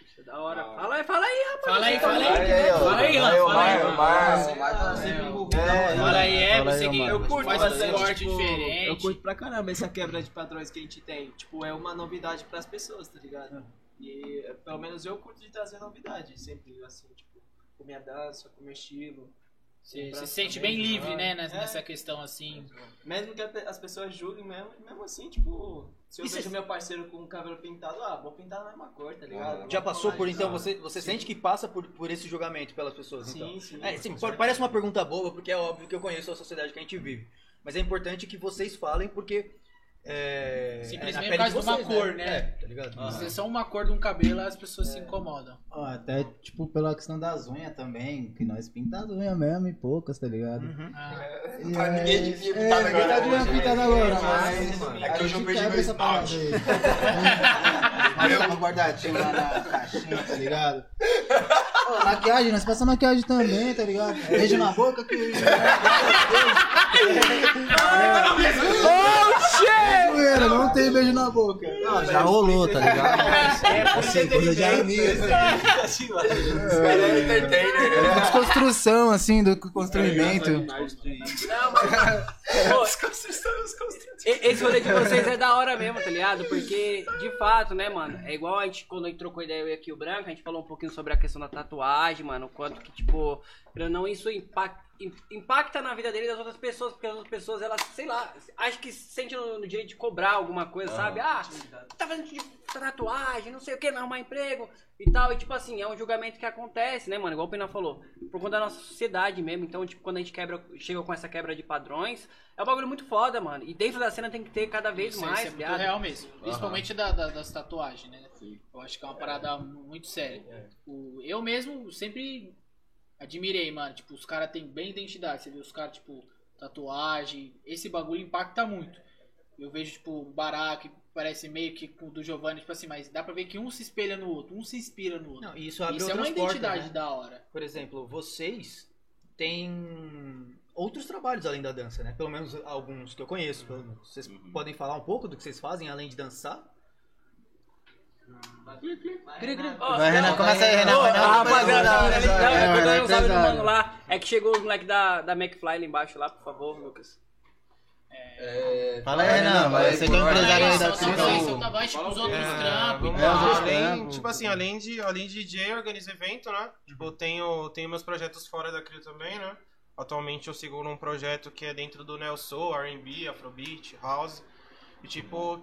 S1: e tal. é Da hora.
S15: Ah.
S1: Fala aí, fala aí, rapaz.
S3: Fala aí, fala aí.
S2: Olha aí, ó.
S3: Fala aí, Lan,
S2: Olha
S3: fala aí.
S2: o
S3: Lan.
S2: Mar,
S3: Fala
S2: o Mar tá
S3: aí,
S2: sempre
S3: Lan.
S2: envolvido.
S3: Fala aí, é,
S7: Fala aí,
S3: você que
S7: Omar.
S3: eu curto
S15: Faz
S3: bastante,
S15: bastante,
S3: corte
S15: tipo,
S3: diferente.
S15: Eu curto pra caramba essa quebra de padrões que a gente tem. Tipo, é uma novidade pras pessoas, tá ligado? E eh, pelo menos eu curto de trazer novidade, sempre assim, tipo, com minha dança, com meu estilo.
S3: Você
S15: Pra
S3: se sente
S15: também,
S3: bem livre, né,
S15: claro.
S3: nessa,
S15: É,
S3: nessa questão assim.
S15: Mesmo que a pe- as pessoas julguem mesmo, mesmo assim, tipo, se eu
S8: E
S15: vejo
S8: cês-
S15: meu parceiro com o cabelo pintado, ah, vou pintar na mesma cor, tá ligado?
S8: Já passou por então,
S15: Ah,
S8: você, você sente que passa por, por esse julgamento pelas pessoas?
S15: Sim,
S8: então?
S15: sim.
S8: É, sim,
S15: Com
S8: pa-
S15: certeza.
S8: parece uma pergunta boba, porque é óbvio que eu conheço a sociedade que a gente vive. Mas é importante que vocês falem, porque. É,
S3: Simplesmente
S8: é na
S3: por
S8: pele
S3: causa
S8: de
S3: de uma
S8: vocês,
S3: cor, né?
S8: É, tá ligado?
S3: Se é só uma cor de um cabelo, as pessoas
S8: É.
S3: se incomodam.
S7: Ó, Até, tipo, pela questão das unhas também, que nós pintamos unha mesmo e poucas, tá ligado?
S8: Uhum.
S3: Ah,
S7: E
S2: Tá,
S7: aí-
S2: ninguém devia
S7: é,
S2: pintar
S7: ninguém
S2: agora
S7: devia
S2: hoje, né?
S7: pintar agora,
S2: Mas,
S7: mas,
S2: mano,
S7: a
S2: é que hoje eu
S7: gente
S2: perdi
S7: quebra
S2: meu
S7: essa parada
S2: esmalte.
S7: aí.
S4: Aí tava guardadinho lá na caixinha, tá ligado? Ô, maquiagem, nós passamos maquiagem também, tá ligado? Beijo na boca que. É zoeira, Não tem beijo na boca. Não, já rolou, tá ligado? Assim, coisa de amigo. É
S2: né?
S4: uma desconstrução, assim, do construimento.
S1: Não, mas. Pô, e- Esse rolê de vocês é da hora mesmo, tá ligado? Porque, de fato, né, mano? É igual a gente, quando a gente trocou ideia eu e aqui o Branco, a gente falou um pouquinho sobre a questão da tatuagem, mano. o Quanto que, tipo, pra não isso impacta. Impacta na vida dele e das outras pessoas, porque as outras pessoas, elas, sei lá, acho que se sente no, no direito de cobrar alguma coisa, sabe? Ah, tá fazendo de tatuagem, não sei o que, não arrumar emprego e tal. E tipo assim, é um julgamento que acontece, né, mano? Igual o Pena falou, por conta da nossa sociedade mesmo. Então, tipo, quando a gente quebra, chega com essa quebra de padrões, é um bagulho muito foda, mano. E dentro da cena tem que ter cada vez
S3: Isso,
S1: mais,
S3: isso é muito
S1: viado.
S3: real mesmo.
S1: Aham.
S3: Principalmente da- da- das tatuagens, né? Eu acho que é uma parada muito séria. O, eu mesmo sempre admirei, mano. Tipo, os caras têm bem identidade. Você vê os caras, tipo, tatuagem. Esse bagulho impacta muito. Eu vejo, tipo, o Bará, que parece meio que com o do Giovanni, tipo assim, mas dá pra ver que um se espelha no outro, um se inspira no outro.
S8: Não, e isso abre
S3: é uma
S8: outras portas,
S3: identidade
S8: né?
S3: da hora.
S8: Por exemplo, vocês têm outros trabalhos além da dança, né? Pelo menos alguns que eu conheço. pelo menos. Vocês
S3: Uhum.
S8: podem falar um pouco do que vocês fazem além de dançar?
S1: Vai, Renan, começa aí, Renan.
S8: Vai, Renan,
S1: Rapaziada,
S8: vai, vai, vai, vai,
S1: não, eu tô dando
S8: vai,
S1: um salve no
S8: vai,
S1: mano lá. É que chegou os moleque da, da McFly lá embaixo lá, por favor, Lucas.
S7: Fala aí, Renan, vai,
S2: um
S7: você que é o empresário aí
S10: assim,
S7: da Cripto.
S3: Mas, tipo, os outros trampos.
S7: e
S14: É,
S7: tal.
S14: os outros
S7: Além,
S14: trampos. tipo assim, além de, além de DJ, eu organizo evento, né? Tipo, eu tenho, tenho meus projetos fora da Crio também, né? Atualmente eu sigo num projeto que é dentro do Neo Soul, R&B, Afrobeat, House. E tipo,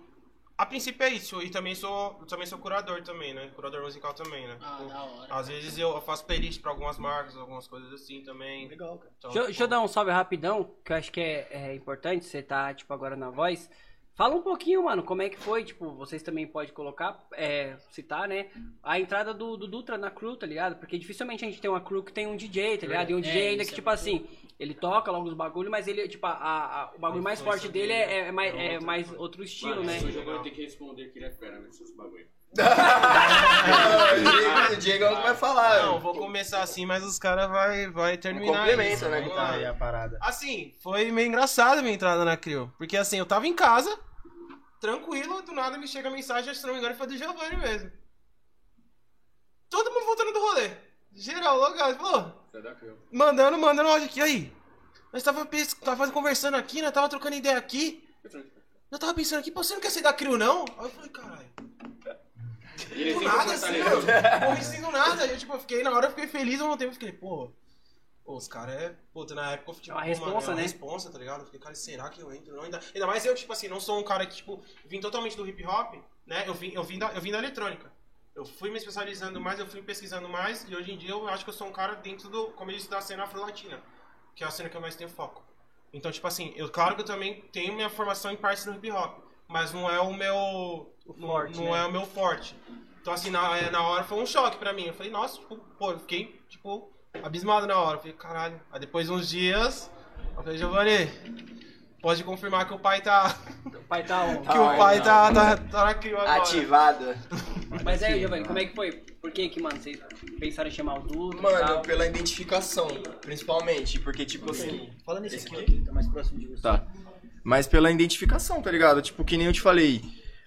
S14: a princípio é isso. E também sou, eu também sou curador também, né? Curador musical também, né?
S3: Ah, da hora.
S14: Às vezes eu faço playlist pra algumas marcas, algumas coisas assim também. Então,
S8: Legal, cara.
S1: Deixa, eu- deixa eu dar um salve rapidão, que eu acho que é, é importante, você tá, tipo, agora na voz. Fala um pouquinho, mano, como é que foi, tipo, vocês também podem colocar, é, citar, né, a entrada do, do Dutra na crew, tá ligado? Porque dificilmente a gente tem uma crew que tem um DJ, tá ligado? E um
S3: É,
S1: DJ ainda
S3: isso
S1: que,
S3: é
S1: tipo assim, ele toca logo os bagulhos, mas ele, tipo, a- a- a- o bagulho mais forte dele é, é mais, é mais outro estilo, né?
S10: Hoje agora eu tenho que responder que ele é fera nesses bagulho.
S14: Não,
S2: o Diego é o que vai falar.
S14: Não, vou começar assim, mas os caras vai, vai terminar.
S2: complementa,
S14: isso,
S2: né,
S14: vamos
S2: que tá
S14: lá.
S2: aí a parada.
S14: Assim, foi meio engraçada a minha entrada na Crio. Porque assim, eu tava em casa, tranquilo, do nada me chega a mensagem, se não me engano, foi do Giovanni mesmo. Todo mundo voltando do rolê. Geral, logo, falou,
S10: Você é da Crew.
S14: mandando, mandando áudio aqui, aí. Nós tava, pes- tava conversando aqui, nós tava trocando ideia aqui. Eu tava pensando aqui, pô, você não quer sair da Crio, não? Aí eu falei, caralho.
S10: E ele
S14: Do
S10: sempre
S14: nada, assim,
S10: fortaleceu.
S14: mano. Porra, assim, do nada. Eu, tipo, eu fiquei, na hora eu fiquei feliz, ao mesmo tempo eu fiquei, pô... pô, os caras é... Puta, na época eu fiquei,
S1: É uma
S14: pô, mano,
S1: responsa,
S14: é uma
S1: né?
S14: responsa, tá ligado? Eu fiquei, cara, será que eu entro? Não, ainda, ainda mais eu, tipo assim, não sou um cara que, tipo, vim totalmente do hip hop, né? Eu vim, eu vim, da, eu vim da eletrônica. Eu fui me especializando mais, eu fui pesquisando mais, e hoje em dia eu acho que eu sou um cara dentro do, como eu disse, da cena afro-latina, que é a cena que eu mais tenho foco. Então, tipo assim, eu claro que eu também tenho minha formação em partes no hip hop, mas não é o meu não-
S8: forte,
S14: não,
S8: né?
S14: é o meu forte. Então assim, na, é, na hora foi um choque pra mim. Eu falei, nossa, tipo, pô, eu fiquei tipo abismado na hora. Eu falei, caralho. Aí depois uns dias, eu falei, Giovanni, pode confirmar que o pai tá
S1: O pai tá on.
S14: que o pai tá tá, tá na crio agora.
S2: Ativado.
S1: Mas aí, Giovanni,
S2: né?
S1: como é que foi? Por que que, mano, vocês pensaram em chamar o Dutra e
S2: Mano,
S1: tal?
S2: pela identificação, principalmente. Porque, tipo assim.
S8: Fala nesse aqui, que tá mais próximo de você.
S2: Tá. Mas pela identificação, tá ligado? Tipo, que nem eu te falei.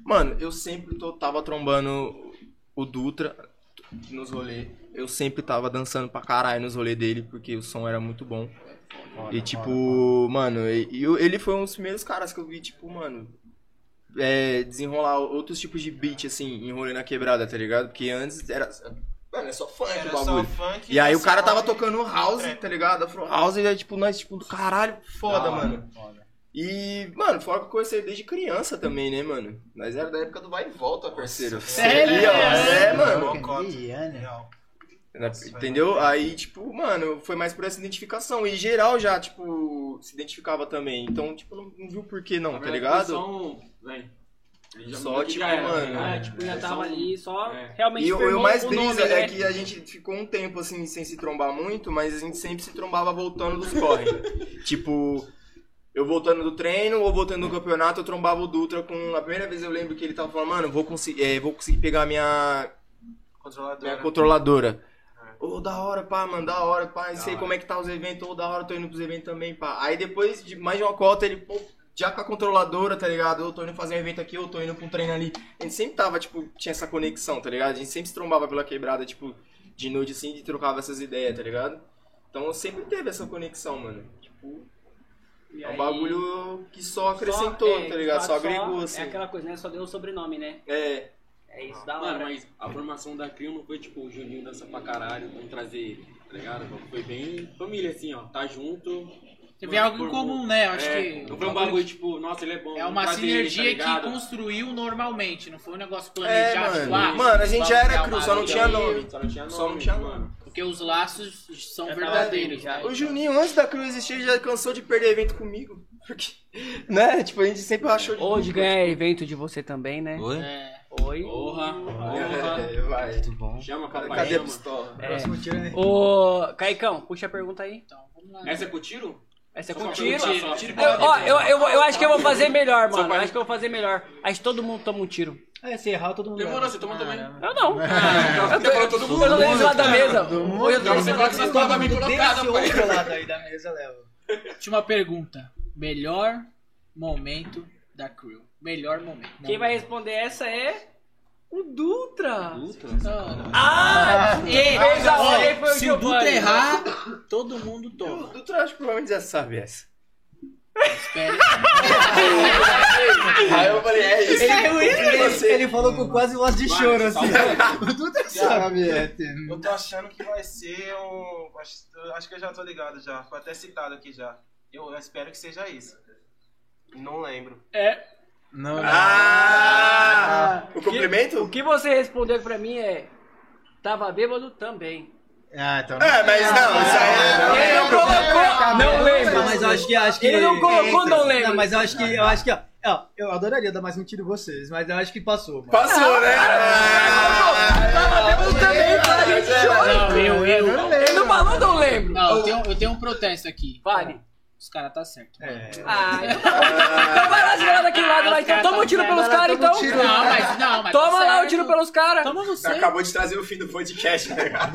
S2: Mano, eu sempre tô- tava trombando o Dutra nos rolês. Eu sempre tava dançando pra caralho nos rolês dele, porque o som era muito bom. e tipo, mano, e- e eu- ele foi um dos primeiros caras que eu vi, tipo, mano, é, desenrolar outros tipos de beat, assim, em rolê na quebrada, tá ligado? Porque antes era. Mano, é só funk
S14: Era
S2: o
S14: só
S2: bagulho.
S14: funk,
S2: e aí o
S14: só
S2: cara tava
S14: rock,
S2: tocando house, tá ligado? Afro house, e aí, tipo, nós, tipo, do caralho, foda,
S3: Ah,
S14: Da hora,
S2: mano. E, mano, fora que eu conheci desde criança também, né, mano? Nós era da época do vai e volta, parceiro.
S14: Sério?
S2: Você via, ó, é, mano.
S14: Real.
S2: Entendeu? Aí, tipo, mano, foi mais por essa identificação. E geral já, tipo, se identificava também. Então, tipo, não, não viu por que não, tá ligado?
S10: São... um- Vem. Ele já
S2: Só,
S10: mudou que
S2: tipo,
S10: já era,
S2: mano.
S10: né?
S1: É, tipo, já
S10: São-
S1: tava ali, só
S10: É.
S1: realmente
S2: um- E o, e o
S1: firmou
S2: mais
S1: nome,
S2: brisa
S1: né?
S2: é que a gente ficou um tempo, assim, sem se trombar muito, mas a gente sempre se trombava voltando dos corre. tipo, Eu voltando do treino ou voltando do campeonato, eu trombava o Dutra com. A primeira vez eu lembro que ele tava falando, mano, vou, consi- eh, vou conseguir pegar minha.
S14: Controladora.
S2: Minha controladora. Ô, da hora, pá, mano, da hora, pá, e sei como é que tá os eventos, ô, da hora, tô indo pros eventos também, pá. Aí depois de mais de uma cota, ele, pô, já com a controladora, tá ligado? Eu tô indo fazer um evento aqui, eu tô indo pra um treino ali. A gente sempre tava, tipo, tinha essa conexão, tá ligado? A gente sempre se trombava pela quebrada, tipo, de noite assim, e trocava essas ideias, tá ligado? Então sempre teve essa conexão, mano. Tipo,
S1: E
S2: é um
S1: aí-
S2: bagulho que só acrescentou,
S1: é,
S2: tá ligado?
S1: de
S2: Só
S1: fato,
S2: agregou, assim.
S1: É aquela coisa, né? Só deu o sobrenome, né?
S2: É.
S1: É isso, da hora.
S10: Mano, mas a formação da Crio não foi tipo o Juninho dança pra caralho, vamos trazer ele, tá ligado? Foi bem família, assim, ó, tá junto.
S3: Teve algo em
S2: um
S3: comum, né? Acho
S10: É,
S3: que-
S10: Não foi um bagulho tipo, nossa, ele é bom.
S3: É uma
S10: vamos trazer ele, tá
S3: sinergia que
S10: ligado?
S3: construiu normalmente, não foi um negócio
S2: É,
S3: planejado.
S2: mano.
S3: tipo, ah,
S2: Mano, a gente
S3: vamos
S2: já era
S3: criar
S2: cru,
S3: uma
S2: só não
S3: liga
S2: tinha
S3: aí.
S2: nome. Só não tinha nome.
S3: Porque os laços são verdadeiros. né?
S2: O Juninho, antes da Cruz existir, já cansou de perder evento comigo. Porque, né? Tipo, a gente sempre achou de.
S1: Hoje ganhar evento de você também, né?
S2: Oi?
S1: Oi.
S10: Porra.
S2: É, vai. Muito
S6: bom.
S10: Chama, papai.
S2: Cadê a
S10: chama.
S2: pistola?
S1: É.
S10: Próximo
S1: tiro, né? Ô, Caicão, puxa a pergunta aí.
S3: então,
S10: Essa é com tiro?
S1: Essa é
S10: Só pra
S1: contigo.
S2: um
S10: perguntar, só.
S1: Eu, ó, eu, eu, vou- eu acho que eu vou fazer melhor, mano. Eu acho que eu vou fazer melhor. Acho que todo mundo toma um tiro.
S8: É, se errar, todo mundo.
S10: Demorou, você toma também.
S1: Eu não.
S10: Ah,
S1: eu tô, eu,
S10: todo
S1: eu tô
S10: mundo.
S1: desse lado
S2: né?
S1: da mesa.
S10: Todo mundo.
S1: Hoje eu tô
S10: Não,
S1: desse
S10: você
S1: lado
S10: fala que
S1: da
S10: você
S1: mesa.
S10: tava me colocado, pai.
S3: outro lado aí da mesa leva. Última pergunta. Melhor momento da crew. Melhor momento.
S1: Quem vai responder essa é o Dutra. Dutra?
S3: Ah,
S1: Ah! Quem fez a
S3: ó,
S2: Ah,
S1: ordem foi o
S3: se o
S1: Giovanni.
S3: Dutra errar, todo mundo toma.
S2: O Dutra acho que provavelmente já sabe essa.
S8: Aí
S2: eu falei, é isso. assim,
S8: Ele, ele-
S2: Você-
S8: ele falou com quase voz de choro, assim. O Dutra sabe, é. tem-
S14: Eu tô achando que vai ser um. Acho, eu acho que eu já tô ligado já. Foi até citado aqui já. Eu, eu espero que seja isso. Não lembro.
S1: É.
S7: Não.
S2: Ah!
S1: O cumprimento? O que você respondeu pra mim é. Tava bêbado também.
S7: Ah, então.
S2: É, mas não, isso aí é-
S1: Ele não é, tá colocou. Não lembro.
S8: Mas eu acho que, acho que. assim.
S1: Ele não colocou, não lembro.
S8: mas eu acho que. Eu acho que, ó, ó, eu adoraria dar mais um tiro em vocês, mas eu acho que passou, mano.
S2: Passou, né?
S1: Eu também,
S8: Ele
S3: Não, eu, eu.
S1: Ele não falou, não lembro.
S3: Não, eu tenho, eu tenho um protesto aqui.
S1: Vale.
S3: Os caras tá certo. É.
S1: Ah, então vai lá tirar daquele lado lá, então toma o tiro pelos caras, então.
S3: Não, mas não, mas. tá
S1: Toma lá o tiro pelos caras.
S3: Toma você.
S2: Acabou de trazer o fim do podcast, né, cara?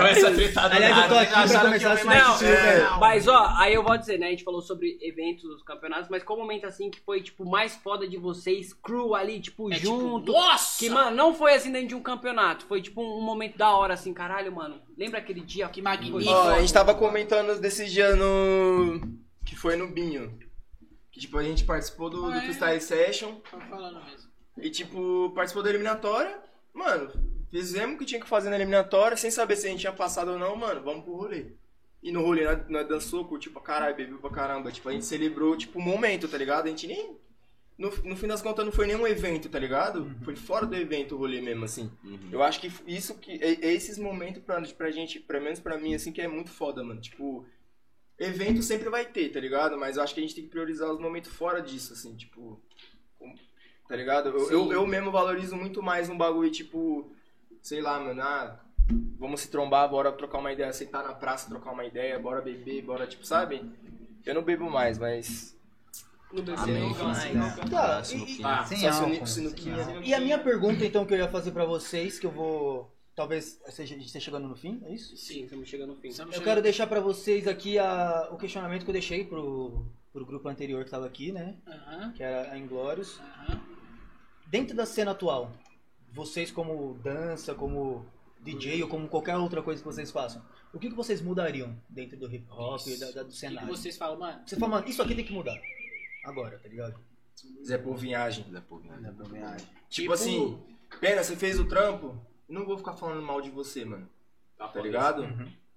S8: Aliás, eu tô
S1: Ah,
S8: aqui pra começar esse
S1: Não,
S8: mais é.
S1: mas ó, aí eu vou dizer, né? A gente falou sobre eventos, campeonatos, mas qual momento assim que foi, tipo, mais foda de vocês, crew ali, tipo,
S3: É, tipo,
S1: junto?
S3: nossa!
S1: Que, mano, não foi assim dentro de um campeonato, foi tipo um, um momento da hora, assim, caralho, mano. Lembra aquele dia? Que
S3: magnífico.
S2: Ó, a gente tava comentando desses dias no. que foi no Binho. Que tipo, a gente participou do, do Freestyle Session.
S3: Tô falando mesmo.
S2: E, tipo, participou da eliminatória. Mano, fizemos o que tinha que fazer na eliminatória, sem saber se a gente tinha passado ou não, mano, vamos pro rolê. E no rolê nós, nós dançou, curtiu pra caralho, bebeu pra caramba. Tipo, a gente celebrou, tipo, o momento, tá ligado? A gente nem. No, no fim das contas, não foi nenhum evento, tá ligado? Foi fora do evento o rolê mesmo, assim. Eu acho que isso que. É, é esses momentos pra, pra gente, pelo menos pra mim, assim, que é muito foda, mano. Tipo, evento sempre vai ter, tá ligado? Mas eu acho que a gente tem que priorizar os momentos fora disso, assim, tipo. com- Tá ligado? Eu,
S1: Sim.
S2: eu, eu mesmo valorizo muito mais um bagulho, tipo, sei lá, mano, ah, vamos se trombar, bora trocar uma ideia, sentar na praça, trocar uma ideia, bora beber, bora, tipo, sabe? Eu não bebo mais, mas. Não bebo
S6: Amém,
S8: Tá,
S2: Ah,
S8: Sem
S2: só sinu-
S8: álcool,
S2: sinuquinha.
S8: E a minha pergunta, então, que eu ia fazer pra vocês, que eu vou. Talvez seja, a gente esteja chegando no fim, é isso?
S1: Sim, estamos chegando no fim.
S8: Eu quero deixar pra vocês aqui a- o questionamento que eu deixei pro, pro grupo anterior que tava aqui, né?
S3: Aham.
S8: Que era a Inglórios. Dentro da cena atual, vocês como dança, como DJ ou como qualquer outra coisa que vocês façam, o que, que vocês mudariam dentro do hip hop e da- da- do
S3: O que que
S8: cenário?
S3: vocês falam, mano?
S8: Você fala, mano, isso aqui tem que mudar. Agora, tá ligado?
S2: Zé por viagem. Zé
S6: por
S2: viagem. Tipo, assim, pena, você fez o trampo, não vou ficar falando mal de você, mano. Tá, ligado?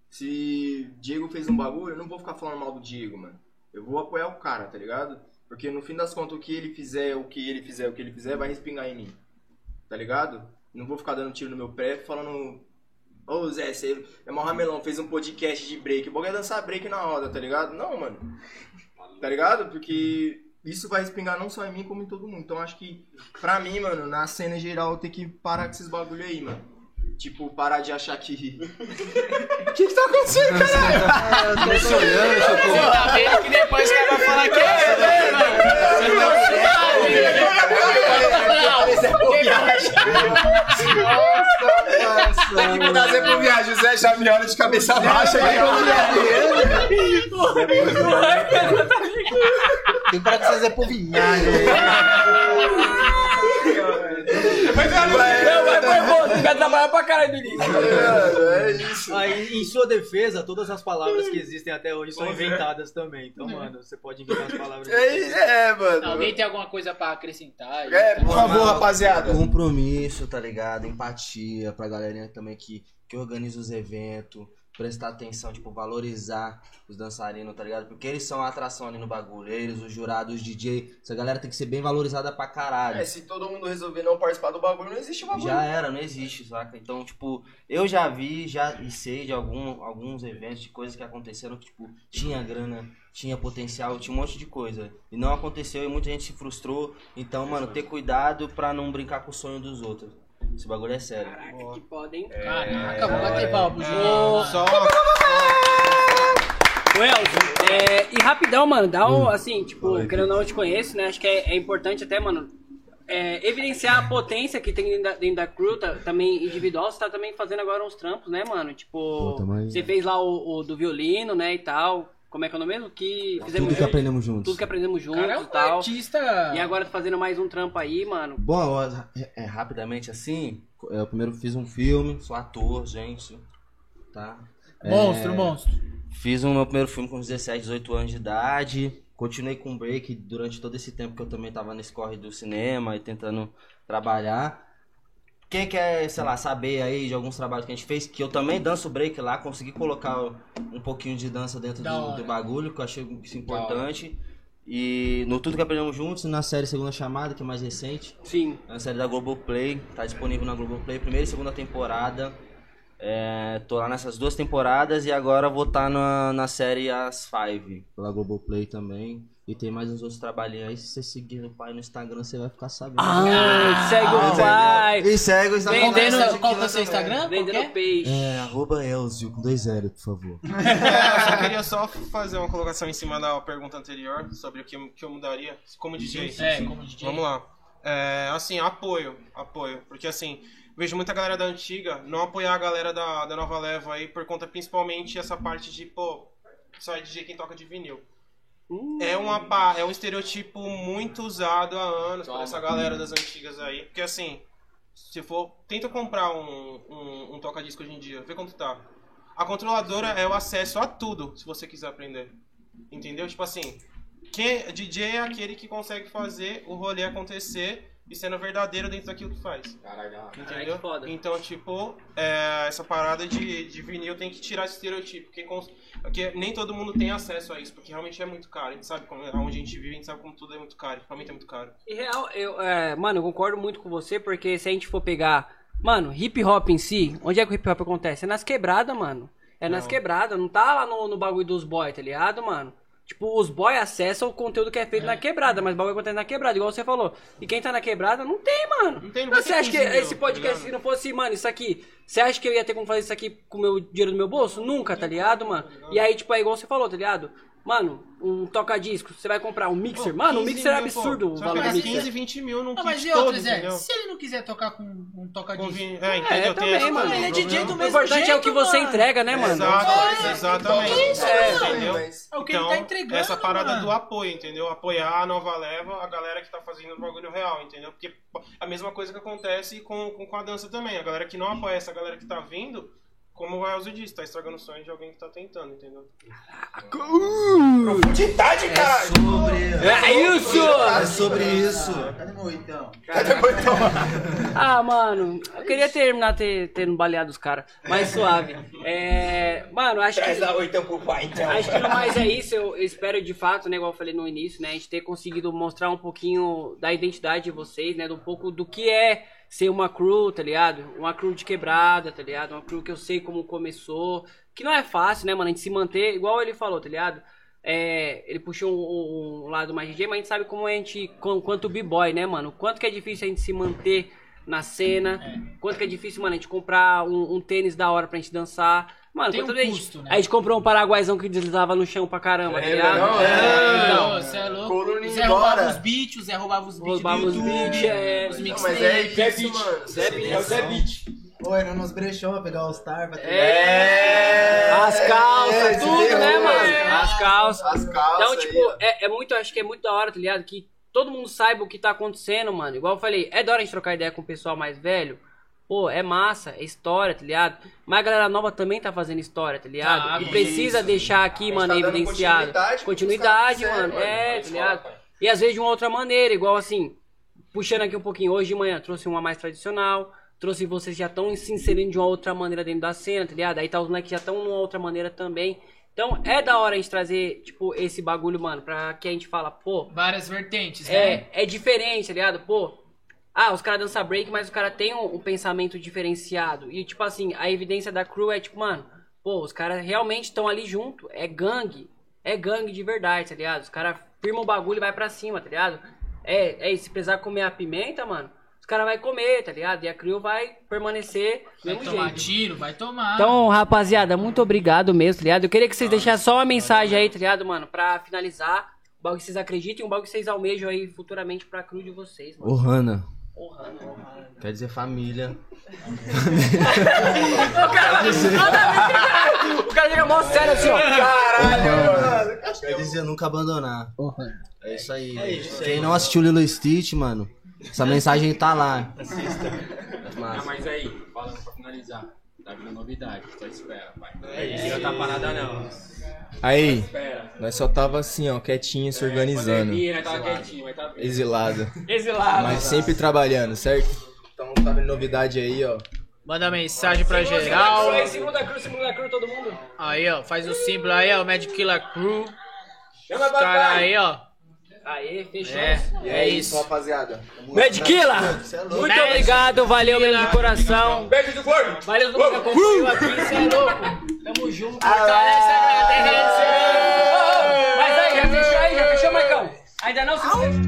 S2: Se Diego fez um bagulho, eu não vou ficar falando mal do Diego, mano. Eu vou apoiar o cara, tá ligado? Porque no fim das contas, o que ele fizer, o que ele fizer, o que ele fizer, vai respingar em mim. Tá ligado? Não vou ficar dando tiro no meu pé falando. Ô Zé, você é mó ramelão, fez um podcast de break. O bagulho é dançar break na roda, tá ligado? Não, mano. Tá ligado? Porque isso vai espingar não só em mim, como em todo mundo. Então acho que, pra mim, mano, na cena geral, tem que parar com esses bagulho aí, mano. Tipo, parar de achar que.
S14: O que que tá acontecendo, caralho?
S2: Eu tô sonhando,
S3: Você tá vendo que depois o cara vai falar que é isso, né, mano?
S2: É,
S3: Você tá
S2: né? Tem que mudar Zé pro viagem. José já me olha de cabeça baixa. né? aqui, ó.
S4: Tem que parar de fazer por vinhagem.
S2: é,
S5: Mas não, vai por
S1: volta, vai trabalhar pra caralho do início.
S2: É
S8: isso. em sua defesa, todas as palavras que existem até hoje são inventadas também. Então, mano, você pode inventar as palavras.
S2: É, mano.
S3: Alguém tem alguma coisa pra acrescentar?
S2: É, por favor, rapaziada.
S6: É um Compromisso, tá ligado? Empatia pra galerinha também que, que organiza os eventos. Prestar atenção, tipo, valorizar os dançarinos, tá ligado? Porque eles são a atração ali no bagulho. Eles, os jurados, os DJ. Essa galera tem que ser bem valorizada pra caralho.
S2: É, se todo mundo resolver não participar do bagulho, não existe o bagulho.
S6: Já era, não existe, saca? Então, tipo, eu já vi, já e sei de algum, alguns eventos, de coisas que aconteceram que, tipo, tinha grana, tinha potencial, tinha um monte de coisa. E não aconteceu e muita gente se frustrou. Então, mano, ter cuidado pra não brincar com o sonho dos outros. Esse bagulho é sério.
S3: Que podem. Caraca, vamos bater palmo,
S14: É,
S1: Ô, Elzo, é, e rapidão, mano, dá
S6: Hum.
S1: um, assim, tipo, querendo ou não, eu te conheço, né? Acho que é, é importante até, mano, é, evidenciar a potência que tem dentro da, dentro da crew, tá- também individual. Você tá também fazendo agora uns trampos, né, mano? Tipo,
S6: Pô, tamo aí.
S1: você fez lá o, o do violino, né, e tal. Como é que é o nome mesmo? Que fizemos
S6: Tudo que aprendemos juntos.
S1: Tudo que aprendemos juntos
S3: Cara, é um
S1: e tal.
S3: artista.
S1: E agora tá fazendo mais um trampo aí, mano.
S6: Bom, ó, é, é, rapidamente assim, eu primeiro fiz um filme, sou ator, gente, tá?
S3: Monstro, monstro.
S6: Fiz o meu primeiro filme com 17, 18 anos de idade, continuei com break durante todo esse tempo que eu também tava nesse corre do cinema e tentando trabalhar. Quem quer, sei lá, saber aí de alguns trabalhos que a gente fez, que eu também danço break lá, consegui colocar um pouquinho de dança dentro
S3: Da
S6: do,
S3: hora.
S6: do bagulho, que eu achei isso importante. E no Tudo que Aprendemos Juntos, na série Segunda Chamada, que é mais recente.
S1: Sim.
S6: É uma série da Globoplay, tá disponível na Globoplay, primeira e segunda temporada. É, tô lá nessas duas temporadas e agora vou estar na, na série As Five, pela Globoplay também. E tem mais uns outros trabalhinhos aí, se você seguir o pai no Instagram, você vai ficar sabendo.
S1: Ah, segue o
S6: entendeu?
S1: pai.
S6: E segue o Instagram.
S3: Vendendo, qual que é o seu Instagram?
S1: Vendendo peixe.
S6: É, arroba Elzio, com dois L, por favor.
S14: É, eu só queria só fazer uma colocação em cima da pergunta anterior sobre o que, que eu mudaria como DJ.
S3: É, como DJ.
S14: Vamos lá. É, assim, apoio, apoio. Porque assim, vejo muita galera da antiga não apoiar a galera da, da nova leva aí por conta principalmente essa parte de, pô, só é DJ quem toca de vinil. É, uma, pa- é um estereotipo muito usado há anos por essa galera das antigas aí. Porque assim, se for. Tenta comprar um, um, um toca-disco hoje em dia, vê quanto tá. A controladora é o acesso a tudo, se você quiser aprender. Entendeu? Tipo assim, quem, DJ é aquele que consegue fazer o rolê acontecer e sendo verdadeiro dentro daquilo que faz. Entendeu? Então, tipo, é, essa parada de, de vinil tem que tirar esse estereotipo. Quem cons- Porque nem todo mundo tem acesso a isso, porque realmente é muito caro. A gente sabe como, onde a gente vive, a gente sabe como tudo é muito caro. Realmente é muito caro.
S1: E real, eu, é, mano, eu concordo muito com você, porque se a gente for pegar, mano, hip hop em si, onde é que o hip hop acontece? É nas quebradas, mano. É nas quebradas, não tá lá no, no bagulho dos boy, tá ligado, mano? Tipo, os boy acessam o conteúdo que é feito na quebrada, mas o bagulho acontece na quebrada, igual você falou. E quem tá na quebrada não tem, mano. Não
S14: tem, não vai
S1: Você
S14: ter
S1: acha que
S14: 15 mil,
S1: esse
S14: tá
S1: podcast,
S14: ligado?
S1: se não fosse, mano, isso aqui, você acha que eu ia ter como fazer isso aqui com o meu dinheiro do meu bolso? Nunca, tá ligado, mano? E aí, tipo, é igual você falou, tá ligado? Mano, um toca-disco, você vai comprar um mixer, mano, o
S14: 15
S1: mixer é
S14: mil, pô.
S1: absurdo o
S14: Você
S1: valor
S14: vai
S1: do
S14: pagar
S1: mixer.
S14: 15, 20 mil
S3: Não,
S14: num kit
S3: mas e
S14: todo,
S3: outro, Zé?
S14: entendeu?
S3: Se ele não quiser tocar com um
S14: Com vin-
S3: tocadinho.
S14: é, entendeu? Tem tá essa-
S3: Ele é DJ do mesmo
S1: O importante é o
S3: jeito,
S1: que você
S3: mano.
S1: entrega, né, mano?
S14: Exato, exatamente.
S2: então,
S3: É isso,
S14: É,
S3: mano.
S14: entendeu?
S3: É o que
S14: então,
S3: ele tá entregando,
S14: Essa parada
S3: mano.
S14: do apoio, entendeu? Apoiar a nova leva, a galera que tá fazendo o bagulho real, entendeu? Porque pô, a mesma coisa que acontece com, com, com a dança também. A galera que não apoia essa galera que tá vindo, como o Elzo disse, tá estragando o sonho de alguém que tá tentando, entendeu?
S2: Profundidade, caralho!
S1: É isso!
S6: É sobre isso!
S2: Cadê meu oitão?
S1: Ah, mano, eu queria terminar ter, tendo baleado os caras, mas suave. É, mano, acho que.
S2: Traz a oitão pro pai, então.
S1: Acho que no mais é isso, eu espero de fato, né, igual eu falei no início, né, a gente ter conseguido mostrar um pouquinho da identidade de vocês, né, do pouco do que é ser uma crew, tá ligado? Uma crew de quebrada, tá ligado? Uma crew que eu sei como começou, que não é fácil, né, mano, a gente se manter, igual ele falou, tá ligado? É, ele puxou um, um lado mais DJ, mas a gente sabe como a gente, com- quanto b-boy, né, mano? O Quanto que é difícil a gente se manter na cena. Quanto que é difícil, mano, a gente comprar um, um tênis da hora pra gente dançar. Mano,
S3: Tem um
S1: quantas vezes
S3: custo, né?
S1: a gente comprou um paraguaizão que deslizava no chão pra caramba,
S2: É,
S1: tá ligado?
S3: É,
S1: então, um
S3: não, você é louco.
S2: Coluna
S3: O Zé
S2: embora.
S3: roubava os beats, o Zé roubava os beats
S1: Roubava
S3: do
S1: os
S3: YouTube,
S1: beats, é.
S3: os
S1: Não,
S3: mixtapes.
S2: mas é isso, mano. Zé Beat, é o Zé Beat.
S7: Ou era nos brechó pra pegar o Star, pra
S2: É.
S1: As calças,
S7: É,
S1: tudo,
S7: entendeu?
S1: né,
S7: É.
S1: mano? As calças.
S2: As calças
S1: Então,
S2: aí,
S1: tipo,
S2: ó.
S1: é, é muito, acho que é muito da hora, tá ligado? Que todo mundo saiba o que tá acontecendo, mano. Igual eu falei, é da hora a gente trocar ideia com o pessoal mais velho. Pô, é massa, é história, tá ligado? Mas a galera nova também tá fazendo história, tá ligado?
S3: Tá,
S1: e
S3: com
S1: precisa
S3: isso.
S1: deixar aqui,
S2: gente
S1: mano,
S2: tá dando
S1: evidenciado.
S2: continuidade pro
S1: Continuidade,
S2: que os caras
S1: mano.
S2: fizeram,
S1: É,
S2: mano.
S1: tá ligado? E às vezes de uma outra maneira, igual assim, puxando aqui um pouquinho, hoje de manhã trouxe uma mais tradicional, trouxe vocês já estão se inserindo de uma outra maneira dentro da cena, tá ligado? Aí tá os moleques já estão numa outra maneira também. Então é da hora a gente trazer, tipo, esse bagulho, mano, pra que a gente fala, pô,
S3: Várias vertentes, né?
S1: é, é diferente, tá ligado? Pô, ah, os caras dançam break, mas o cara tem um, um pensamento diferenciado. E, tipo assim, a evidência da crew é tipo, mano, pô, os caras realmente estão ali junto. É gangue. É gangue de verdade, tá ligado? Os caras firmam o bagulho e vai pra cima, tá ligado? É, é, e se precisar comer a pimenta, mano, os caras vai comer, tá ligado? E a crew vai permanecer do
S3: Vai
S1: mesmo
S3: tomar
S1: jeito.
S3: tiro, vai tomar.
S1: Então, rapaziada, muito obrigado mesmo, tá ligado? Eu queria que vocês deixassem só uma mensagem aí, tá ligado, mano? Pra finalizar. O bagulho que vocês acreditem, o bagulho que vocês almejam aí futuramente pra crew de vocês, mano.
S6: Ô, Hanna.
S1: Porra, mano.
S6: Quer dizer família.
S1: O cara, o cara chega mó sério assim, ó.
S6: Quer dizer nunca abandonar.
S1: Ô,
S6: É isso aí.
S15: É isso aí.
S6: Quem não assistiu Lilo Stitch, mano, essa mensagem tá lá.
S10: Ah,
S6: Massa.
S10: mas aí, falando pra finalizar, tá vindo novidade, só espera, pai.
S5: É isso.
S10: Não tá parada não.
S20: Aí,
S10: Espera.
S20: nós só tava assim, ó, quietinho, se organizando.
S10: Pandemia, né? Tava quietinho, mas tá vindo.
S20: Exilado.
S1: Exilado.
S20: Mas Tá sempre trabalhando, certo? Então tá vendo novidade aí, ó.
S3: Manda mensagem pra geral.
S1: Segunda cruz, segunda cruz, todo mundo.
S3: Aí, ó, faz o símbolo aí, ó, Magic Killer Crew.
S1: Chama
S3: Os cara aí, ó.
S1: Aê, fechou.
S3: É,
S2: E
S3: é isso.
S2: rapaziada.
S1: Medquila, muito
S3: Beijo.
S1: obrigado, valeu mesmo de coração.
S10: Beijo do gordo.
S1: Valeu todo mundo que acompanhou aqui, cê é louco. Tamo junto, fortalece a agradece. Mas aí, já fechou aí, já fechou, Marcão? Ainda não se inscreveu?